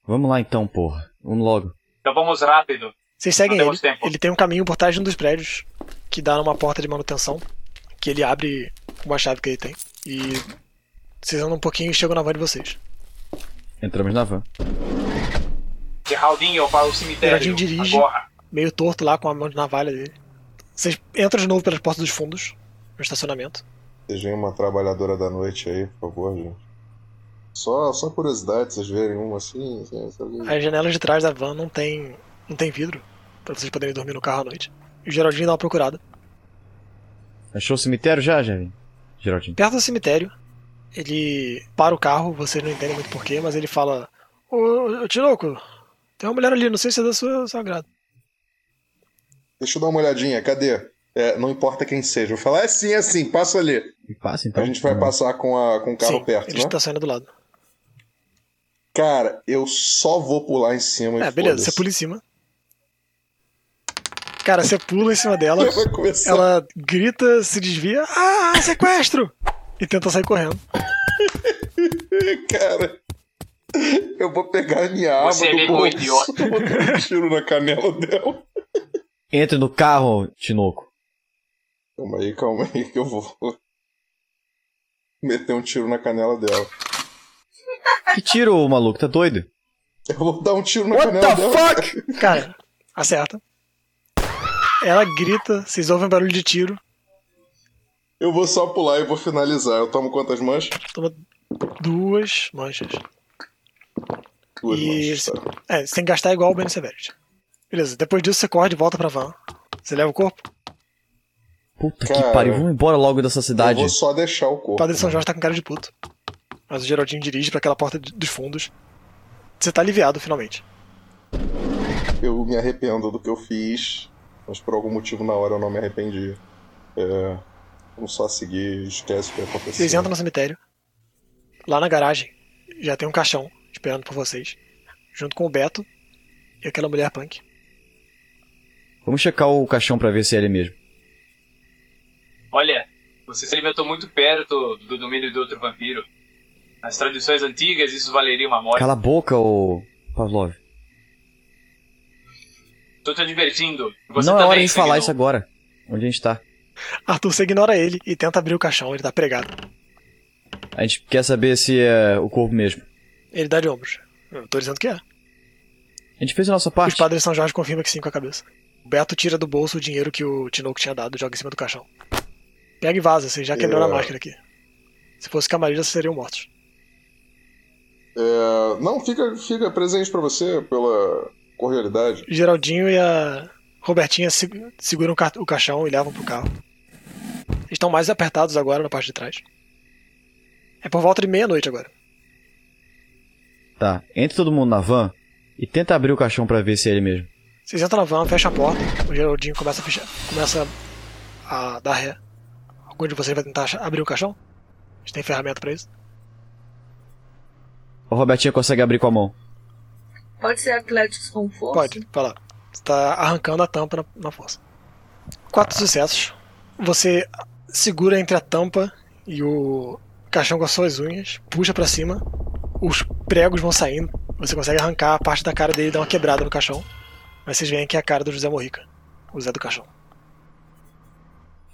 Speaker 2: Vamos lá então, porra. Vamos logo.
Speaker 6: Então vamos rápido.
Speaker 1: Vocês seguem
Speaker 6: Não
Speaker 1: ele.
Speaker 6: temos tempo.
Speaker 1: Ele tem um caminho por trás de um dos prédios que dá numa porta de manutenção que ele abre com uma chave que ele tem. E vocês andam um pouquinho e chegam na van de vocês.
Speaker 2: Entramos na van.
Speaker 6: Geraldinho para o
Speaker 1: Geraldinho
Speaker 6: cemitério.
Speaker 1: dirige.
Speaker 6: Agora.
Speaker 1: meio torto lá com a mão de navalha dele. Vocês entram de novo pelas portas dos fundos, no estacionamento.
Speaker 7: Sejam uma trabalhadora da noite aí, por favor, gente. Só, só curiosidade, vocês verem uma assim, assim, sabe?
Speaker 1: As janelas de trás da van não tem, não tem vidro, pra vocês poderem dormir no carro à noite. E o Geraldinho dá uma procurada.
Speaker 2: Achou o cemitério já, Javin? Geraldinho.
Speaker 1: Perto do cemitério, ele para o carro, vocês não entendem muito porquê, mas ele fala: Ô, ô, ô Tinoco, tem uma mulher ali, não sei se é da sua, sua grada.
Speaker 7: Deixa eu dar uma olhadinha, cadê? É, não importa quem seja. Eu vou falar, é sim, é sim, passa ali.
Speaker 2: E Passa então.
Speaker 7: A gente vai passar com, a, com o carro
Speaker 1: Uhum. Sim,
Speaker 7: perto,
Speaker 1: ele
Speaker 7: né?
Speaker 1: está saindo do lado.
Speaker 7: Cara, eu só vou pular em cima e
Speaker 1: É, beleza,
Speaker 7: foda-se.
Speaker 1: você pula em cima. Cara, você pula em cima dela.
Speaker 7: [laughs] Ela vai começar.
Speaker 1: Ela grita, se desvia, ah, sequestro! E tenta sair correndo.
Speaker 7: Cara, eu vou pegar a minha arma
Speaker 6: Você é
Speaker 7: do
Speaker 6: meio
Speaker 7: bolso.
Speaker 6: idiota.
Speaker 7: Eu [laughs] vou dar um tiro na canela dela.
Speaker 2: Entre no carro, Tinoco.
Speaker 7: Calma aí, calma aí, que eu vou meter um tiro na canela dela.
Speaker 2: Que tiro, ô maluco? Tá doido?
Speaker 7: Eu vou dar um tiro na
Speaker 2: What the
Speaker 7: canela dela.
Speaker 2: fuck?
Speaker 1: Cara, acerta. Ela grita, vocês ouvem um barulho de tiro,
Speaker 7: Eu vou só pular e vou finalizar. Eu tomo quantas manchas?
Speaker 1: toma duas manchas.
Speaker 7: Duas
Speaker 1: Isso.
Speaker 7: manchas. tá.
Speaker 1: É, você tem que gastar igual o Ben Severity. Beleza, depois disso você corre de volta pra van. Você leva o corpo?
Speaker 2: Puta que
Speaker 7: Cara,
Speaker 2: pariu. Vamos embora logo dessa
Speaker 7: Eu
Speaker 2: cidade.
Speaker 7: vou só deixar o
Speaker 1: O
Speaker 7: corpo.
Speaker 1: padre São Jorge tá com cara de puto. Mas o Geraldinho dirige pra aquela porta de- dos fundos. Você tá aliviado finalmente.
Speaker 7: Eu me arrependo do que eu fiz, mas por algum motivo na hora eu não me arrependi. É... Vamos só seguir, esquece o que aconteceu.
Speaker 1: Vocês entram no cemitério. Lá na garagem já tem um caixão esperando por vocês. Junto com o Beto e aquela mulher punk.
Speaker 2: Vamos checar o caixão pra ver se é ele mesmo.
Speaker 6: Olha, você se alimentou muito perto do domínio do outro vampiro. Nas tradições antigas, isso valeria uma morte.
Speaker 2: Cala a boca, ô Pavlov.
Speaker 6: Tô te divertindo. Você
Speaker 2: não é
Speaker 6: também,
Speaker 2: hora de falar
Speaker 6: Signo.
Speaker 2: isso agora. Onde a gente tá?
Speaker 1: Arthur, você ignora ele e tenta abrir o caixão, ele tá pregado.
Speaker 2: A gente quer saber se é o corpo mesmo.
Speaker 1: Ele dá de ombros. Eu tô dizendo que é.
Speaker 2: A gente fez a nossa
Speaker 1: Os
Speaker 2: parte.
Speaker 1: padres de São Jorge confirmam que sim com a cabeça. O Beto tira do bolso o dinheiro que o Tinoco tinha dado e joga em cima do caixão. Pega e vaza, vocês já quebraram a
Speaker 7: Eu-
Speaker 1: máscara aqui. Se fosse camarilha, seriam mortos.
Speaker 7: É, não, fica, fica presente pra você pela cordialidade.
Speaker 1: Geraldinho e a Robertinha se- seguram o ca- o caixão e levam pro carro. Eles estão mais apertados agora na parte de trás. É por volta de meia-noite agora.
Speaker 2: Tá, entra todo mundo na van e tenta abrir o caixão pra ver se é ele mesmo.
Speaker 1: Vocês entram na van, fecha a porta, o Geraldinho começa a fechar, começa a dar ré. Algum de vocês vai tentar achar- abrir o caixão? A gente tem ferramenta pra isso.
Speaker 2: O Robertinho consegue abrir com a mão.
Speaker 8: Pode ser Atléticos com força?
Speaker 1: Pode, vai lá. Você tá arrancando a tampa na, na força. Quatro sucessos. Você segura entre a tampa e o caixão com as suas unhas, puxa pra cima, os pregos vão saindo, você consegue arrancar a parte da cara dele e dar uma quebrada no caixão. Mas vocês veem que é a cara do José Morrica, o Zé do caixão.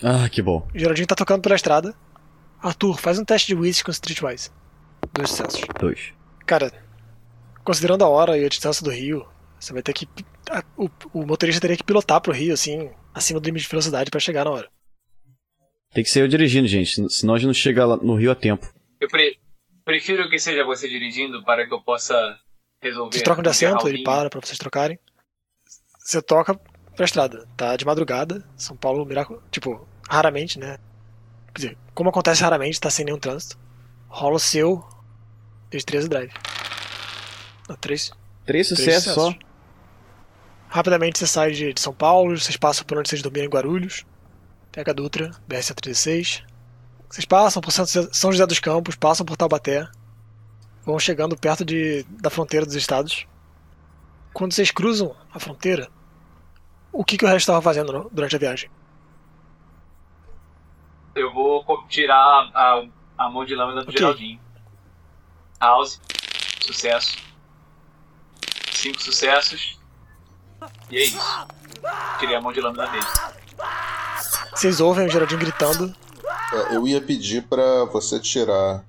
Speaker 2: Ah, que bom.
Speaker 1: O Geraldinho tá tocando pela estrada. Arthur, faz um teste de whisky com Streetwise. Dois sucessos.
Speaker 2: Dois.
Speaker 1: Cara, considerando a hora e a distância do rio, você vai ter que. a- o, o motorista teria que pilotar pro rio, assim, acima do limite de velocidade pra chegar na hora.
Speaker 2: Tem que ser eu dirigindo, gente, sen- senão a gente não chega lá no Rio a tempo.
Speaker 6: Eu pre- prefiro que seja você dirigindo para que eu possa resolver.
Speaker 1: Vocês trocam de assento,
Speaker 6: enterrar
Speaker 1: ele
Speaker 6: o
Speaker 1: para pra vocês trocarem. Você toca pra estrada. Tá de madrugada, São Paulo, miracu... tipo, raramente, né? Quer dizer, como acontece raramente, tá sem nenhum trânsito. Rola o seu. Destreza drive. Ah, três.
Speaker 2: Três
Speaker 1: Três
Speaker 2: sucessos só.
Speaker 1: sucessos. Rapidamente você sai de, de São Paulo, vocês passam por onde vocês dormiram em Guarulhos, pega a Dutra, BR-136. Vocês passam por São José- São José dos Campos, passam por Taubaté, vão chegando perto de, da fronteira dos estados. Quando vocês cruzam a fronteira, o que, que o resto estava fazendo no- durante a viagem?
Speaker 6: Eu vou co- tirar a, a mão de lâmina do
Speaker 1: Ok.
Speaker 6: Geraldinho. House. Sucesso. Cinco sucessos. E é isso. Tirei a mão de lâmina dele.
Speaker 1: Vocês ouvem o Geraldinho gritando,
Speaker 7: É, eu ia pedir pra você tirar.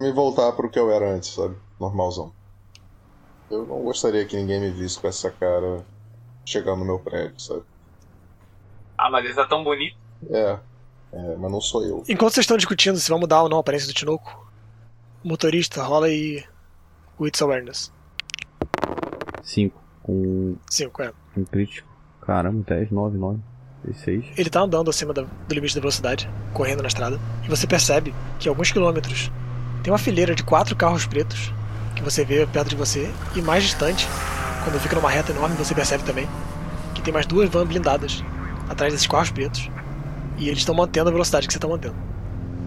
Speaker 7: Me voltar pro que eu era antes, sabe? Normalzão. Eu não gostaria que ninguém me visse com essa cara chegando no meu prédio, sabe?
Speaker 6: Ah, mas ele tá tão bonito.
Speaker 7: É, é mas não sou eu.
Speaker 1: Enquanto vocês estão discutindo se vão mudar ou não a aparência do Tinoco, o motorista rola aí Wits Awareness.
Speaker 2: Cinco. Com
Speaker 1: 5, é.
Speaker 2: um crítico. Caramba, 10, 9, 9, 16.
Speaker 1: Ele tá andando acima da- do limite da velocidade, correndo na estrada, e você percebe que a alguns quilômetros tem uma fileira de quatro carros pretos que você vê perto de você, e mais distante, quando fica numa reta enorme, você percebe também que tem mais duas vans blindadas atrás desses carros pretos, e eles estão mantendo a velocidade que você tá mantendo.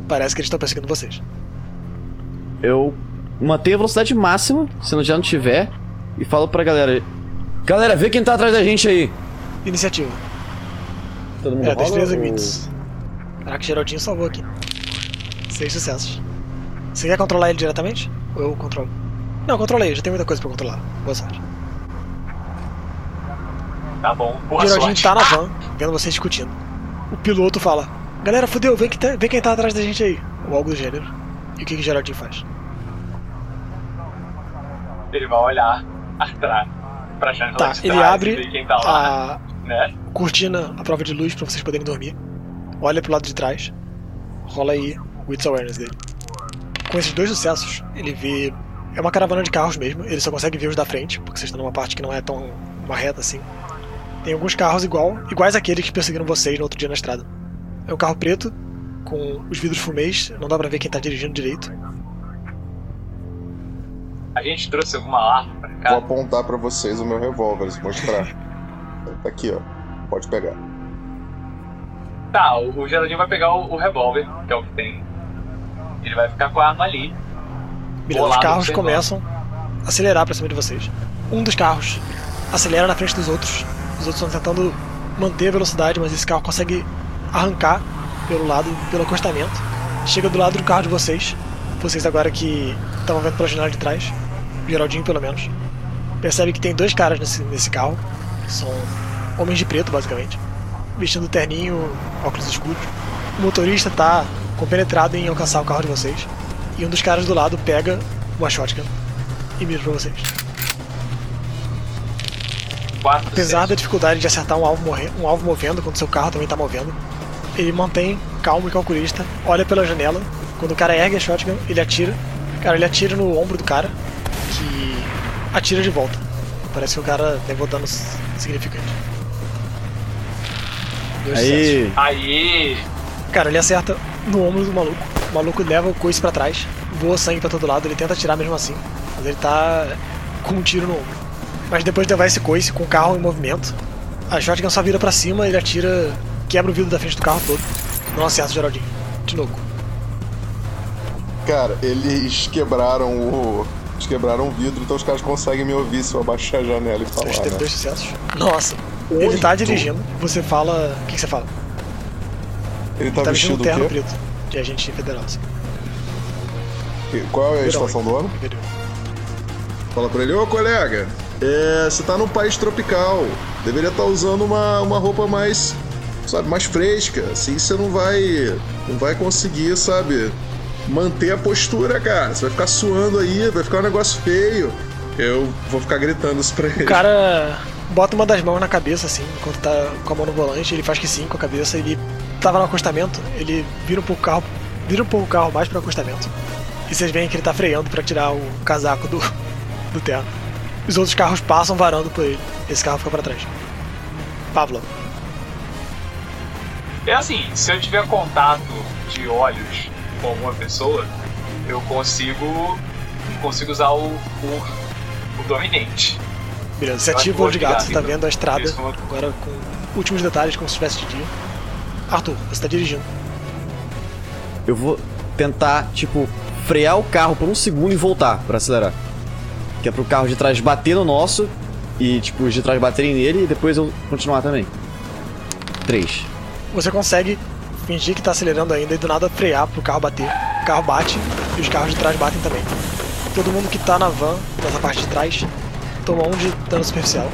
Speaker 1: Parece que eles estão perseguindo vocês.
Speaker 2: Eu mantenho a velocidade máxima, se não já não tiver, e falo pra galera. Galera, vê quem tá atrás da gente aí!
Speaker 1: Iniciativa.
Speaker 2: Todo mundo "Oh."
Speaker 1: É,
Speaker 2: rola
Speaker 1: destreza e
Speaker 2: ou-
Speaker 1: wits. Caraca, Geraldinho salvou aqui. Seis sucessos. Você quer controlar ele diretamente? Ou eu controlo? Não, controla ele, já tem muita coisa pra controlar. Boa sorte.
Speaker 6: Tá bom. Boa
Speaker 1: o Geraldinho
Speaker 6: sorte.
Speaker 1: tá na van, vendo vocês discutindo. O piloto fala: Galera, fodeu, vem, que tá- vem quem tá atrás da gente aí. Ou algo do gênero. E o que, que o Geraldinho faz?
Speaker 6: Ele vai olhar atrás. Pra janela
Speaker 1: Tá,
Speaker 6: de
Speaker 1: ele
Speaker 6: trás,
Speaker 1: abre
Speaker 6: ver quem tá lá,
Speaker 1: A
Speaker 6: né?
Speaker 1: cortina, a prova de luz pra vocês poderem dormir. Olha pro lado de trás. Rola aí o Wits Awareness dele. Com esses dois sucessos, ele vê. É uma caravana de carros mesmo, ele só consegue ver os da frente, porque vocês estão numa parte que não é tão uma reta assim. Tem alguns carros igual, iguais àqueles que perseguiram vocês no outro dia na estrada. É um carro preto, com os vidros fumês, não dá pra ver quem tá dirigindo direito.
Speaker 6: A gente trouxe alguma arma pra cá.
Speaker 7: Vou apontar pra vocês o meu revólver, se mostrar. tá aqui, ó. Pode pegar.
Speaker 6: Tá, o, o Geraldinho vai pegar o, o revólver, que é o que tem. Ele vai ficar com a arma ali.
Speaker 1: Beleza, os
Speaker 6: Bolado,
Speaker 1: carros
Speaker 6: sem
Speaker 1: começam a acelerar pra cima de vocês. Um dos carros acelera na frente dos outros. Os outros estão tentando manter a velocidade, mas esse carro consegue arrancar pelo lado, pelo acostamento. Chega do lado do carro de vocês. Vocês agora que estavam vendo pela janela de trás, o Geraldinho pelo menos, percebe que tem dois caras nesse, nesse carro. São homens de preto, basicamente. Vestindo terninho, óculos escuros. O motorista tá compenetrado em alcançar o carro de vocês. E um dos caras do lado pega uma shotgun e mira pra vocês.
Speaker 6: Quatro,
Speaker 1: Apesar
Speaker 6: seis.
Speaker 1: da dificuldade de acertar um alvo, morre- um alvo movendo, quando seu carro também tá movendo, ele mantém calmo e calculista, olha pela janela, Quando o cara ergue a shotgun, ele atira. Cara, ele atira no ombro do cara, que atira de volta. Parece que o cara levou dano significante. Dois sucessos.
Speaker 2: Aí,
Speaker 6: Aí!
Speaker 1: Cara, ele acerta no ombro do maluco. O maluco leva o coice pra trás, voa sangue pra todo lado, ele tenta atirar mesmo assim. Mas ele tá com um tiro no ombro. Mas depois de levar esse coice com o carro em movimento, a shotgun só vira pra cima, ele atira, quebra o vidro da frente do carro todo. Não acerta o Geraldinho. De novo.
Speaker 7: Cara, eles quebraram o. Eles quebraram o vidro, então os caras conseguem me ouvir se eu abaixar a janela e
Speaker 1: A
Speaker 7: falar.
Speaker 1: gente teve
Speaker 7: Né?
Speaker 1: dois sucessos. Nossa. Ele tá dirigindo, você fala. O que, que você fala?
Speaker 7: Ele tá,
Speaker 1: tá vestindo um
Speaker 7: vestindo o
Speaker 1: terno
Speaker 7: quê?
Speaker 1: preto de agente federal. Assim.
Speaker 7: Que- Qual é a
Speaker 1: Verão,
Speaker 7: estação do ano?
Speaker 1: verão.
Speaker 9: Fala pra ele, ô colega, é, você tá num país tropical, deveria estar usando uma, uma roupa mais, sabe, mais fresca, assim você não vai, não vai conseguir, sabe, manter a postura, cara, você vai ficar suando aí, vai ficar um negócio feio. Eu vou ficar gritando isso pra ele.
Speaker 1: O cara bota uma das mãos na cabeça, assim, enquanto tá com a mão no volante, ele faz que sim com a cabeça, ele tava no acostamento, ele vira um pouco o carro, vira um pouco o carro mais pro acostamento. E vocês veem que ele tá freando pra tirar o casaco do, do terno. Os outros carros passam varando por ele. Esse carro fica pra trás. Pablo,
Speaker 6: É assim, se eu tiver contato de olhos com alguma pessoa, eu consigo. consigo usar o. o, o dominante.
Speaker 1: beleza. Você
Speaker 6: Eu acho que
Speaker 1: ativa o
Speaker 6: vou
Speaker 1: olho de gato,
Speaker 6: ligar,
Speaker 1: você tá
Speaker 6: então.
Speaker 1: vendo a estrada
Speaker 6: Isso, vou-
Speaker 1: agora com últimos detalhes, como se tivesse de dia. Arthur, você tá dirigindo.
Speaker 2: eu vou tentar, tipo, frear o carro por um segundo e voltar pra acelerar. Que é pro carro de trás bater no nosso e, tipo, os de trás baterem nele e depois eu continuar também. Três.
Speaker 1: você consegue fingir que tá acelerando ainda e do nada frear pro carro bater. O carro bate e os carros de trás batem também. Todo mundo que tá na van, nessa parte de trás, toma um de dano superficial.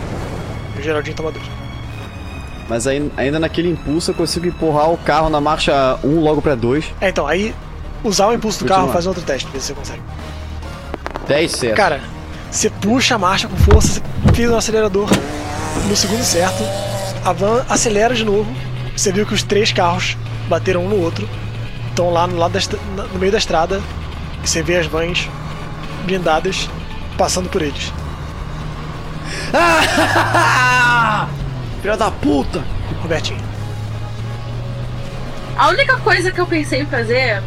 Speaker 1: E o Geraldinho toma dois.
Speaker 2: Mas aí, ainda naquele impulso eu consigo empurrar o carro na marcha 1 logo pra 2.
Speaker 1: É, então, aí usar o impulso do
Speaker 2: Continua.
Speaker 1: carro faz outro teste, ver se você consegue.
Speaker 2: 10 certo.
Speaker 1: Cara, você puxa a marcha com força, você pisa no acelerador no segundo certo, a van acelera de novo. Você viu que os três carros bateram um no outro, estão lá no, lado da estra- na- no meio da estrada, e você vê as vans blindadas passando por eles.
Speaker 2: Filha da puta!
Speaker 1: Robertinho,
Speaker 8: A única coisa que eu pensei em fazer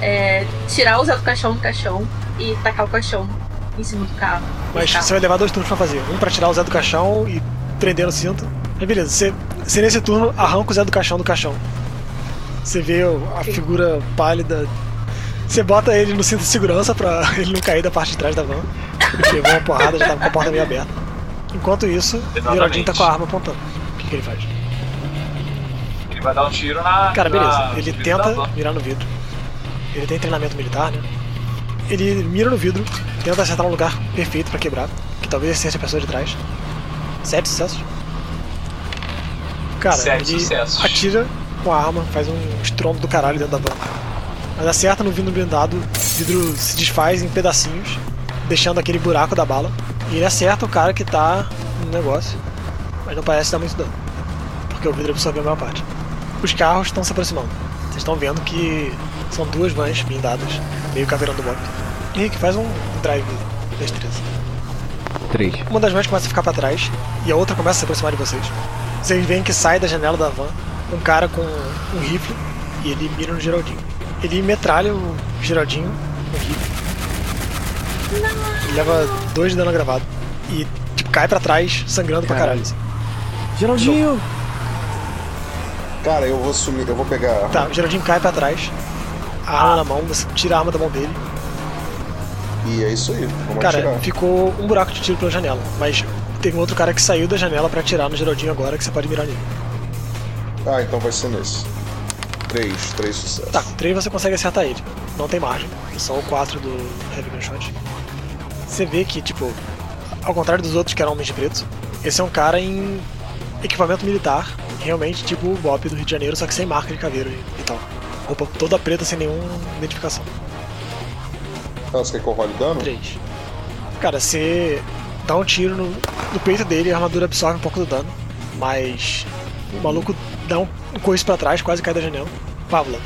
Speaker 8: é tirar o Zé do caixão do caixão e tacar o caixão em cima do carro.
Speaker 1: mas
Speaker 8: Do carro.
Speaker 1: você vai levar dois turnos pra fazer. Um pra tirar o Zé do caixão e prender no cinto. Mas beleza, você, você nesse turno arranca o Zé do caixão do caixão. Você vê o- a figura pálida. Você bota ele no cinto de segurança pra [laughs] ele não cair da parte de trás da van. Ele levou uma porrada, já tava com a porta meio aberta. Enquanto isso, o
Speaker 6: Exatamente.
Speaker 1: Geraldinho tá com a arma apontando. O que, que ele faz?
Speaker 6: Ele vai dar um tiro na.
Speaker 1: Cara,
Speaker 6: na-
Speaker 1: beleza. Ele
Speaker 6: no vidro Ah, da
Speaker 1: tenta
Speaker 6: van.
Speaker 1: mirar no vidro. Ele tem treinamento militar, né? Ele mira no vidro, tenta acertar um lugar perfeito pra quebrar, que talvez seja a pessoa de trás. Sete sucessos. Cara,
Speaker 6: Sete
Speaker 1: ele
Speaker 6: sucessos.
Speaker 1: atira com a arma, faz um estrondo do caralho dentro da van. Mas acerta no vidro blindado, o vidro se desfaz em pedacinhos, deixando aquele buraco da bala. E ele acerta o cara que tá no negócio, mas não parece dar muito dano, porque o vidro absorveu a maior parte. Os carros estão se aproximando. Vocês estão vendo que são duas vans blindadas, meio caveirão do Bob. Henrique, faz um drive de destreza.
Speaker 2: 3.
Speaker 1: Uma das vans começa a ficar pra trás e a outra começa a se aproximar de vocês. Vocês veem que sai da janela da van um cara com um rifle e ele mira no Geraldinho. Ele metralha o Geraldinho com o rifle. Ele leva dois de dano gravado e tipo, cai pra trás, sangrando pra caralho. assim.
Speaker 2: Geraldinho!
Speaker 7: Cara, eu vou sumir, eu vou pegar.
Speaker 1: Tá, o Geraldinho cai pra trás, a arma na mão, você tira a arma da mão dele.
Speaker 9: Tá.
Speaker 7: E é isso aí. Vamos
Speaker 1: Cara,
Speaker 7: atirar.
Speaker 1: ficou um buraco de tiro pela janela, mas teve um outro cara que saiu da janela pra atirar no Geraldinho agora que você pode mirar nele.
Speaker 7: Ah, então vai ser nesse. Três, três sucessos.
Speaker 1: Tá, com 3 você consegue acertar ele. Não tem margem. É Só o 4 do Heavy Gunshot. Você vê que, tipo, ao contrário dos outros que eram homens de preto, esse é um cara em equipamento militar, realmente tipo o Bop do Rio de Janeiro, só que sem marca de caveiro e e tal. Roupa toda preta sem nenhuma identificação.
Speaker 7: Tá, você quer que eu role dano?
Speaker 1: 3. Cara, você dá um tiro no, no peito dele e a armadura absorve um pouco do dano, mas o maluco dá um, um coice pra trás, quase cai da janela. Pavlov.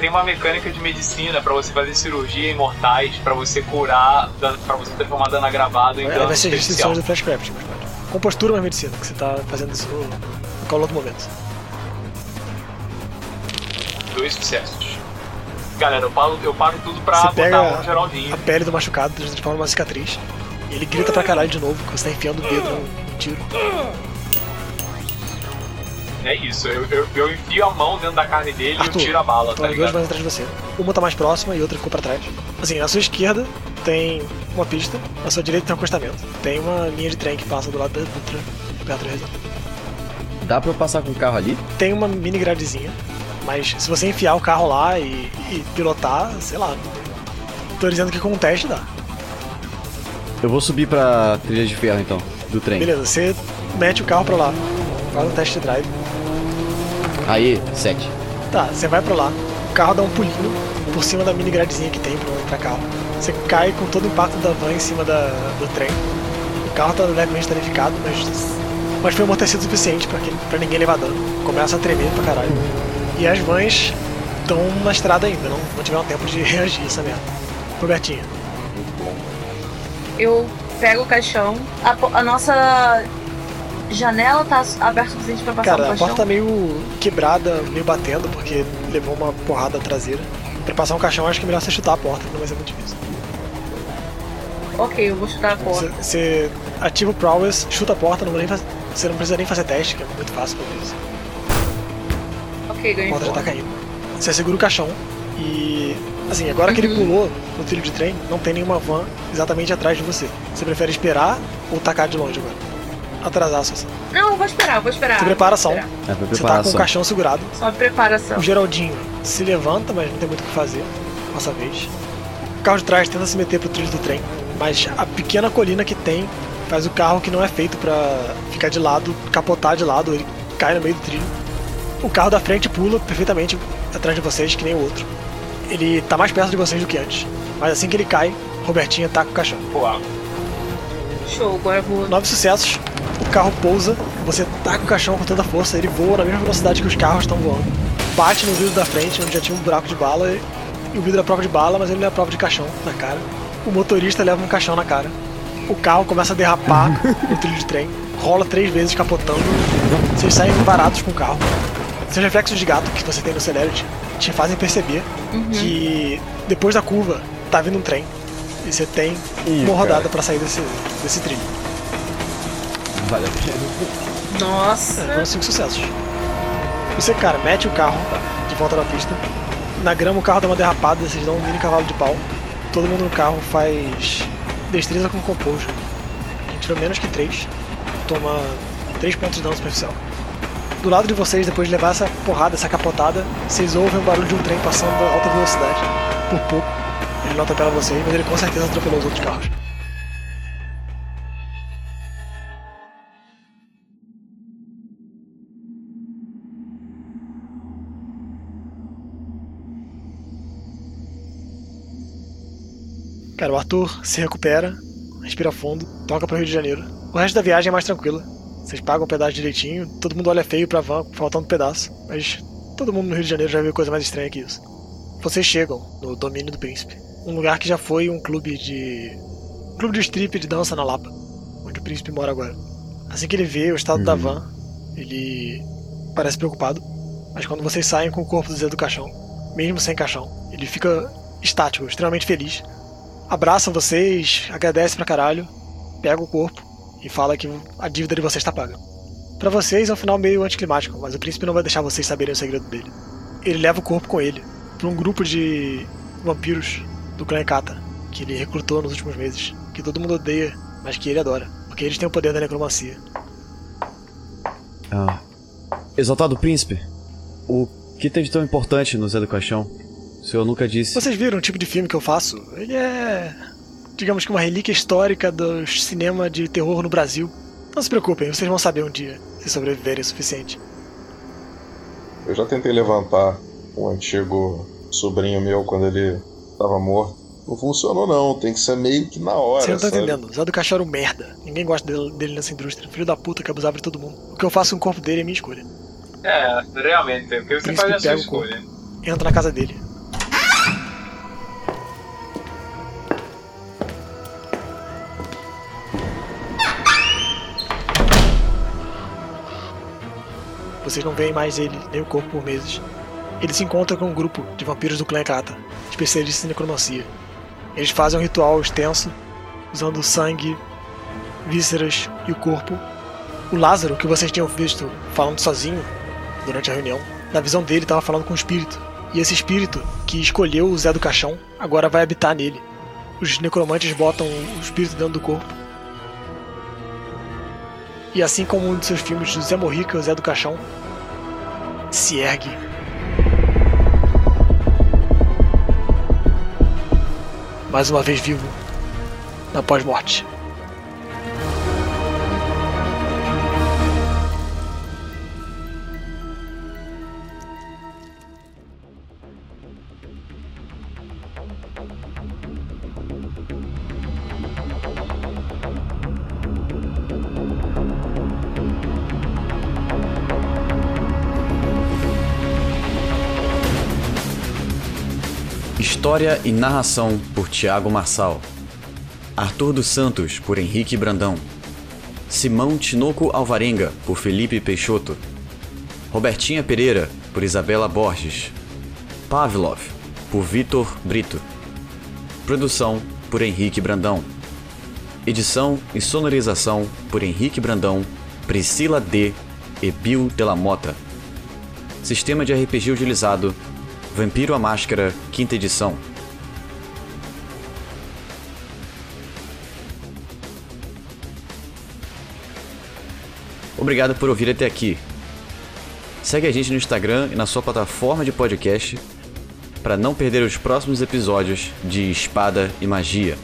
Speaker 6: Tem uma mecânica de medicina pra você fazer cirurgia em mortais, pra você curar, dan- pra você transformar dano agravado em
Speaker 1: É,
Speaker 6: dano
Speaker 1: vai ser as
Speaker 6: Então, especial.
Speaker 1: restrições do Flashcraft, mas pode. Compostura mais medicina, que você tá fazendo isso no- em qual outro momento.
Speaker 6: Dois sucessos. Galera, eu paro, eu paro tudo pra
Speaker 1: Você
Speaker 6: botar
Speaker 1: pega
Speaker 6: a mão no Geraldinho.
Speaker 1: A pele do machucado transforma numa cicatriz. E ele grita pra caralho de novo, que você tá enfiando o dedo no no tiro.
Speaker 6: É isso, eu, eu, eu enfio a mão dentro da carne dele e eu
Speaker 1: Arthur,
Speaker 6: tiro a bala,
Speaker 1: Então
Speaker 6: tá
Speaker 1: as duas
Speaker 6: ligado?
Speaker 1: vão atrás de você. Uma tá mais próxima e outra ficou pra trás. Assim, na sua esquerda tem uma pista, na sua direita tem um acostamento. Tem uma linha de trem que passa do lado da, do trem, perto da região.
Speaker 2: Dá pra eu passar com o carro ali?
Speaker 1: Tem uma mini gradezinha, mas se você enfiar o carro lá e, e pilotar, sei lá. Tô dizendo que com um teste dá.
Speaker 2: Eu vou subir pra trilha de ferro então, do trem.
Speaker 1: Beleza, você mete o carro pra lá. Faz um teste de drive.
Speaker 2: Aí, 7.
Speaker 1: Tá, você vai pra lá, o carro dá um pulinho por cima da mini gradezinha que tem pra, pra carro. Você cai com todo o impacto da van em cima da, do trem. O carro tá levemente danificado, mas, mas foi amortecido o suficiente pra, que, pra ninguém levar dano. Começa a tremer pra caralho. E as vans estão na estrada ainda, não, não tiveram tempo de [laughs] reagir essa merda. Robertinha,
Speaker 8: Eu pego o caixão. A, po- a nossa janela tá su- aberta o suficiente pra passar
Speaker 1: cara,
Speaker 8: no
Speaker 1: a porta tá
Speaker 8: caixão.
Speaker 1: meio quebrada, meio batendo, porque levou uma porrada traseira. Pra passar um caixão, acho que é melhor você chutar a porta, que não vai ser muito difícil.
Speaker 8: Ok, eu vou chutar a porta.
Speaker 1: Você- Você ativa o Prowess, chuta a porta, não vou nem faz- você não precisa nem fazer teste, que é muito fácil pra isso.
Speaker 8: Ok,
Speaker 1: A
Speaker 8: ganhei.
Speaker 1: porta já tá
Speaker 8: porta.
Speaker 1: caindo. Você segura o caixão e. Assim, agora que ele
Speaker 8: Uhum.
Speaker 1: pulou no trilho de trem, não tem nenhuma van exatamente atrás de você. Você prefere esperar ou tacar de longe agora? Atrasar a sua ação.
Speaker 8: Não, eu vou esperar, eu vou esperar.
Speaker 1: Você prepara a ação,
Speaker 8: Ah, Vou esperar.
Speaker 2: É pra
Speaker 1: você tá
Speaker 2: preparar
Speaker 1: com o
Speaker 2: só.
Speaker 1: caixão segurado.
Speaker 8: Só preparação.
Speaker 1: O Geraldinho se levanta, mas não tem muito o que fazer dessa vez. O carro de trás tenta se meter pro trilho do trem, mas a pequena colina que tem faz o carro que não é feito pra ficar de lado, capotar de lado, ele cai no meio do trilho. O carro da frente pula perfeitamente atrás de vocês, que nem o outro. Ele tá mais perto de vocês do que antes, mas assim que ele cai, Robertinha ataca o caixão.
Speaker 8: Show, agora eu vou.
Speaker 1: Nove sucessos, o carro pousa, você taca o caixão com toda a força, ele voa na mesma velocidade que os carros estão voando. Bate no vidro da frente, onde já tinha um buraco de bala, e e o vidro é prova de bala, mas ele não é prova de caixão na cara. O motorista leva um caixão na cara. O carro começa a derrapar no trilho de trem, rola três vezes capotando, vocês saem varados com o carro. Seus reflexos de gato que você tem no Celerity te fazem perceber que depois da curva tá vindo um trem e você tem uma rodada pra sair desse, desse trilho.
Speaker 2: Vale a pena.
Speaker 1: É,
Speaker 8: Nossa.
Speaker 1: foram cinco sucessos. Você, cara, mete o carro de volta na pista. Na grama o carro dá uma derrapada, vocês dão um mini cavalo de pau. Todo mundo no carro faz destreza com composure. Quem tirou menos que 3, toma 3 pontos de dano superficial. Do lado de vocês, depois de levar essa porrada, essa capotada, vocês ouvem o barulho de um trem passando a alta velocidade. Por pouco, ele não atropela vocês, mas ele com certeza atropelou os outros carros. Cara, o Arthur se recupera, respira fundo, toca pro Rio de Janeiro. O resto da viagem é mais tranquila. Vocês pagam o pedaço direitinho, todo mundo olha feio pra van, faltando um pedaço. Mas todo mundo no Rio de Janeiro já viu coisa mais estranha que isso. Vocês chegam no domínio do príncipe. Um lugar que já foi um clube de. Um clube de strip de dança na Lapa, onde o príncipe mora agora. Assim que ele vê o estado da van, ele parece preocupado. Mas quando vocês saem com o corpo do Zé do caixão, mesmo sem caixão, ele fica estático, extremamente feliz abraça vocês, agradece pra caralho, pega o corpo e fala que a dívida de vocês tá paga. Pra vocês é um final meio anticlimático, mas o príncipe não vai deixar vocês saberem o segredo dele. Ele leva o corpo com ele pra um grupo de vampiros do clã Ekata, que ele recrutou nos últimos meses, que todo mundo odeia, mas que ele adora, porque eles têm o poder da necromancia.
Speaker 2: Ah. Exaltado príncipe, o que teve de tão importante no Zé do Caixão? O senhor nunca disse.
Speaker 1: Vocês viram o tipo de filme que eu faço? Ele é. digamos que uma relíquia histórica do cinema de terror no Brasil. Não se preocupem, vocês vão saber um dia, se sobreviverem o suficiente.
Speaker 7: Eu já tentei levantar um antigo sobrinho meu quando ele tava morto. Não funcionou não, tem que ser meio que na hora,
Speaker 1: Você não tá
Speaker 7: sabe?
Speaker 1: entendendo, Zé do Caixão era um merda. Ninguém gosta dele, dele nessa indústria. Filho da puta que abusava de todo mundo. O que eu faço com o corpo dele é minha escolha.
Speaker 6: É, realmente, o que você
Speaker 1: Príncipe
Speaker 6: faz é a sua
Speaker 1: pega o corpo.
Speaker 6: escolha.
Speaker 1: Entra na casa dele. Vocês não veem mais ele, nem o corpo por meses. Ele se encontra com um grupo de vampiros do clã Ekata, especialistas em necromancia. Eles fazem um ritual extenso, usando sangue, vísceras e o corpo. O Lázaro, que vocês tinham visto falando sozinho durante a reunião, na visão dele estava falando com um espírito. E esse espírito, que escolheu o Zé do Caixão, agora vai habitar nele. Os necromantes botam o espírito dentro do corpo e assim como um de seus filmes de Zé Morrica, Zé do Caixão, se ergue. Mais uma vez vivo, na pós-morte.
Speaker 2: História e narração por Tiago Marçal. Arthur dos Santos por Henrique Brandão. Simão Tinoco Alvarenga por Felipe Peixoto. Robertinha Pereira por Isabela Borges. Pavlov por Vitor Brito. Produção por Henrique Brandão. Edição e sonorização por Henrique Brandão, Priscila D e Bill Della Mota. Sistema de RPG utilizado Vampiro à Máscara, quinta edição. Obrigado por ouvir até aqui. Segue a gente no Instagram e na sua plataforma de podcast para não perder os próximos episódios de Espada e Magia.